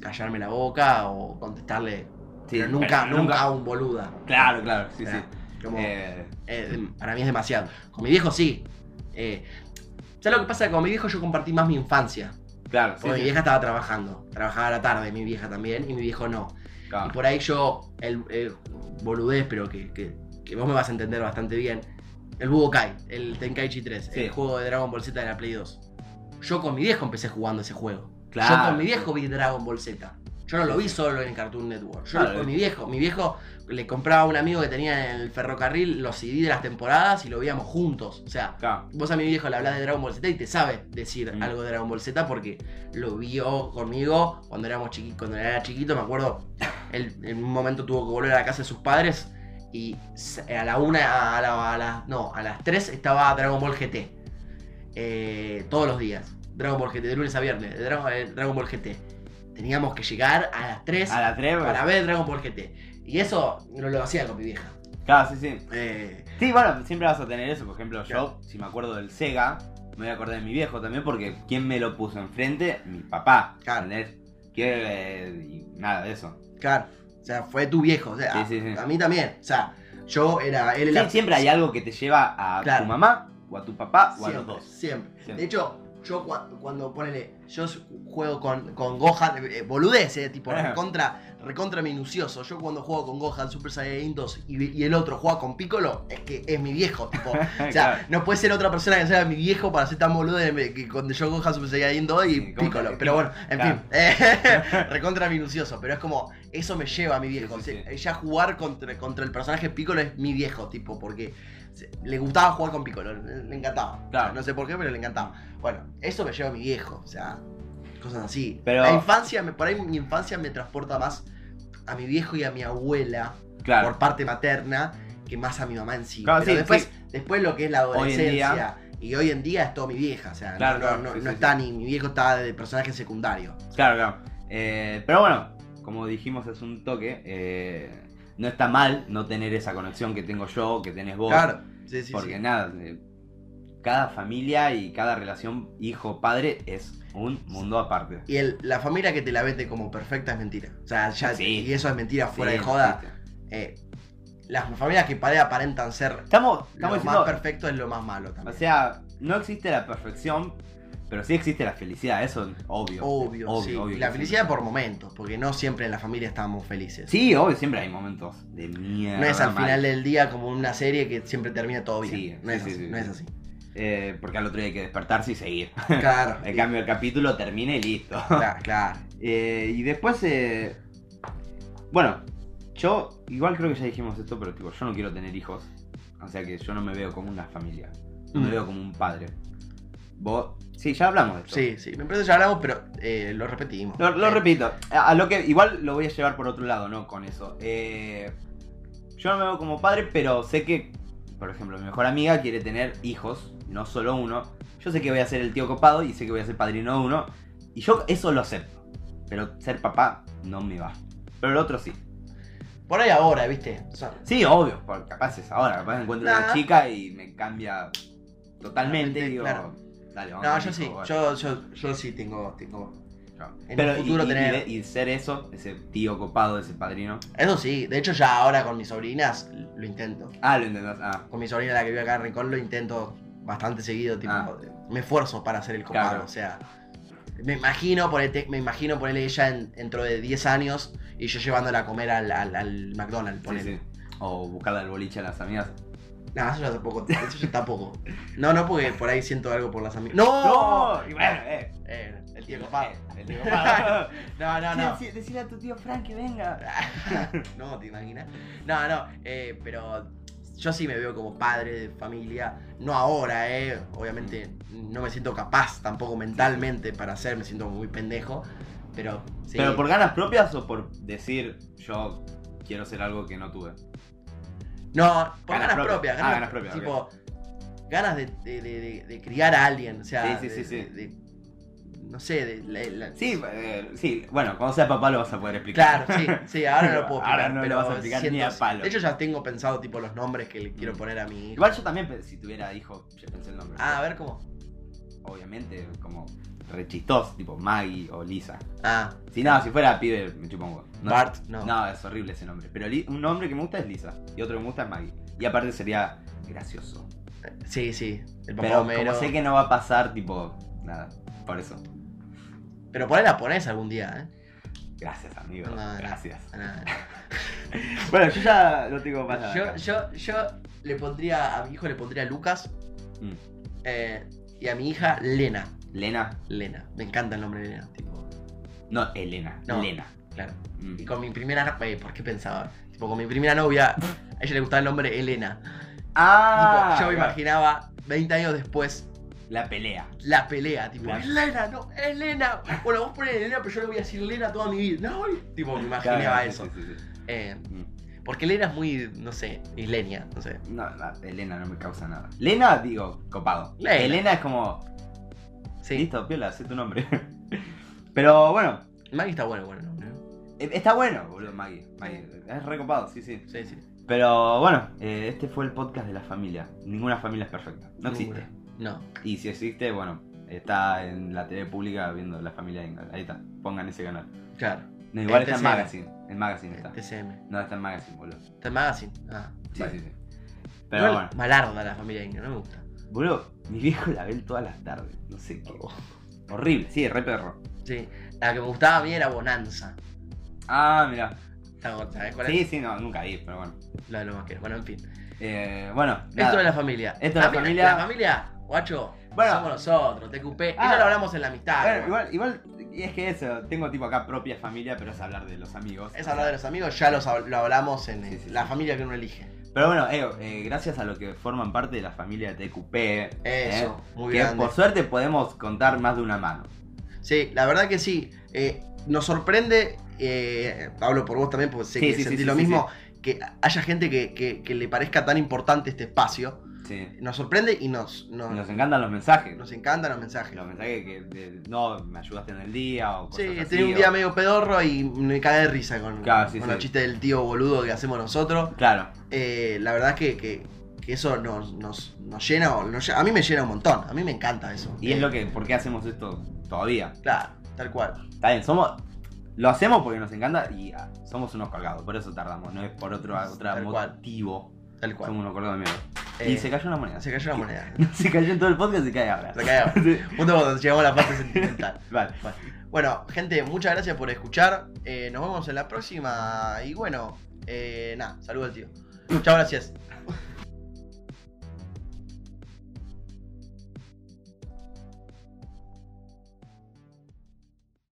[SPEAKER 1] callarme la boca o contestarle.
[SPEAKER 2] Sí,
[SPEAKER 1] pero nunca,
[SPEAKER 2] pero
[SPEAKER 1] nunca a un boluda.
[SPEAKER 2] Claro, claro, sí,
[SPEAKER 1] O sea,
[SPEAKER 2] sí.
[SPEAKER 1] como,
[SPEAKER 2] Eh,
[SPEAKER 1] eh, de- para mí es demasiado. Con mi viejo sí. Eh, ¿Sabes lo que pasa? Con mi viejo yo compartí más mi infancia.
[SPEAKER 2] claro, sí,
[SPEAKER 1] Porque mi
[SPEAKER 2] sí,
[SPEAKER 1] vieja estaba trabajando. Trabajaba a la tarde, mi vieja también, y mi viejo no. Y
[SPEAKER 2] claro.
[SPEAKER 1] por ahí yo, el, el boludez, pero que, que- que vos me vas a entender bastante bien. El Budokai, el Tenkaichi 3,
[SPEAKER 2] Sí.
[SPEAKER 1] el juego de Dragon Ball Z de la Play 2. Yo con mi viejo empecé jugando ese juego.
[SPEAKER 2] Claro.
[SPEAKER 1] Yo con mi viejo vi Dragon Ball Z. Yo no lo vi solo en Cartoon Network. Yo
[SPEAKER 2] Claro.
[SPEAKER 1] lo- mi viejo, mi viejo le compraba a un amigo que tenía en el ferrocarril los CD de las temporadas y lo veíamos juntos. O sea,
[SPEAKER 2] Claro.
[SPEAKER 1] vos a mi viejo le hablas de Dragon Ball Z y te sabe decir
[SPEAKER 2] Mm.
[SPEAKER 1] algo de Dragon Ball Z porque lo vio conmigo cuando éramos chiquitos, cuando era chiquito, me acuerdo, él en un momento tuvo que volver a la casa de sus padres y se- a la una, a la, a la- no, a las tres estaba Dragon Ball GT. Eh, todos los días. Dragon Ball GT, de lunes a viernes, de Dragon, eh, Dragon Ball GT. Teníamos que llegar a las 3
[SPEAKER 2] A la treva.
[SPEAKER 1] para ver Dragon Ball GT. Y eso no lo hacía con mi vieja.
[SPEAKER 2] Claro, sí, sí.
[SPEAKER 1] Eh,
[SPEAKER 2] Sí, bueno, siempre vas a tener eso. Por ejemplo,
[SPEAKER 1] Claro.
[SPEAKER 2] yo, si me acuerdo del Sega, me voy a acordar de mi viejo también, porque ¿quién me lo puso enfrente? Mi papá.
[SPEAKER 1] Claro.
[SPEAKER 2] ¿entendés? Que, eh, y nada de eso.
[SPEAKER 1] Claro, o sea, fue tu viejo, o sea,
[SPEAKER 2] Sí, sí, sí.
[SPEAKER 1] a mí también, o sea, yo era, él era...
[SPEAKER 2] Sí, siempre hay algo que te lleva a
[SPEAKER 1] Claro.
[SPEAKER 2] tu mamá, o a tu papá, o a los
[SPEAKER 1] siempre,
[SPEAKER 2] dos.
[SPEAKER 1] siempre.
[SPEAKER 2] Siempre.
[SPEAKER 1] De hecho, yo cua- cuando, ponele, yo s- juego con, con Gohan, eh, boludez, eh, tipo,
[SPEAKER 2] Ajá.
[SPEAKER 1] recontra, recontra minucioso, yo cuando juego con Gohan, Super Saiyan 2 y, y el otro juega con Piccolo, es que es mi viejo, tipo, o sea,
[SPEAKER 2] Claro.
[SPEAKER 1] no puede ser otra persona que sea mi viejo para ser tan boludo de me- que cuando yo Gohan Super Saiyan 2 y
[SPEAKER 2] Sí, ¿cómo
[SPEAKER 1] Piccolo,
[SPEAKER 2] te-
[SPEAKER 1] pero bueno, en
[SPEAKER 2] Claro.
[SPEAKER 1] fin, eh, recontra minucioso, pero es como, eso me lleva a mi viejo,
[SPEAKER 2] Sí, sí,
[SPEAKER 1] Se- ya jugar contra, contra el personaje Piccolo es mi viejo, tipo, porque se- le gustaba jugar con Piccolo, le le encantaba,
[SPEAKER 2] Claro.
[SPEAKER 1] no sé por qué, pero le encantaba, bueno, eso me lleva a mi viejo, o sea, cosas así,
[SPEAKER 2] Pero-
[SPEAKER 1] la infancia, me- por ahí mi infancia me transporta más a mi viejo y a mi abuela,
[SPEAKER 2] Claro.
[SPEAKER 1] por parte materna que más a mi mamá en sí.
[SPEAKER 2] Claro,
[SPEAKER 1] Pero
[SPEAKER 2] sí,
[SPEAKER 1] después,
[SPEAKER 2] sí.
[SPEAKER 1] después lo que es la
[SPEAKER 2] Hoy en
[SPEAKER 1] adolescencia y hoy en día es todo mi vieja. O sea, no-
[SPEAKER 2] Claro,
[SPEAKER 1] no,
[SPEAKER 2] claro,
[SPEAKER 1] no-
[SPEAKER 2] sí,
[SPEAKER 1] no
[SPEAKER 2] sí,
[SPEAKER 1] está ni mi viejo está de personaje secundario.
[SPEAKER 2] Claro, claro. Eh, pero bueno, como dijimos hace un toque, eh, no está mal no tener esa conexión que tengo yo, que tenés vos.
[SPEAKER 1] Claro, sí, sí,
[SPEAKER 2] porque
[SPEAKER 1] sí.
[SPEAKER 2] nada, eh, cada familia y cada relación hijo-padre es un mundo aparte.
[SPEAKER 1] Y el- la familia que te la vende como perfecta es mentira. O sea, ya,
[SPEAKER 2] Sí.
[SPEAKER 1] y eso es mentira fuera
[SPEAKER 2] Sí,
[SPEAKER 1] de joda.
[SPEAKER 2] existe.
[SPEAKER 1] Eh, las familias que pare- aparentan ser
[SPEAKER 2] Estamos,
[SPEAKER 1] lo
[SPEAKER 2] estamos
[SPEAKER 1] más
[SPEAKER 2] diciendo,
[SPEAKER 1] perfecto es lo más malo
[SPEAKER 2] o
[SPEAKER 1] también.
[SPEAKER 2] sea, no existe la perfección, pero sí existe la felicidad, eso es obvio.
[SPEAKER 1] obvio, sí.
[SPEAKER 2] obvio
[SPEAKER 1] y la
[SPEAKER 2] que
[SPEAKER 1] felicidad por momentos, porque no siempre en la familia estamos felices.
[SPEAKER 2] Sí, obvio, siempre hay momentos de mierda.
[SPEAKER 1] no es al
[SPEAKER 2] mal.
[SPEAKER 1] final del día como una serie que siempre termina todo bien.
[SPEAKER 2] Sí,
[SPEAKER 1] no
[SPEAKER 2] sí,
[SPEAKER 1] es
[SPEAKER 2] sí,
[SPEAKER 1] así,
[SPEAKER 2] sí,
[SPEAKER 1] no
[SPEAKER 2] sí.
[SPEAKER 1] es así.
[SPEAKER 2] Eh, porque al otro día hay que despertarse y seguir.
[SPEAKER 1] Claro.
[SPEAKER 2] En cambio, el capítulo termina y listo.
[SPEAKER 1] Claro, claro.
[SPEAKER 2] Eh, y después, eh, bueno, yo igual creo que ya dijimos esto, pero tipo, yo no quiero tener hijos. O sea que yo no me veo como una familia. No me
[SPEAKER 1] Mm.
[SPEAKER 2] veo como un padre. Vos, sí, ya hablamos de esto.
[SPEAKER 1] Sí, sí. Me parece que ya hablamos, pero eh, lo repetimos.
[SPEAKER 2] Lo, lo
[SPEAKER 1] Eh,
[SPEAKER 2] repito, a a lo que igual lo voy a llevar por otro lado, ¿no? Con eso. Eh, yo no me veo como padre, pero sé que, por ejemplo, mi mejor amiga quiere tener hijos, no solo uno. Yo sé que voy a ser el tío copado y sé que voy a ser padrino de uno. Y yo eso lo acepto. Pero ser papá no me va. Pero el otro sí.
[SPEAKER 1] Por ahí ahora, ¿viste? O sea,
[SPEAKER 2] Sí, obvio, porque capaz es ahora. Capaz encuentro
[SPEAKER 1] Nah.
[SPEAKER 2] una chica y me cambia totalmente. Digo,
[SPEAKER 1] Claro.
[SPEAKER 2] dale, vamos a
[SPEAKER 1] no,
[SPEAKER 2] tener
[SPEAKER 1] yo sí.
[SPEAKER 2] hijos,
[SPEAKER 1] Yo,
[SPEAKER 2] bueno.
[SPEAKER 1] yo, yo sí tengo, tengo.
[SPEAKER 2] Claro.
[SPEAKER 1] En
[SPEAKER 2] Pero
[SPEAKER 1] un
[SPEAKER 2] y-
[SPEAKER 1] futuro
[SPEAKER 2] y,
[SPEAKER 1] tener-
[SPEAKER 2] y ser eso, ese tío copado, ese padrino.
[SPEAKER 1] Eso sí. De hecho, ya ahora con mis sobrinas lo intento.
[SPEAKER 2] Ah, lo entendás. Ah,
[SPEAKER 1] Con mi sobrina, la que vive acá en Rincón, lo intento bastante seguido. Tipo,
[SPEAKER 2] Ah.
[SPEAKER 1] me esfuerzo para hacer el copado.
[SPEAKER 2] Claro.
[SPEAKER 1] O sea, me imagino, ponete- me imagino ponerle ella en- dentro de 10 años y yo llevándola a comer al, al, al McDonald's.
[SPEAKER 2] sí,
[SPEAKER 1] Ponele.
[SPEAKER 2] sí. O buscarla al boliche a las amigas.
[SPEAKER 1] No, eso ya tampoco. Eso ya tampoco. No, no, porque por ahí siento algo por las amigas. ¡No!
[SPEAKER 2] Y bueno, eh.
[SPEAKER 1] Eh, el tío
[SPEAKER 2] el-
[SPEAKER 1] copado.
[SPEAKER 2] eh, El tío copado.
[SPEAKER 1] No, no, no.
[SPEAKER 2] Sí, sí, decile a tu tío Frank que venga.
[SPEAKER 1] no, te imaginas. No, no, eh, pero yo sí me veo como padre de familia. No ahora, eh. Obviamente no me siento capaz tampoco mentalmente para hacer, me siento muy pendejo. Pero sí.
[SPEAKER 2] ¿Pero por ganas propias o por decir yo quiero ser algo que no tuve?
[SPEAKER 1] No, por
[SPEAKER 2] Ganas
[SPEAKER 1] ganas,
[SPEAKER 2] propias.
[SPEAKER 1] propias.
[SPEAKER 2] Ah,
[SPEAKER 1] Ganas,
[SPEAKER 2] ganas propias,
[SPEAKER 1] Tipo, ganas de, de- de- de- de criar a alguien. O sea,
[SPEAKER 2] Sí, sí,
[SPEAKER 1] de-
[SPEAKER 2] sí, sí.
[SPEAKER 1] de- de- no sé, de la- la-
[SPEAKER 2] Sí, eh, sí. Bueno, cuando seas papá lo vas a poder
[SPEAKER 1] Claro,
[SPEAKER 2] explicar.
[SPEAKER 1] sí, sí, ahora no lo puedo
[SPEAKER 2] Ahora
[SPEAKER 1] explicar.
[SPEAKER 2] no lo
[SPEAKER 1] pero
[SPEAKER 2] vas a explicar ni a palo.
[SPEAKER 1] De hecho, ya tengo pensado tipo los nombres que le quiero
[SPEAKER 2] Mm.
[SPEAKER 1] poner a mi hijo.
[SPEAKER 2] Igual yo también, pe- si tuviera hijo, yo pensé el nombre.
[SPEAKER 1] Ah, a ver cómo.
[SPEAKER 2] Obviamente, como rechistos, tipo Maggie o Lisa.
[SPEAKER 1] Ah,
[SPEAKER 2] Si no, si fuera pibe, me chupa un huevo. No,
[SPEAKER 1] Bart, no.
[SPEAKER 2] No, es horrible ese nombre. Pero Li- un nombre que me gusta es Lisa. Y otro que me gusta es Maggie. Y aparte sería gracioso.
[SPEAKER 1] Sí, sí, el papá
[SPEAKER 2] Pero
[SPEAKER 1] Homero.
[SPEAKER 2] como sé que no va a pasar, tipo, nada. Por eso.
[SPEAKER 1] Pero por ahí la ponés algún día, ¿eh?
[SPEAKER 2] Gracias, amigo.
[SPEAKER 1] No, no, no.
[SPEAKER 2] Gracias.
[SPEAKER 1] Ah,
[SPEAKER 2] Bueno, yo ya lo tengo para
[SPEAKER 1] no.
[SPEAKER 2] acá.
[SPEAKER 1] yo, yo, yo le pondría, a mi hijo le pondría Lucas
[SPEAKER 2] Mm.
[SPEAKER 1] eh, y a mi hija Lena.
[SPEAKER 2] Lena.
[SPEAKER 1] Lena, me encanta el nombre de Lena. Tipo,
[SPEAKER 2] No, Elena.
[SPEAKER 1] No.
[SPEAKER 2] Lena.
[SPEAKER 1] claro.
[SPEAKER 2] Mm.
[SPEAKER 1] Y con mi primera. eh, ¿Por qué pensaba? Tipo, con mi primera novia, a ella le gustaba el nombre Elena.
[SPEAKER 2] Ah,
[SPEAKER 1] tipo, yo me
[SPEAKER 2] claro.
[SPEAKER 1] imaginaba 20 años después
[SPEAKER 2] La pelea.
[SPEAKER 1] la pelea. Tipo,
[SPEAKER 2] La-
[SPEAKER 1] Elena, no, Elena. Bueno, vos pones Elena, pero yo le voy a decir Elena toda mi vida. No, y- tipo, me imaginaba
[SPEAKER 2] Claro, sí,
[SPEAKER 1] eso.
[SPEAKER 2] sí, sí, sí.
[SPEAKER 1] Eh,
[SPEAKER 2] Mm.
[SPEAKER 1] porque Elena es muy, no sé, isleña, no sé.
[SPEAKER 2] No, no, Elena no me causa nada. Lena, digo, copado.
[SPEAKER 1] Lena.
[SPEAKER 2] Elena es como,
[SPEAKER 1] Sí,
[SPEAKER 2] listo, piola, sé tu nombre. Pero bueno,
[SPEAKER 1] Maggie está bueno, bueno, ¿no?
[SPEAKER 2] eh, está bueno, boludo, Maggie. Maggie, Es recopado, sí, sí.
[SPEAKER 1] Sí, sí.
[SPEAKER 2] Pero bueno, eh, este fue el podcast de la familia. Ninguna familia es perfecta. No existe.
[SPEAKER 1] No.
[SPEAKER 2] Y si existe, bueno, está en la TV pública viendo la familia Ingalls. Ahí está, pongan ese canal.
[SPEAKER 1] Claro.
[SPEAKER 2] No, igual
[SPEAKER 1] En
[SPEAKER 2] está en
[SPEAKER 1] TCM.
[SPEAKER 2] Magazine. En Magazine está.
[SPEAKER 1] TCM.
[SPEAKER 2] No, está en Magazine, boludo.
[SPEAKER 1] Está en Magazine. Ah.
[SPEAKER 2] Sí,
[SPEAKER 1] Este vale.
[SPEAKER 2] sí, sí. Pero
[SPEAKER 1] Igual,
[SPEAKER 2] bueno,
[SPEAKER 1] Malarda la familia Inga, no me gusta.
[SPEAKER 2] boludo, mi viejo la ve todas las tardes. No sé qué.
[SPEAKER 1] Oh.
[SPEAKER 2] Horrible, sí, re perro.
[SPEAKER 1] Sí. La que me gustaba a mí era Bonanza.
[SPEAKER 2] Ah, mirá.
[SPEAKER 1] ¿Sabes cuál
[SPEAKER 2] Sí, sí, no, nunca vi, pero bueno.
[SPEAKER 1] es? La de los vaqueros. Bueno, en fin.
[SPEAKER 2] Eh, bueno,
[SPEAKER 1] Esto
[SPEAKER 2] nada.
[SPEAKER 1] de la familia.
[SPEAKER 2] Esto de la
[SPEAKER 1] A mí
[SPEAKER 2] familia.
[SPEAKER 1] La familia, guacho.
[SPEAKER 2] Bueno.
[SPEAKER 1] Somos nosotros, te cupé.
[SPEAKER 2] Ah.
[SPEAKER 1] Eso lo hablamos en la amistad.
[SPEAKER 2] Bueno,
[SPEAKER 1] ¿no?
[SPEAKER 2] igual, igual, y es que eso, tengo tipo acá propia familia, pero es hablar de los amigos.
[SPEAKER 1] Es hablar de los amigos, ya los, hab- lo hablamos en
[SPEAKER 2] Sí, sí,
[SPEAKER 1] la
[SPEAKER 2] sí.
[SPEAKER 1] familia que uno elige.
[SPEAKER 2] Pero bueno, eh, eh, gracias a lo que forman parte de la familia TQP, eh,
[SPEAKER 1] Eso, muy
[SPEAKER 2] que
[SPEAKER 1] grande.
[SPEAKER 2] por suerte podemos contar más de una mano.
[SPEAKER 1] Sí, la verdad que sí. Eh, nos sorprende, eh, hablo por vos también, porque sé
[SPEAKER 2] Sí,
[SPEAKER 1] que
[SPEAKER 2] sí, sí,
[SPEAKER 1] sentís
[SPEAKER 2] sí,
[SPEAKER 1] lo
[SPEAKER 2] sí,
[SPEAKER 1] mismo, que haya gente que, que- que le parezca tan importante este espacio.
[SPEAKER 2] Sí.
[SPEAKER 1] Nos sorprende y nos, nos,
[SPEAKER 2] Nos encantan los mensajes.
[SPEAKER 1] Ah. nos encantan los mensajes.
[SPEAKER 2] Los mensajes que eh, no me ayudaste en el día o cosas
[SPEAKER 1] Sí,
[SPEAKER 2] así,
[SPEAKER 1] tenía un
[SPEAKER 2] o-
[SPEAKER 1] día medio pedorro y me cae de risa con,
[SPEAKER 2] Claro, sí,
[SPEAKER 1] con
[SPEAKER 2] sí.
[SPEAKER 1] los chistes del tío boludo que hacemos nosotros.
[SPEAKER 2] Claro,
[SPEAKER 1] Eh, la verdad es que, que- que eso nos, nos- nos llena, o nos lle- a mí me llena un montón, a mí me encanta eso.
[SPEAKER 2] y es lo que, ¿por qué hacemos esto todavía?
[SPEAKER 1] Claro, tal cual.
[SPEAKER 2] Está bien, somos, lo hacemos porque nos encanta y ah, somos unos colgados, por eso tardamos, no es por otro, otro
[SPEAKER 1] Tal cual.
[SPEAKER 2] motivo,
[SPEAKER 1] Tal cual.
[SPEAKER 2] somos unos colgados de mierda.
[SPEAKER 1] Eh,
[SPEAKER 2] y se cayó una moneda.
[SPEAKER 1] se cayó la moneda.
[SPEAKER 2] Se cayó en todo el podcast y se cae ahora.
[SPEAKER 1] Se cayó.
[SPEAKER 2] Sí.
[SPEAKER 1] Punto cuando llegamos a la parte sentimental.
[SPEAKER 2] Vale.
[SPEAKER 1] Bueno, gente, muchas gracias por escuchar. Eh, nos vemos en la próxima. Y bueno, eh, nada, saludos al tío. Chao, gracias.